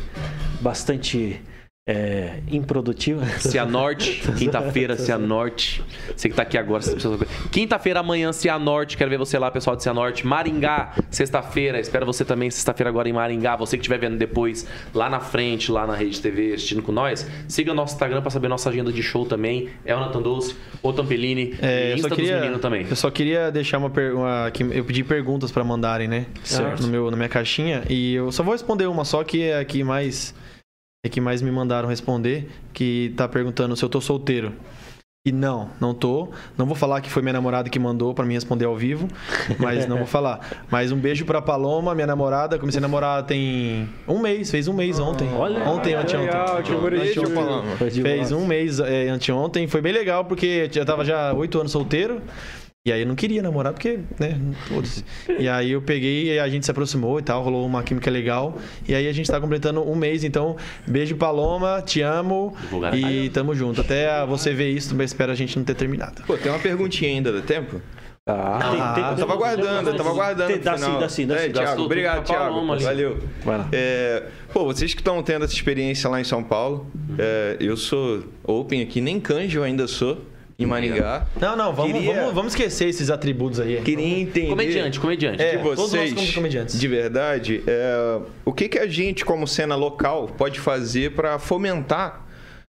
[SPEAKER 1] bastante é, improdutiva. (laughs)
[SPEAKER 5] Cianorte, quinta-feira, Cianorte. Você que tá aqui agora, você precisa saber. Quinta-feira, amanhã, Cianorte. Quero ver você lá, pessoal de Cianorte. Maringá, sexta-feira. Espero você também, sexta-feira agora em Maringá. Você que estiver vendo depois, lá na frente, lá na Rede TV, assistindo com nós. Siga o nosso Instagram pra saber nossa agenda de show também. É o Nathan Doce, o Tampelini,
[SPEAKER 4] É,
[SPEAKER 5] e
[SPEAKER 4] eu
[SPEAKER 5] Insta
[SPEAKER 4] só
[SPEAKER 5] dos
[SPEAKER 4] queria,
[SPEAKER 5] meninos também.
[SPEAKER 4] eu só queria deixar uma pergunta. Eu pedi perguntas pra mandarem, né?
[SPEAKER 1] Certo.
[SPEAKER 4] No meu, na minha caixinha. E eu só vou responder uma só, que é a que mais. É que mais me mandaram responder. Que tá perguntando se eu tô solteiro. E não, não tô. Não vou falar que foi minha namorada que mandou pra mim responder ao vivo. Mas
[SPEAKER 5] (laughs)
[SPEAKER 4] não vou falar. Mas um beijo pra Paloma, minha namorada. Comecei a namorar tem um mês, fez um
[SPEAKER 5] Ah,
[SPEAKER 4] mês ontem.
[SPEAKER 1] olha,
[SPEAKER 4] ontem, anteontem.
[SPEAKER 2] Legal, que
[SPEAKER 4] Anteontem,
[SPEAKER 2] bonito.
[SPEAKER 4] Paloma. Fez um mês é, anteontem, foi bem legal, porque eu tava já oito anos solteiro. E aí eu não queria namorar, porque, né, todos. E aí eu peguei e a gente se aproximou e tal, rolou uma química legal. E aí a gente tá completando um mês, então, beijo Paloma, te amo
[SPEAKER 5] Divulgar.
[SPEAKER 4] e tamo junto. Até você ver isso, mas espero a gente não ter terminado.
[SPEAKER 3] Pô, tem uma perguntinha ainda, dá tempo?
[SPEAKER 2] Tá.
[SPEAKER 3] Eu Ah, tava aguardando, eu tava aguardando. pro
[SPEAKER 1] Dá sim,
[SPEAKER 3] final.
[SPEAKER 1] dá sim, dá
[SPEAKER 3] É,
[SPEAKER 1] sim.
[SPEAKER 5] Gastou
[SPEAKER 3] Thiago,
[SPEAKER 5] tudo
[SPEAKER 3] obrigado,
[SPEAKER 5] pra
[SPEAKER 3] Thiago.
[SPEAKER 5] Paloma ali.
[SPEAKER 3] Valeu.
[SPEAKER 1] Vai lá.
[SPEAKER 3] É, pô, vocês que estão tendo essa experiência lá em São Paulo,
[SPEAKER 1] Uhum.
[SPEAKER 3] é, eu sou open aqui, nem canjo ainda sou, em Maringá.
[SPEAKER 4] Não, não, vamos,
[SPEAKER 3] Queria-
[SPEAKER 4] vamos, vamos esquecer esses atributos aí.
[SPEAKER 3] Queria entender.
[SPEAKER 5] Comediante, comediante.
[SPEAKER 4] É.
[SPEAKER 3] de
[SPEAKER 4] todos nós
[SPEAKER 3] vocês,
[SPEAKER 4] somos comediantes.
[SPEAKER 3] de verdade, é, o que, que a gente, como cena local, pode fazer para fomentar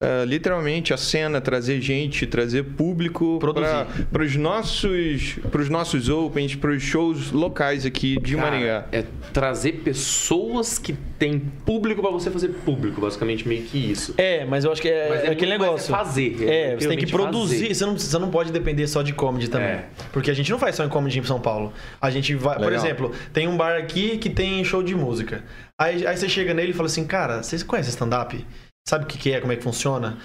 [SPEAKER 3] é, literalmente a cena, trazer gente, trazer público para os nossos, pros nossos opens, para os shows locais aqui de
[SPEAKER 5] Cara,
[SPEAKER 3] Maringá?
[SPEAKER 5] É trazer pessoas que têm público pra você fazer público, basicamente meio que isso.
[SPEAKER 4] É, mas eu acho que é,
[SPEAKER 5] Mas é
[SPEAKER 4] é aquele
[SPEAKER 5] muito mais
[SPEAKER 4] negócio.
[SPEAKER 5] é fazer,
[SPEAKER 4] É,
[SPEAKER 5] é
[SPEAKER 4] você tem que
[SPEAKER 5] realmente
[SPEAKER 4] produzir.
[SPEAKER 5] fazer.
[SPEAKER 4] Você não, você não pode depender só de comedy também.
[SPEAKER 5] É.
[SPEAKER 4] Porque a gente não faz só em comedy em São Paulo. A gente vai. Por
[SPEAKER 3] Legal.
[SPEAKER 4] exemplo, tem um bar aqui que tem show de música. Aí, aí você chega nele e fala assim: Cara, vocês conhecem stand-up? Sabe o que, que é? Como é que funciona?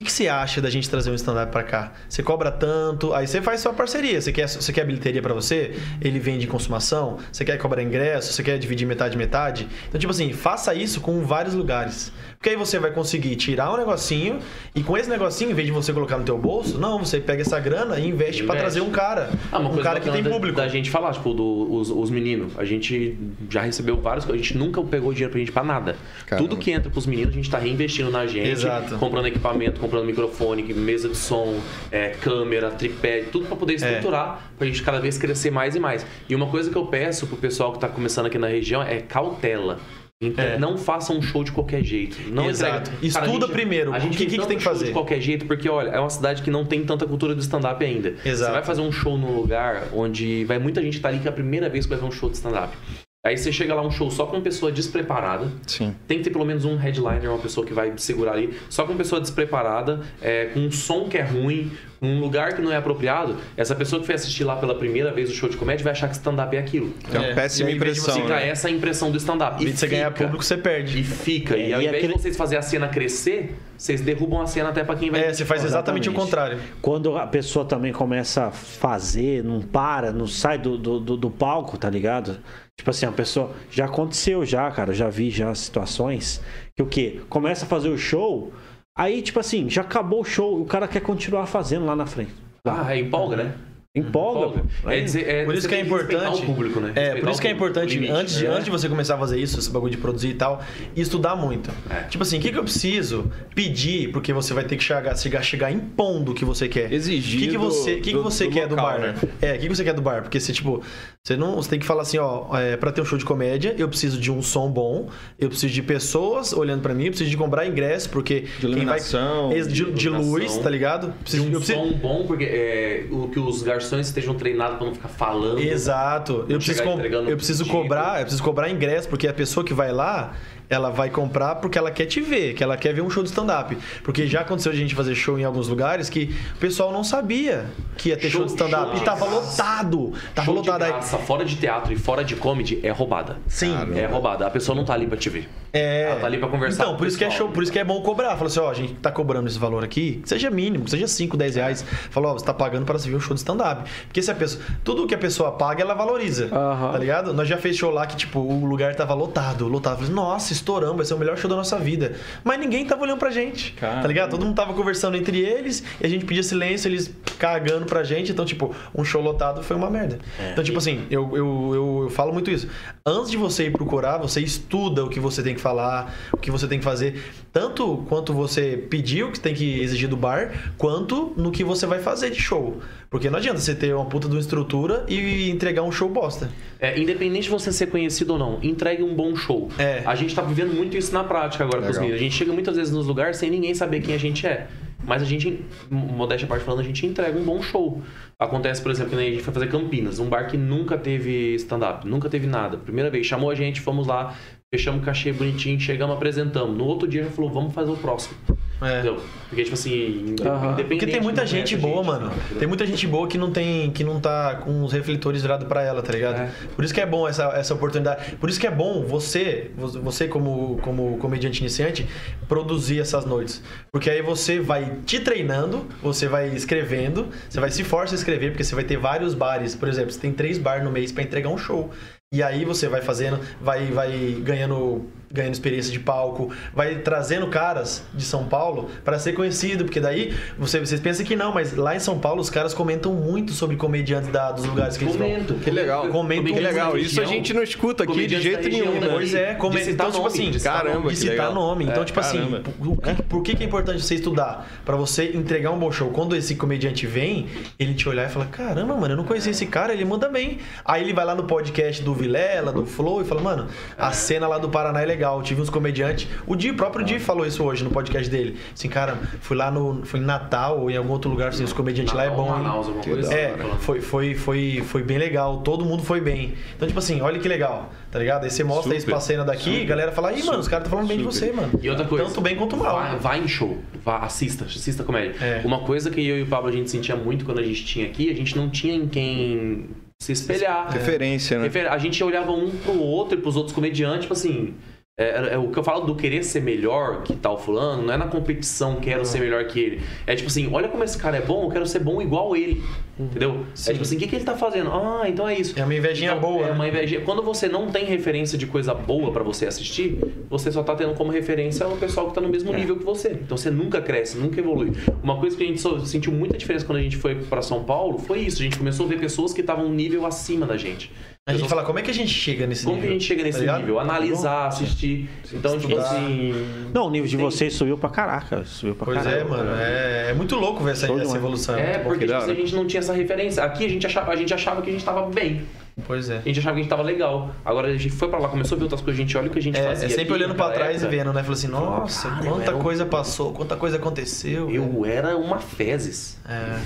[SPEAKER 4] O que que você acha da gente trazer um stand-up pra cá? Você cobra tanto, aí você faz sua parceria. Você quer, você quer bilheteria pra você? Ele vende em consumação? Você quer cobrar ingresso? Você quer dividir metade metade? Então, tipo assim, faça isso com vários lugares. Porque aí você vai conseguir tirar um negocinho e com esse negocinho, em vez de você colocar no teu bolso, não, você pega essa grana e investe, pra
[SPEAKER 5] Investe.
[SPEAKER 4] trazer um cara.
[SPEAKER 5] Ah, uma
[SPEAKER 4] um
[SPEAKER 5] coisa
[SPEAKER 4] cara que tem
[SPEAKER 5] bacana da-
[SPEAKER 4] público.
[SPEAKER 5] Da, gente falar, tipo, do- os, os meninos. A gente já recebeu vários, a gente nunca pegou dinheiro pra gente pra nada.
[SPEAKER 3] Caramba.
[SPEAKER 5] Tudo que entra pros meninos, a gente tá reinvestindo na gente.
[SPEAKER 4] Exato.
[SPEAKER 5] Comprando equipamento, comprando microfone, mesa de som, é, câmera, tripé, tudo pra
[SPEAKER 4] É.
[SPEAKER 5] poder estruturar, pra gente cada vez crescer mais e mais. E uma coisa que eu peço pro pessoal que tá começando aqui na região é cautela. Então,
[SPEAKER 4] É.
[SPEAKER 5] Não faça um show de qualquer jeito. Não
[SPEAKER 4] Exato.
[SPEAKER 5] entrega-
[SPEAKER 4] Estuda
[SPEAKER 5] a gente-
[SPEAKER 4] primeiro.
[SPEAKER 5] A gente
[SPEAKER 4] O que- que
[SPEAKER 5] tenta
[SPEAKER 4] que tem
[SPEAKER 5] um
[SPEAKER 4] que
[SPEAKER 5] show
[SPEAKER 4] fazer?
[SPEAKER 5] De qualquer jeito, porque olha, é uma cidade que não tem tanta cultura do stand-up ainda. Você
[SPEAKER 4] Exato.
[SPEAKER 5] vai fazer um show num lugar onde vai muita gente estar ali que é a primeira vez que vai ver um show de stand-up. Aí você chega lá um show só com uma pessoa despreparada.
[SPEAKER 3] Sim.
[SPEAKER 5] Tem que ter pelo menos um headliner, uma pessoa que vai segurar ali. Só com pessoa despreparada, é, com um som que é ruim, com um lugar que não é apropriado, essa pessoa que foi assistir lá pela primeira vez o show de comédia vai achar que stand-up é aquilo.
[SPEAKER 3] É uma
[SPEAKER 4] É,
[SPEAKER 3] péssima
[SPEAKER 4] e aí, em vez de você
[SPEAKER 3] impressão.
[SPEAKER 5] Fica
[SPEAKER 3] né?
[SPEAKER 5] essa a impressão do stand-up.
[SPEAKER 4] Em vez de você ganhar público, você perde.
[SPEAKER 5] E fica.
[SPEAKER 1] É,
[SPEAKER 5] e ao
[SPEAKER 1] e
[SPEAKER 5] invés
[SPEAKER 1] aquele-
[SPEAKER 5] de vocês fazerem a cena crescer, vocês derrubam a cena até pra quem vai.
[SPEAKER 4] É, você faz exatamente o contrário.
[SPEAKER 1] Quando a pessoa também começa a fazer, não para, não sai do, do, do- do palco, tá ligado? Tipo assim, a pessoa. Já aconteceu, já, cara. Já vi já situações que o quê? Começa a fazer o show, aí, tipo assim, já acabou o show, o cara quer continuar fazendo lá na frente.
[SPEAKER 4] Tá.
[SPEAKER 5] Ah, é, empolga, né?
[SPEAKER 1] Empolga.
[SPEAKER 5] Empolga. É dizer-
[SPEAKER 4] Por isso
[SPEAKER 5] você
[SPEAKER 4] que é
[SPEAKER 5] tem respeitar
[SPEAKER 4] importante.
[SPEAKER 5] O público, né?
[SPEAKER 4] É, por
[SPEAKER 5] Respeitar
[SPEAKER 4] isso que é
[SPEAKER 5] o público,
[SPEAKER 4] importante,
[SPEAKER 5] o limite.
[SPEAKER 4] antes de,
[SPEAKER 5] É.
[SPEAKER 4] antes de você começar a fazer isso, esse bagulho de produzir e tal, estudar muito.
[SPEAKER 5] É.
[SPEAKER 4] Tipo assim, o que, que eu preciso pedir? Porque você vai ter que chegar, chegar, chegar impondo o que você quer.
[SPEAKER 3] Exigir
[SPEAKER 4] O que, que
[SPEAKER 3] do-
[SPEAKER 4] você, o que,
[SPEAKER 3] do-
[SPEAKER 4] que você
[SPEAKER 3] do
[SPEAKER 4] quer
[SPEAKER 3] local,
[SPEAKER 4] do bar?
[SPEAKER 3] né?
[SPEAKER 4] É, o que, que você quer do bar? Porque você, tipo, você não. Você tem que falar assim, ó, é, pra ter um show de comédia, eu preciso de um som bom, eu preciso de pessoas olhando pra mim, eu preciso de comprar ingresso, porque.
[SPEAKER 3] De iluminação,
[SPEAKER 4] Quem vai, de, de
[SPEAKER 5] iluminação.
[SPEAKER 4] luz, tá ligado?
[SPEAKER 5] De
[SPEAKER 4] Preciso-
[SPEAKER 5] um
[SPEAKER 4] eu preciso-
[SPEAKER 5] som bom, porque é, o que os garçons estejam treinados pra não ficar falando.
[SPEAKER 4] Exato. Eu preciso,
[SPEAKER 5] chegar
[SPEAKER 4] co-
[SPEAKER 5] entregando
[SPEAKER 4] eu preciso
[SPEAKER 5] pedido.
[SPEAKER 4] cobrar, eu preciso cobrar ingresso, porque a pessoa que vai lá, ela vai comprar porque ela quer te ver, que ela quer ver um show de stand-up. Porque já aconteceu de a gente fazer show em alguns lugares que o pessoal não sabia que ia ter show,
[SPEAKER 5] Show-
[SPEAKER 4] de stand-up.
[SPEAKER 5] show
[SPEAKER 4] e
[SPEAKER 5] de
[SPEAKER 4] tava
[SPEAKER 5] graça.
[SPEAKER 4] lotado. Tava
[SPEAKER 5] Show de
[SPEAKER 4] tá lotado aí.
[SPEAKER 5] graça, fora de teatro e fora de comedy, é roubada.
[SPEAKER 4] Sim.
[SPEAKER 5] É roubada. A pessoa não tá ali pra te ver.
[SPEAKER 4] É.
[SPEAKER 5] Ela tá ali pra conversar
[SPEAKER 4] Então,
[SPEAKER 5] com
[SPEAKER 4] por
[SPEAKER 5] o
[SPEAKER 4] isso que é
[SPEAKER 5] pessoal.
[SPEAKER 4] show, por isso que é bom cobrar. Fala assim, ó, a gente tá cobrando esse valor aqui, que seja mínimo, que seja 5, 10 reais. Fala, ó, você tá pagando para assistir um show de stand-up. Porque se a pessoa. Tudo que a pessoa paga, ela valoriza.
[SPEAKER 2] Aham.
[SPEAKER 4] Tá ligado? Nós já fez show lá que, tipo, o lugar tava lotado, lotado. Falei, nossa, estouramos, vai ser o melhor show da nossa vida. Mas ninguém tava olhando pra gente. Tá ligado? Todo mundo tava conversando entre eles e a gente pedia silêncio, eles cagando pra gente. Então, tipo, um show lotado foi uma merda. Então, tipo assim, eu, eu, eu, eu falo muito isso. Antes de você ir procurar, você estuda o que você tem que falar, o que você tem que fazer. Tanto quanto você pediu, que tem que exigir do bar, quanto no que você vai fazer de show. Porque não adianta você ter uma puta de uma estrutura e entregar um show bosta.
[SPEAKER 5] É, independente de você ser conhecido ou não, entregue um bom show.
[SPEAKER 4] É.
[SPEAKER 5] A gente tá vivendo muito isso na prática agora com os
[SPEAKER 3] Legal.
[SPEAKER 5] meninos. A gente chega muitas vezes nos lugares sem ninguém saber quem a gente é. Mas a gente, modéstia à parte falando, a gente entrega um bom show. Acontece, por exemplo, que nem a gente foi fazer Campinas, um bar que nunca teve stand-up, nunca teve nada. Primeira vez, chamou a gente, fomos lá, fechamos o cachê bonitinho, chegamos, apresentamos. No outro dia já falou, vamos fazer o próximo.
[SPEAKER 4] É.
[SPEAKER 5] Entendeu? Porque, tipo assim, inde-
[SPEAKER 2] Aham.
[SPEAKER 5] independente.
[SPEAKER 4] Porque tem muita
[SPEAKER 5] não
[SPEAKER 4] gente
[SPEAKER 5] conhece a
[SPEAKER 4] boa, mano.
[SPEAKER 5] entendeu?
[SPEAKER 4] Tem muita gente boa que não tem, que não tá com os refletores virados pra ela, tá ligado?
[SPEAKER 5] É.
[SPEAKER 4] Por isso que é bom essa, essa oportunidade. Por isso que é bom você, vo- você como, como comediante iniciante, produzir essas noites. Porque aí você vai te treinando, você vai escrevendo, você vai se força a escrever, porque você vai ter vários bares. Por exemplo, você tem três bares no mês pra entregar um show. E aí você vai fazendo, vai, vai ganhando, ganhando experiência de palco, vai trazendo caras de São Paulo pra ser conhecido, porque daí você, vocês pensam que não, mas lá em São Paulo os caras comentam muito sobre comediantes da- dos lugares que eles vão.
[SPEAKER 5] Comento.
[SPEAKER 3] Que legal.
[SPEAKER 4] Comenta
[SPEAKER 3] que
[SPEAKER 4] um-
[SPEAKER 3] legal. Isso a
[SPEAKER 5] região.
[SPEAKER 3] gente não escuta aqui de
[SPEAKER 5] Comediante da
[SPEAKER 3] jeito
[SPEAKER 5] região,
[SPEAKER 3] nenhum,
[SPEAKER 5] né?
[SPEAKER 3] né?
[SPEAKER 4] Pois é, come...
[SPEAKER 5] De citar
[SPEAKER 4] então, tipo
[SPEAKER 5] nome,
[SPEAKER 4] assim,
[SPEAKER 5] de
[SPEAKER 3] citar
[SPEAKER 4] caramba,
[SPEAKER 3] nome.
[SPEAKER 4] de
[SPEAKER 3] que
[SPEAKER 4] citar
[SPEAKER 3] legal.
[SPEAKER 4] nome. Então,
[SPEAKER 3] É,
[SPEAKER 4] tipo
[SPEAKER 3] caramba.
[SPEAKER 4] assim, o que- por que, que é importante você estudar? Pra você entregar um bom show. Quando esse comediante vem, ele te olhar e falar: caramba, mano, eu não conhecia esse cara, ele manda bem. Aí ele vai lá no podcast do Vilela, do Flow, e fala: mano, a cena lá do Paraná é legal. Tive uns comediantes. O Di, próprio
[SPEAKER 3] Ah.
[SPEAKER 4] Di falou isso hoje no podcast dele. Assim, cara, fui lá no. Fui em Natal ou em algum outro lugar, assim, os comediantes lá é bom. hein?"
[SPEAKER 5] Manaus, alguma
[SPEAKER 3] Que
[SPEAKER 5] coisa
[SPEAKER 4] É,
[SPEAKER 5] assim, falando.
[SPEAKER 4] foi, foi, foi, foi bem legal, todo mundo foi bem. Então, tipo assim, olha que legal, tá ligado? Aí você mostra isso
[SPEAKER 3] Super.
[SPEAKER 4] pra cena daqui, a galera fala, ih, mano, os caras estão falando bem de
[SPEAKER 3] Super.
[SPEAKER 4] você, mano.
[SPEAKER 5] E outra coisa.
[SPEAKER 4] Tanto bem quanto mal.
[SPEAKER 5] Vai, vai em show. Vá, assista, assista comédia.
[SPEAKER 4] É.
[SPEAKER 5] Uma coisa que eu e o Pablo a gente sentia muito quando a gente tinha aqui, a gente não tinha em quem se espelhar.
[SPEAKER 4] É
[SPEAKER 3] Referência, né?
[SPEAKER 5] Refer- É A gente olhava um pro outro e pros outros comediantes, tipo assim. É, é- é o que eu falo do querer ser melhor que tal fulano, não é na competição quero ser melhor que ele. É tipo assim, olha como esse cara é bom, eu quero ser bom igual ele. Entendeu? É tipo assim, o que, que ele tá fazendo? Ah, então é isso.
[SPEAKER 4] Uhum. É uma invejinha
[SPEAKER 5] Então,
[SPEAKER 4] boa,
[SPEAKER 5] É
[SPEAKER 4] né?
[SPEAKER 5] uma invejinha. Quando você não tem referência de coisa boa pra você assistir, você só tá tendo como referência o pessoal que tá no
[SPEAKER 4] É.
[SPEAKER 5] mesmo nível que você. Então você nunca cresce, nunca evolui. Uma coisa que a gente só sentiu muita diferença quando a gente foi pra São Paulo foi isso. A gente começou a ver pessoas que estavam um nível acima da gente.
[SPEAKER 4] A gente fala, como é que a gente chega nesse
[SPEAKER 5] Como que
[SPEAKER 4] nível?
[SPEAKER 5] a gente chega nesse
[SPEAKER 4] Tá ligado?
[SPEAKER 5] nível? Analisar, assistir. Então, tipo
[SPEAKER 4] Estudar.
[SPEAKER 5] assim.
[SPEAKER 1] Não, o nível de vocês subiu pra caraca. Subiu pra
[SPEAKER 4] Pois
[SPEAKER 1] caraca.
[SPEAKER 4] é, mano, é, é muito louco ver essa,
[SPEAKER 1] Todo
[SPEAKER 4] essa
[SPEAKER 1] mundo.
[SPEAKER 4] evolução.
[SPEAKER 5] É,
[SPEAKER 4] muito bom.
[SPEAKER 3] da
[SPEAKER 5] porque tipo, assim, a
[SPEAKER 3] hora.
[SPEAKER 5] gente não tinha essa referência. Aqui a gente achava, a gente achava que a gente tava bem.
[SPEAKER 4] Pois é.
[SPEAKER 5] A gente achava que a gente tava legal. Agora a gente foi pra lá, começou a ver outras coisas, a gente olha o que a gente
[SPEAKER 4] É, é
[SPEAKER 5] fazia.
[SPEAKER 4] sempre
[SPEAKER 5] aqui
[SPEAKER 4] olhando pra
[SPEAKER 5] naquela
[SPEAKER 4] trás e
[SPEAKER 5] época.
[SPEAKER 4] vendo, né? Falando assim, nossa,
[SPEAKER 5] Cara, eu
[SPEAKER 4] quanta
[SPEAKER 5] era um-
[SPEAKER 4] coisa passou, quanta coisa aconteceu.
[SPEAKER 5] Eu era uma fezes.
[SPEAKER 4] É.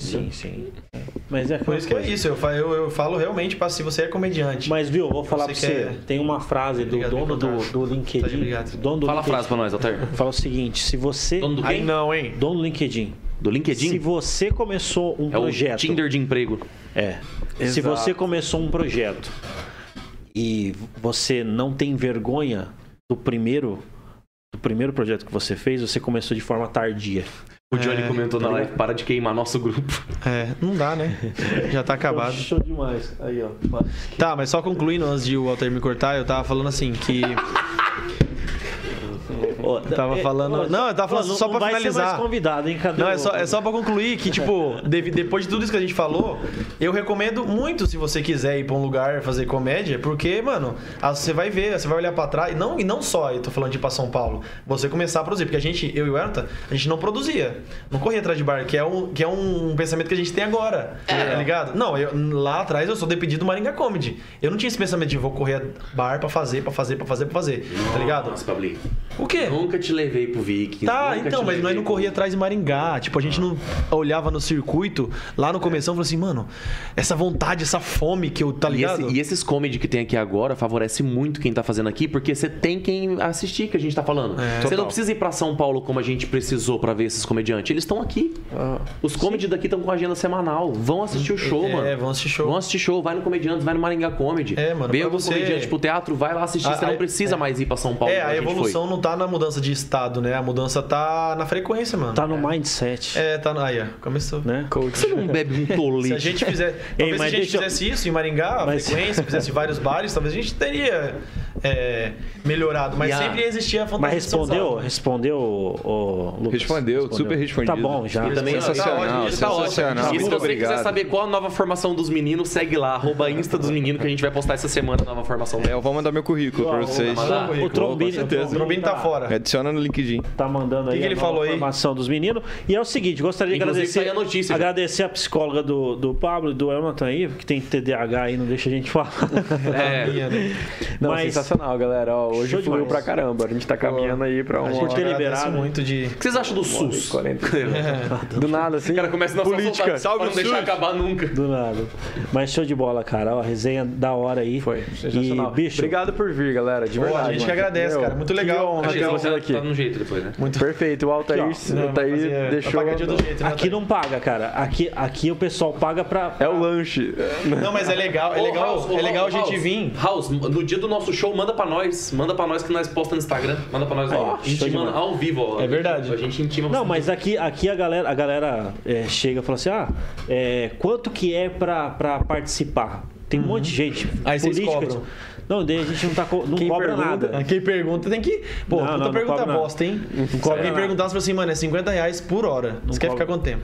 [SPEAKER 1] Sim, sim. Mas é
[SPEAKER 4] Por isso que é
[SPEAKER 1] coisa.
[SPEAKER 4] isso, eu falo, eu, eu falo realmente, pra- se você é comediante.
[SPEAKER 1] Mas viu, eu vou falar pra
[SPEAKER 4] Você
[SPEAKER 1] você.
[SPEAKER 4] quer-
[SPEAKER 1] Tem uma frase do
[SPEAKER 4] Obrigado,
[SPEAKER 1] dono do,
[SPEAKER 4] Ricardo.
[SPEAKER 1] do LinkedIn.
[SPEAKER 4] obrigado.
[SPEAKER 1] Dono do
[SPEAKER 5] Fala a
[SPEAKER 1] LinkedIn.
[SPEAKER 5] frase pra nós, Altair.
[SPEAKER 1] Fala o seguinte: se você.
[SPEAKER 5] (laughs) Dono do
[SPEAKER 4] Aí
[SPEAKER 5] quem?
[SPEAKER 4] não, hein?
[SPEAKER 1] Dono do LinkedIn.
[SPEAKER 5] Do
[SPEAKER 1] Se
[SPEAKER 5] LinkedIn?
[SPEAKER 1] você começou um
[SPEAKER 5] É o
[SPEAKER 1] projeto.
[SPEAKER 5] Tinder de emprego.
[SPEAKER 1] É. Se
[SPEAKER 2] Exato.
[SPEAKER 1] você começou um projeto e você não tem vergonha do primeiro do primeiro projeto que você fez, você começou de forma tardia.
[SPEAKER 5] O Johnny
[SPEAKER 4] É,
[SPEAKER 5] comentou na live, para de queimar nosso grupo.
[SPEAKER 4] É, não dá, (laughs) né? Já tá acabado.
[SPEAKER 1] Show demais. Aí, ó.
[SPEAKER 4] Tá, mas só concluindo antes de o Walter me cortar, eu tava falando assim que.
[SPEAKER 1] é,
[SPEAKER 4] Tava falando- Não, eu tava falando só pra
[SPEAKER 1] vai Ser
[SPEAKER 4] finalizar.
[SPEAKER 1] mais convidado, hein? Cadê
[SPEAKER 4] Não, é
[SPEAKER 1] o-
[SPEAKER 4] só, é só pra concluir que, tipo, devi- depois de tudo isso que a gente falou, eu recomendo muito se você quiser ir pra um lugar fazer comédia, porque, mano, a- você vai ver, você vai olhar pra trás, e não, e não só, eu tô falando de ir pra São Paulo, você começar a produzir, porque a gente, eu e o Elton, a gente não produzia, não corria atrás de bar, que é um, que é um pensamento que a gente tem agora, tá ligado? Não, eu- lá atrás eu sou dependido do Maringá Comedy, eu não tinha esse pensamento de vou correr a bar pra fazer, pra fazer, pra fazer, pra fazer, tá ligado?
[SPEAKER 5] Nossa, Pabli.
[SPEAKER 4] O quê?
[SPEAKER 5] Nunca te levei pro Viking.
[SPEAKER 4] Tá, então, mas nós não corria atrás de Maringá. Tipo, a gente não olhava no circuito, lá no começo, falou assim, mano, essa vontade, essa fome que eu, tá
[SPEAKER 5] E,
[SPEAKER 4] ligado?
[SPEAKER 5] esse- e esses comedy que tem aqui agora favorece muito quem tá fazendo aqui, porque você tem quem assistir que a gente tá falando.
[SPEAKER 4] É,
[SPEAKER 5] Você não precisa ir pra São Paulo como a gente precisou pra ver esses comediantes. Eles estão aqui.
[SPEAKER 2] Ah,
[SPEAKER 5] Os comedy daqui estão com agenda semanal. Vão assistir o show, mano.
[SPEAKER 4] É, vão assistir show.
[SPEAKER 5] Vão assistir show, vai no Comediantes, vai no Maringá Comedy.
[SPEAKER 4] É, mano,
[SPEAKER 5] Vem
[SPEAKER 4] pra
[SPEAKER 5] algum
[SPEAKER 4] você-
[SPEAKER 5] comediante pro teatro, vai lá assistir.
[SPEAKER 4] A-
[SPEAKER 5] você
[SPEAKER 4] a-
[SPEAKER 5] não precisa mais ir pra São Paulo.
[SPEAKER 4] é,
[SPEAKER 5] como
[SPEAKER 4] a
[SPEAKER 5] gente
[SPEAKER 4] evolução não tá na mudança de estado, né? A mudança tá na frequência, mano.
[SPEAKER 1] Tá no mindset,
[SPEAKER 4] É, tá na. Aí, ó, começou.
[SPEAKER 1] (laughs) né?
[SPEAKER 5] foi. Por que você não
[SPEAKER 4] (laughs)
[SPEAKER 5] bebe um
[SPEAKER 4] Se
[SPEAKER 5] tolete?
[SPEAKER 4] a gente fizer. Talvez se a
[SPEAKER 1] mas
[SPEAKER 4] gente
[SPEAKER 1] deixa eu-
[SPEAKER 4] fizesse isso em Maringá, a
[SPEAKER 1] Mas-
[SPEAKER 4] frequência, fizesse vários bares, talvez a gente teria é, melhorado. Mas
[SPEAKER 5] E a-
[SPEAKER 4] sempre existia a
[SPEAKER 1] (laughs) Mas
[SPEAKER 4] fantasia. de São
[SPEAKER 1] respondeu,
[SPEAKER 4] Paulo.
[SPEAKER 1] respondeu, o Lucas.
[SPEAKER 3] Respondeu, super respondido.
[SPEAKER 1] Tá bom, já.
[SPEAKER 5] E também, ó,
[SPEAKER 4] Tá
[SPEAKER 3] Sensacional,
[SPEAKER 4] ótimo, tá ótimo.
[SPEAKER 3] sensacional.
[SPEAKER 5] E se
[SPEAKER 3] Muito
[SPEAKER 5] você quiser
[SPEAKER 3] obrigado.
[SPEAKER 5] saber qual a nova formação dos meninos, segue lá, arroba Insta dos meninos, que a gente vai postar essa semana a nova formação.
[SPEAKER 3] É, eu vou mandar meu currículo pra vocês.
[SPEAKER 5] mandar.
[SPEAKER 1] Tá, o Trombini,
[SPEAKER 3] Com certeza.
[SPEAKER 4] O Robin tá fora.
[SPEAKER 3] Me adiciona no LinkedIn.
[SPEAKER 1] tá mandando aí
[SPEAKER 4] que
[SPEAKER 1] a
[SPEAKER 4] ele
[SPEAKER 1] nova
[SPEAKER 4] falou aí?
[SPEAKER 1] informação dos meninos. E é o seguinte, gostaria de
[SPEAKER 5] Inclusive,
[SPEAKER 1] agradecer,
[SPEAKER 5] saiu a notícia já.
[SPEAKER 1] agradecer a psicóloga do, do Pablo e do Elton aí, que tem TDAH aí, não deixa a gente falar.
[SPEAKER 5] É,
[SPEAKER 2] Não,
[SPEAKER 1] Mas
[SPEAKER 2] sensacional, galera. Ó, hoje
[SPEAKER 1] Show
[SPEAKER 2] fluiu
[SPEAKER 1] demais.
[SPEAKER 2] pra caramba. A gente tá caminhando aí pra
[SPEAKER 4] A
[SPEAKER 2] um.
[SPEAKER 4] gente
[SPEAKER 1] ter
[SPEAKER 4] agradece
[SPEAKER 1] liberado.
[SPEAKER 4] muito de.
[SPEAKER 5] O que vocês acham do SUS?
[SPEAKER 2] 40.
[SPEAKER 4] (laughs) É.
[SPEAKER 2] Do nada, assim.
[SPEAKER 5] O cara começa a
[SPEAKER 2] política.
[SPEAKER 5] Salve, não deixar acabar nunca.
[SPEAKER 1] do nada. Mas show de bola, cara. Ó, resenha da hora aí.
[SPEAKER 2] Foi.
[SPEAKER 1] E,
[SPEAKER 2] Sensacional.
[SPEAKER 1] bicho,
[SPEAKER 2] Obrigado por vir, galera. De
[SPEAKER 4] Pô,
[SPEAKER 2] verdade.
[SPEAKER 4] a gente que
[SPEAKER 2] mano.
[SPEAKER 4] agradece,
[SPEAKER 2] Meu,
[SPEAKER 4] cara. Muito
[SPEAKER 2] que
[SPEAKER 4] legal.
[SPEAKER 2] honra
[SPEAKER 5] Achei
[SPEAKER 2] ter
[SPEAKER 5] que
[SPEAKER 2] você
[SPEAKER 5] você
[SPEAKER 2] aqui.
[SPEAKER 5] tá no jeito depois, né?
[SPEAKER 2] Perfeito. O Altair, o Altair
[SPEAKER 4] Fazer-
[SPEAKER 2] tá deixou.
[SPEAKER 4] apagadinho do jeito, né,
[SPEAKER 1] aqui não paga, cara. Aqui, aqui o pessoal paga pra...
[SPEAKER 2] É o lanche.
[SPEAKER 4] Não, mas é legal, é
[SPEAKER 5] Ô,
[SPEAKER 4] legal,
[SPEAKER 5] House, ô,
[SPEAKER 4] é legal a
[SPEAKER 5] House,
[SPEAKER 4] gente vir.
[SPEAKER 5] House, no dia do nosso show, manda pra nós. Manda pra nós que nós posta no Instagram. Manda pra nós lá.
[SPEAKER 1] show
[SPEAKER 5] Intimando
[SPEAKER 1] demais.
[SPEAKER 5] ao vivo, ó.
[SPEAKER 4] É verdade.
[SPEAKER 5] A gente intima
[SPEAKER 1] Não, mas aqui, aqui a galera, a galera é, chega e fala assim, ah, é, quanto que é pra, pra participar? Tem um monte de gente.
[SPEAKER 4] Aí vocês
[SPEAKER 1] política- tipo,
[SPEAKER 4] cobram.
[SPEAKER 1] Não, daí a gente não, tá, co- não
[SPEAKER 2] Quem
[SPEAKER 1] cobra
[SPEAKER 2] pergunta-
[SPEAKER 1] nada.
[SPEAKER 4] Quem pergunta tem que. Pô,
[SPEAKER 1] Não,
[SPEAKER 4] puta
[SPEAKER 1] não, não
[SPEAKER 4] pergunta
[SPEAKER 1] cobra nada.
[SPEAKER 4] bosta, hein? Quem
[SPEAKER 1] nada.
[SPEAKER 4] perguntasse pra assim, mano, é 50 reais por hora. Você quer
[SPEAKER 1] cobra.
[SPEAKER 4] ficar quanto tempo?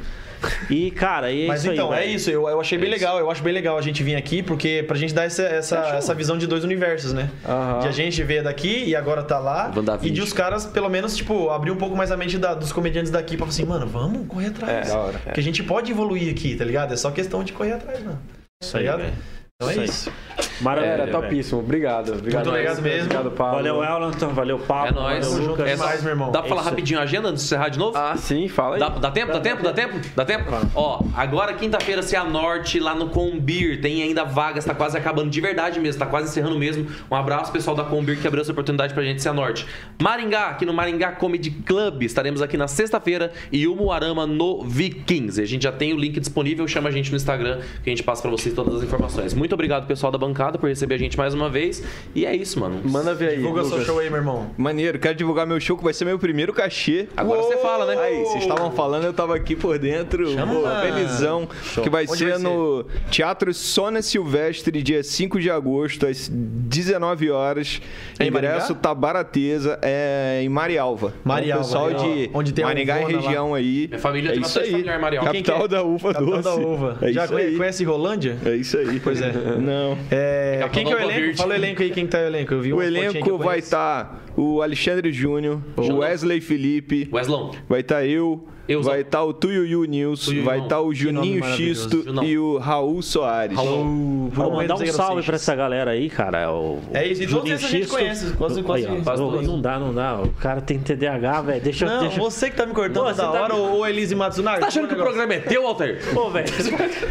[SPEAKER 1] E, cara, e é
[SPEAKER 4] Mas
[SPEAKER 1] isso
[SPEAKER 4] então,
[SPEAKER 1] aí.
[SPEAKER 4] é
[SPEAKER 1] velho.
[SPEAKER 4] isso. Eu, eu achei bem legal. Eu acho bem legal a gente vir aqui, porque pra gente dar essa, essa, essa visão de dois universos, né?
[SPEAKER 2] Aham.
[SPEAKER 4] De a gente ver daqui e agora tá lá. E
[SPEAKER 5] WandaVision.
[SPEAKER 4] de os caras, pelo menos, tipo, abrir um pouco mais a mente da- dos comediantes daqui pra falar assim, mano, vamos correr atrás.
[SPEAKER 2] É, da hora.
[SPEAKER 4] Porque a gente pode evoluir aqui, tá ligado? É só questão de correr atrás, mano.
[SPEAKER 1] Isso aí,
[SPEAKER 4] Tá ligado?
[SPEAKER 1] velho.
[SPEAKER 4] Então é
[SPEAKER 1] Isso aí.
[SPEAKER 4] isso.
[SPEAKER 1] Maravilha.
[SPEAKER 2] Era
[SPEAKER 1] velho.
[SPEAKER 2] topíssimo. Obrigado. Obrigado,
[SPEAKER 4] Muito obrigado mesmo.
[SPEAKER 2] Obrigado, Paulo.
[SPEAKER 1] Valeu, é Elton. Valeu, Pablo.
[SPEAKER 5] É nóis.
[SPEAKER 1] Valeu, Lucas.
[SPEAKER 5] É
[SPEAKER 4] demais, meu irmão.
[SPEAKER 5] Dá pra falar
[SPEAKER 1] É isso aí.
[SPEAKER 5] rapidinho a agenda antes de encerrar de novo?
[SPEAKER 2] Ah, sim, fala aí.
[SPEAKER 5] Dá, dá tempo? Dá, tempo? Dá tempo? Dá tempo? Ó, agora quinta-feira se a Norte lá no Combir tem ainda vagas, tá quase acabando de verdade mesmo, tá quase encerrando mesmo. Um abraço pessoal da Combir que abriu essa oportunidade pra gente ser a Norte. Maringá, aqui no Maringá Comedy Club, estaremos aqui na sexta-feira e o Moarama no Vikings. E A gente já tem o link disponível, chama a gente no Instagram que a gente passa pra vocês todas as informações. Muito obrigado pessoal da bancada por receber a gente mais uma vez. E é isso, mano.
[SPEAKER 2] Manda ver aí.
[SPEAKER 4] Divulga seu
[SPEAKER 2] Lucas.
[SPEAKER 4] show aí, meu irmão.
[SPEAKER 3] Maneiro, quero divulgar meu show que vai ser meu primeiro cachê.
[SPEAKER 5] Agora você fala, né?
[SPEAKER 3] Aí, vocês estavam falando, eu tava aqui por dentro,
[SPEAKER 4] Chama.
[SPEAKER 3] pô, felizão. Que vai
[SPEAKER 4] Onde
[SPEAKER 3] ser
[SPEAKER 4] vai ser?
[SPEAKER 3] no Teatro Sônia Silvestre, dia 5 de agosto, às 19 horas.
[SPEAKER 4] É Em
[SPEAKER 3] Ingresso
[SPEAKER 4] Maringá?
[SPEAKER 3] tá barateza, é em Marialva.
[SPEAKER 4] Marialva,
[SPEAKER 3] Então, pessoal
[SPEAKER 4] Marialva.
[SPEAKER 3] de
[SPEAKER 4] Onde tem a
[SPEAKER 3] Maringá e
[SPEAKER 4] Uvona lá.
[SPEAKER 3] região aí.
[SPEAKER 5] Minha família
[SPEAKER 3] é
[SPEAKER 5] tem
[SPEAKER 3] isso
[SPEAKER 5] bastante
[SPEAKER 3] aí.
[SPEAKER 5] familiar em Marialva.
[SPEAKER 4] Quem
[SPEAKER 3] Capital
[SPEAKER 4] que é?
[SPEAKER 3] da uva doce.
[SPEAKER 4] Capitão da Uva.
[SPEAKER 3] É
[SPEAKER 4] Já
[SPEAKER 3] isso
[SPEAKER 4] conhe-
[SPEAKER 3] aí.
[SPEAKER 4] conhece Rolândia?
[SPEAKER 3] É isso aí. Pois
[SPEAKER 4] é.
[SPEAKER 3] (laughs) Não.
[SPEAKER 4] É,
[SPEAKER 5] Capitão
[SPEAKER 4] quem que é o
[SPEAKER 5] da Uva
[SPEAKER 4] elenco?
[SPEAKER 5] Verde.
[SPEAKER 4] Fala o elenco aí, quem que tá o elenco. Eu vi
[SPEAKER 3] O
[SPEAKER 4] umas fotinhas que
[SPEAKER 3] elenco
[SPEAKER 4] eu
[SPEAKER 3] vai tá- estar
[SPEAKER 4] conheço.
[SPEAKER 3] o Alexandre Júnior, o Wesley Felipe,
[SPEAKER 5] Weslon.
[SPEAKER 3] vai estar eu,
[SPEAKER 5] Eu
[SPEAKER 3] Vai estar o Tuiuiu News,
[SPEAKER 5] Tuiuiu,
[SPEAKER 3] vai
[SPEAKER 5] não.
[SPEAKER 3] estar o
[SPEAKER 5] Que
[SPEAKER 3] Juninho
[SPEAKER 4] nome
[SPEAKER 3] Xisto
[SPEAKER 5] maravilhoso.
[SPEAKER 3] e o Raul Soares.
[SPEAKER 4] Raul, por
[SPEAKER 1] Vou
[SPEAKER 4] momento
[SPEAKER 1] mandar um
[SPEAKER 4] pensei que era o
[SPEAKER 1] salve
[SPEAKER 4] Seixas.
[SPEAKER 1] pra essa galera aí, cara. O,
[SPEAKER 4] É isso, e todos
[SPEAKER 1] Juninho
[SPEAKER 4] esses a gente
[SPEAKER 1] Xisto.
[SPEAKER 4] conhece, quase- quase-
[SPEAKER 1] Aí, ó,
[SPEAKER 4] quase
[SPEAKER 1] não,
[SPEAKER 4] todos.
[SPEAKER 1] não dá, não dá. O cara tem TDAH, velho. Deixa eu.
[SPEAKER 4] Não,
[SPEAKER 1] Deixa... eu-
[SPEAKER 4] você que tá me cortando
[SPEAKER 1] Pô,
[SPEAKER 4] toda
[SPEAKER 1] você tá
[SPEAKER 4] hora,
[SPEAKER 1] me-
[SPEAKER 4] ou ou Elise Matsunaga.
[SPEAKER 5] Tá achando que o programa é teu, (laughs) Walter?
[SPEAKER 1] Pô, velho.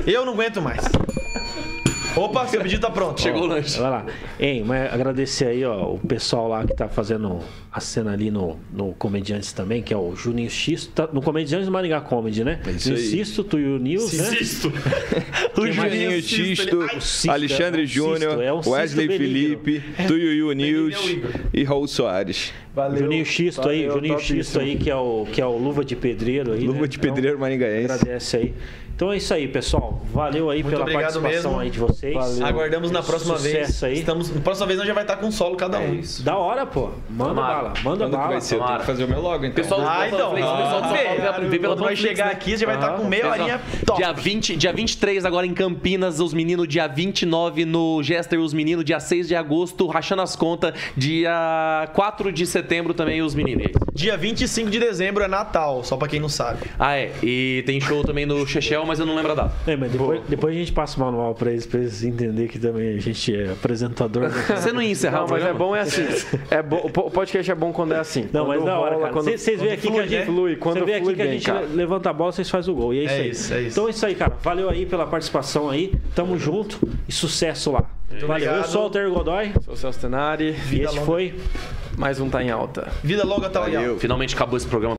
[SPEAKER 4] Eu não aguento mais. Opa, seu pedido tá pronto.
[SPEAKER 5] Chegou o lanche.
[SPEAKER 1] Vai lá. Hein, mas agradecer aí, ó, o pessoal lá que tá fazendo a cena ali no, no Comediantes também, que é o Juninho Xisto. Tá no Comediantes do Maringá Comedy, né?
[SPEAKER 3] É isso aí.
[SPEAKER 1] Insisto, Tuiu News, né?
[SPEAKER 3] O
[SPEAKER 1] Quem mais?
[SPEAKER 3] Juninho Xisto,
[SPEAKER 1] Ai, Xisto, é
[SPEAKER 3] Alexandre
[SPEAKER 1] um Xisto,
[SPEAKER 3] Júnior,
[SPEAKER 1] é um Xisto
[SPEAKER 3] Wesley
[SPEAKER 1] benigno.
[SPEAKER 3] Felipe, Tuiuiu News
[SPEAKER 4] é o Igor.
[SPEAKER 3] e Raul Soares.
[SPEAKER 2] Valeu.
[SPEAKER 1] Juninho Xisto aí,
[SPEAKER 2] valeu,
[SPEAKER 1] Juninho
[SPEAKER 2] topíssimo.
[SPEAKER 1] Xisto aí, que é o, que é o Luva de Pedreiro aí. né?
[SPEAKER 3] Luva de
[SPEAKER 1] Então,
[SPEAKER 3] pedreiro maringaense.
[SPEAKER 1] Agradece aí. Então é isso aí, pessoal. Valeu aí
[SPEAKER 4] Muito
[SPEAKER 1] pela
[SPEAKER 4] obrigado
[SPEAKER 1] participação
[SPEAKER 4] mesmo.
[SPEAKER 1] aí de vocês.
[SPEAKER 2] Valeu.
[SPEAKER 4] Aguardamos na próxima vez.
[SPEAKER 1] Sucesso aí.
[SPEAKER 4] Estamos, na próxima vez nós já vai estar com um solo cada
[SPEAKER 5] É
[SPEAKER 4] um.
[SPEAKER 1] Da hora, pô. Manda
[SPEAKER 5] Tomara.
[SPEAKER 1] bala, manda
[SPEAKER 3] Quando que
[SPEAKER 1] bala.
[SPEAKER 3] vai ser? Eu tenho
[SPEAKER 5] tomara.
[SPEAKER 3] que fazer o meu logo, então.
[SPEAKER 5] Pessoal,
[SPEAKER 4] Ah, então.
[SPEAKER 5] Panflix, pessoal do São Paulo,
[SPEAKER 4] Ah,
[SPEAKER 5] vem pela
[SPEAKER 4] Quando vai
[SPEAKER 5] Panflix,
[SPEAKER 4] chegar
[SPEAKER 5] né?
[SPEAKER 4] aqui, você vai estar com meia
[SPEAKER 5] Pessoal,
[SPEAKER 4] horinha top.
[SPEAKER 5] Dia, 20, dia 23 agora em Campinas, os meninos. Dia 29 no Gester, os meninos. Dia 6 de agosto, rachando as contas. Dia 4 de setembro também, os meninos.
[SPEAKER 4] Dia 25 de dezembro é Natal, só pra quem não sabe.
[SPEAKER 5] Ah, é. E tem show também no Chechel, mas eu não lembro
[SPEAKER 4] (laughs)
[SPEAKER 5] a data.
[SPEAKER 1] É, mas depois, depois a gente passa o manual pra eles, pra eles entenderem que também a gente é apresentador. né?
[SPEAKER 5] Você não ia encerrar
[SPEAKER 2] Não,
[SPEAKER 5] o
[SPEAKER 2] mas é
[SPEAKER 5] programa?
[SPEAKER 2] bom é assim. É bom, o po- o podcast é bom quando é assim.
[SPEAKER 1] Não,
[SPEAKER 2] Quando
[SPEAKER 1] mas da hora,
[SPEAKER 2] rola,
[SPEAKER 1] cara.
[SPEAKER 2] quando-
[SPEAKER 1] Vocês vocês veem aqui que a
[SPEAKER 2] flui,
[SPEAKER 1] gente.
[SPEAKER 2] né? flui, quando
[SPEAKER 1] Você vê aqui
[SPEAKER 2] flui
[SPEAKER 1] que a
[SPEAKER 2] bem,
[SPEAKER 1] gente
[SPEAKER 2] cara.
[SPEAKER 1] levanta a bola, vocês fazem o gol. E é isso aí.
[SPEAKER 4] isso, é isso.
[SPEAKER 1] Então é isso aí, cara. Valeu aí pela participação aí. Tamo junto e sucesso lá. Valeu.
[SPEAKER 4] obrigado.
[SPEAKER 1] Eu sou o Alter Godoy
[SPEAKER 2] Sou o Celso Tenari,
[SPEAKER 1] e esse
[SPEAKER 4] longa.
[SPEAKER 1] foi.
[SPEAKER 2] mais um Tá em Alta.
[SPEAKER 4] Vida longa, tá tal e alta.
[SPEAKER 3] Valeu.
[SPEAKER 5] Finalmente acabou esse programa.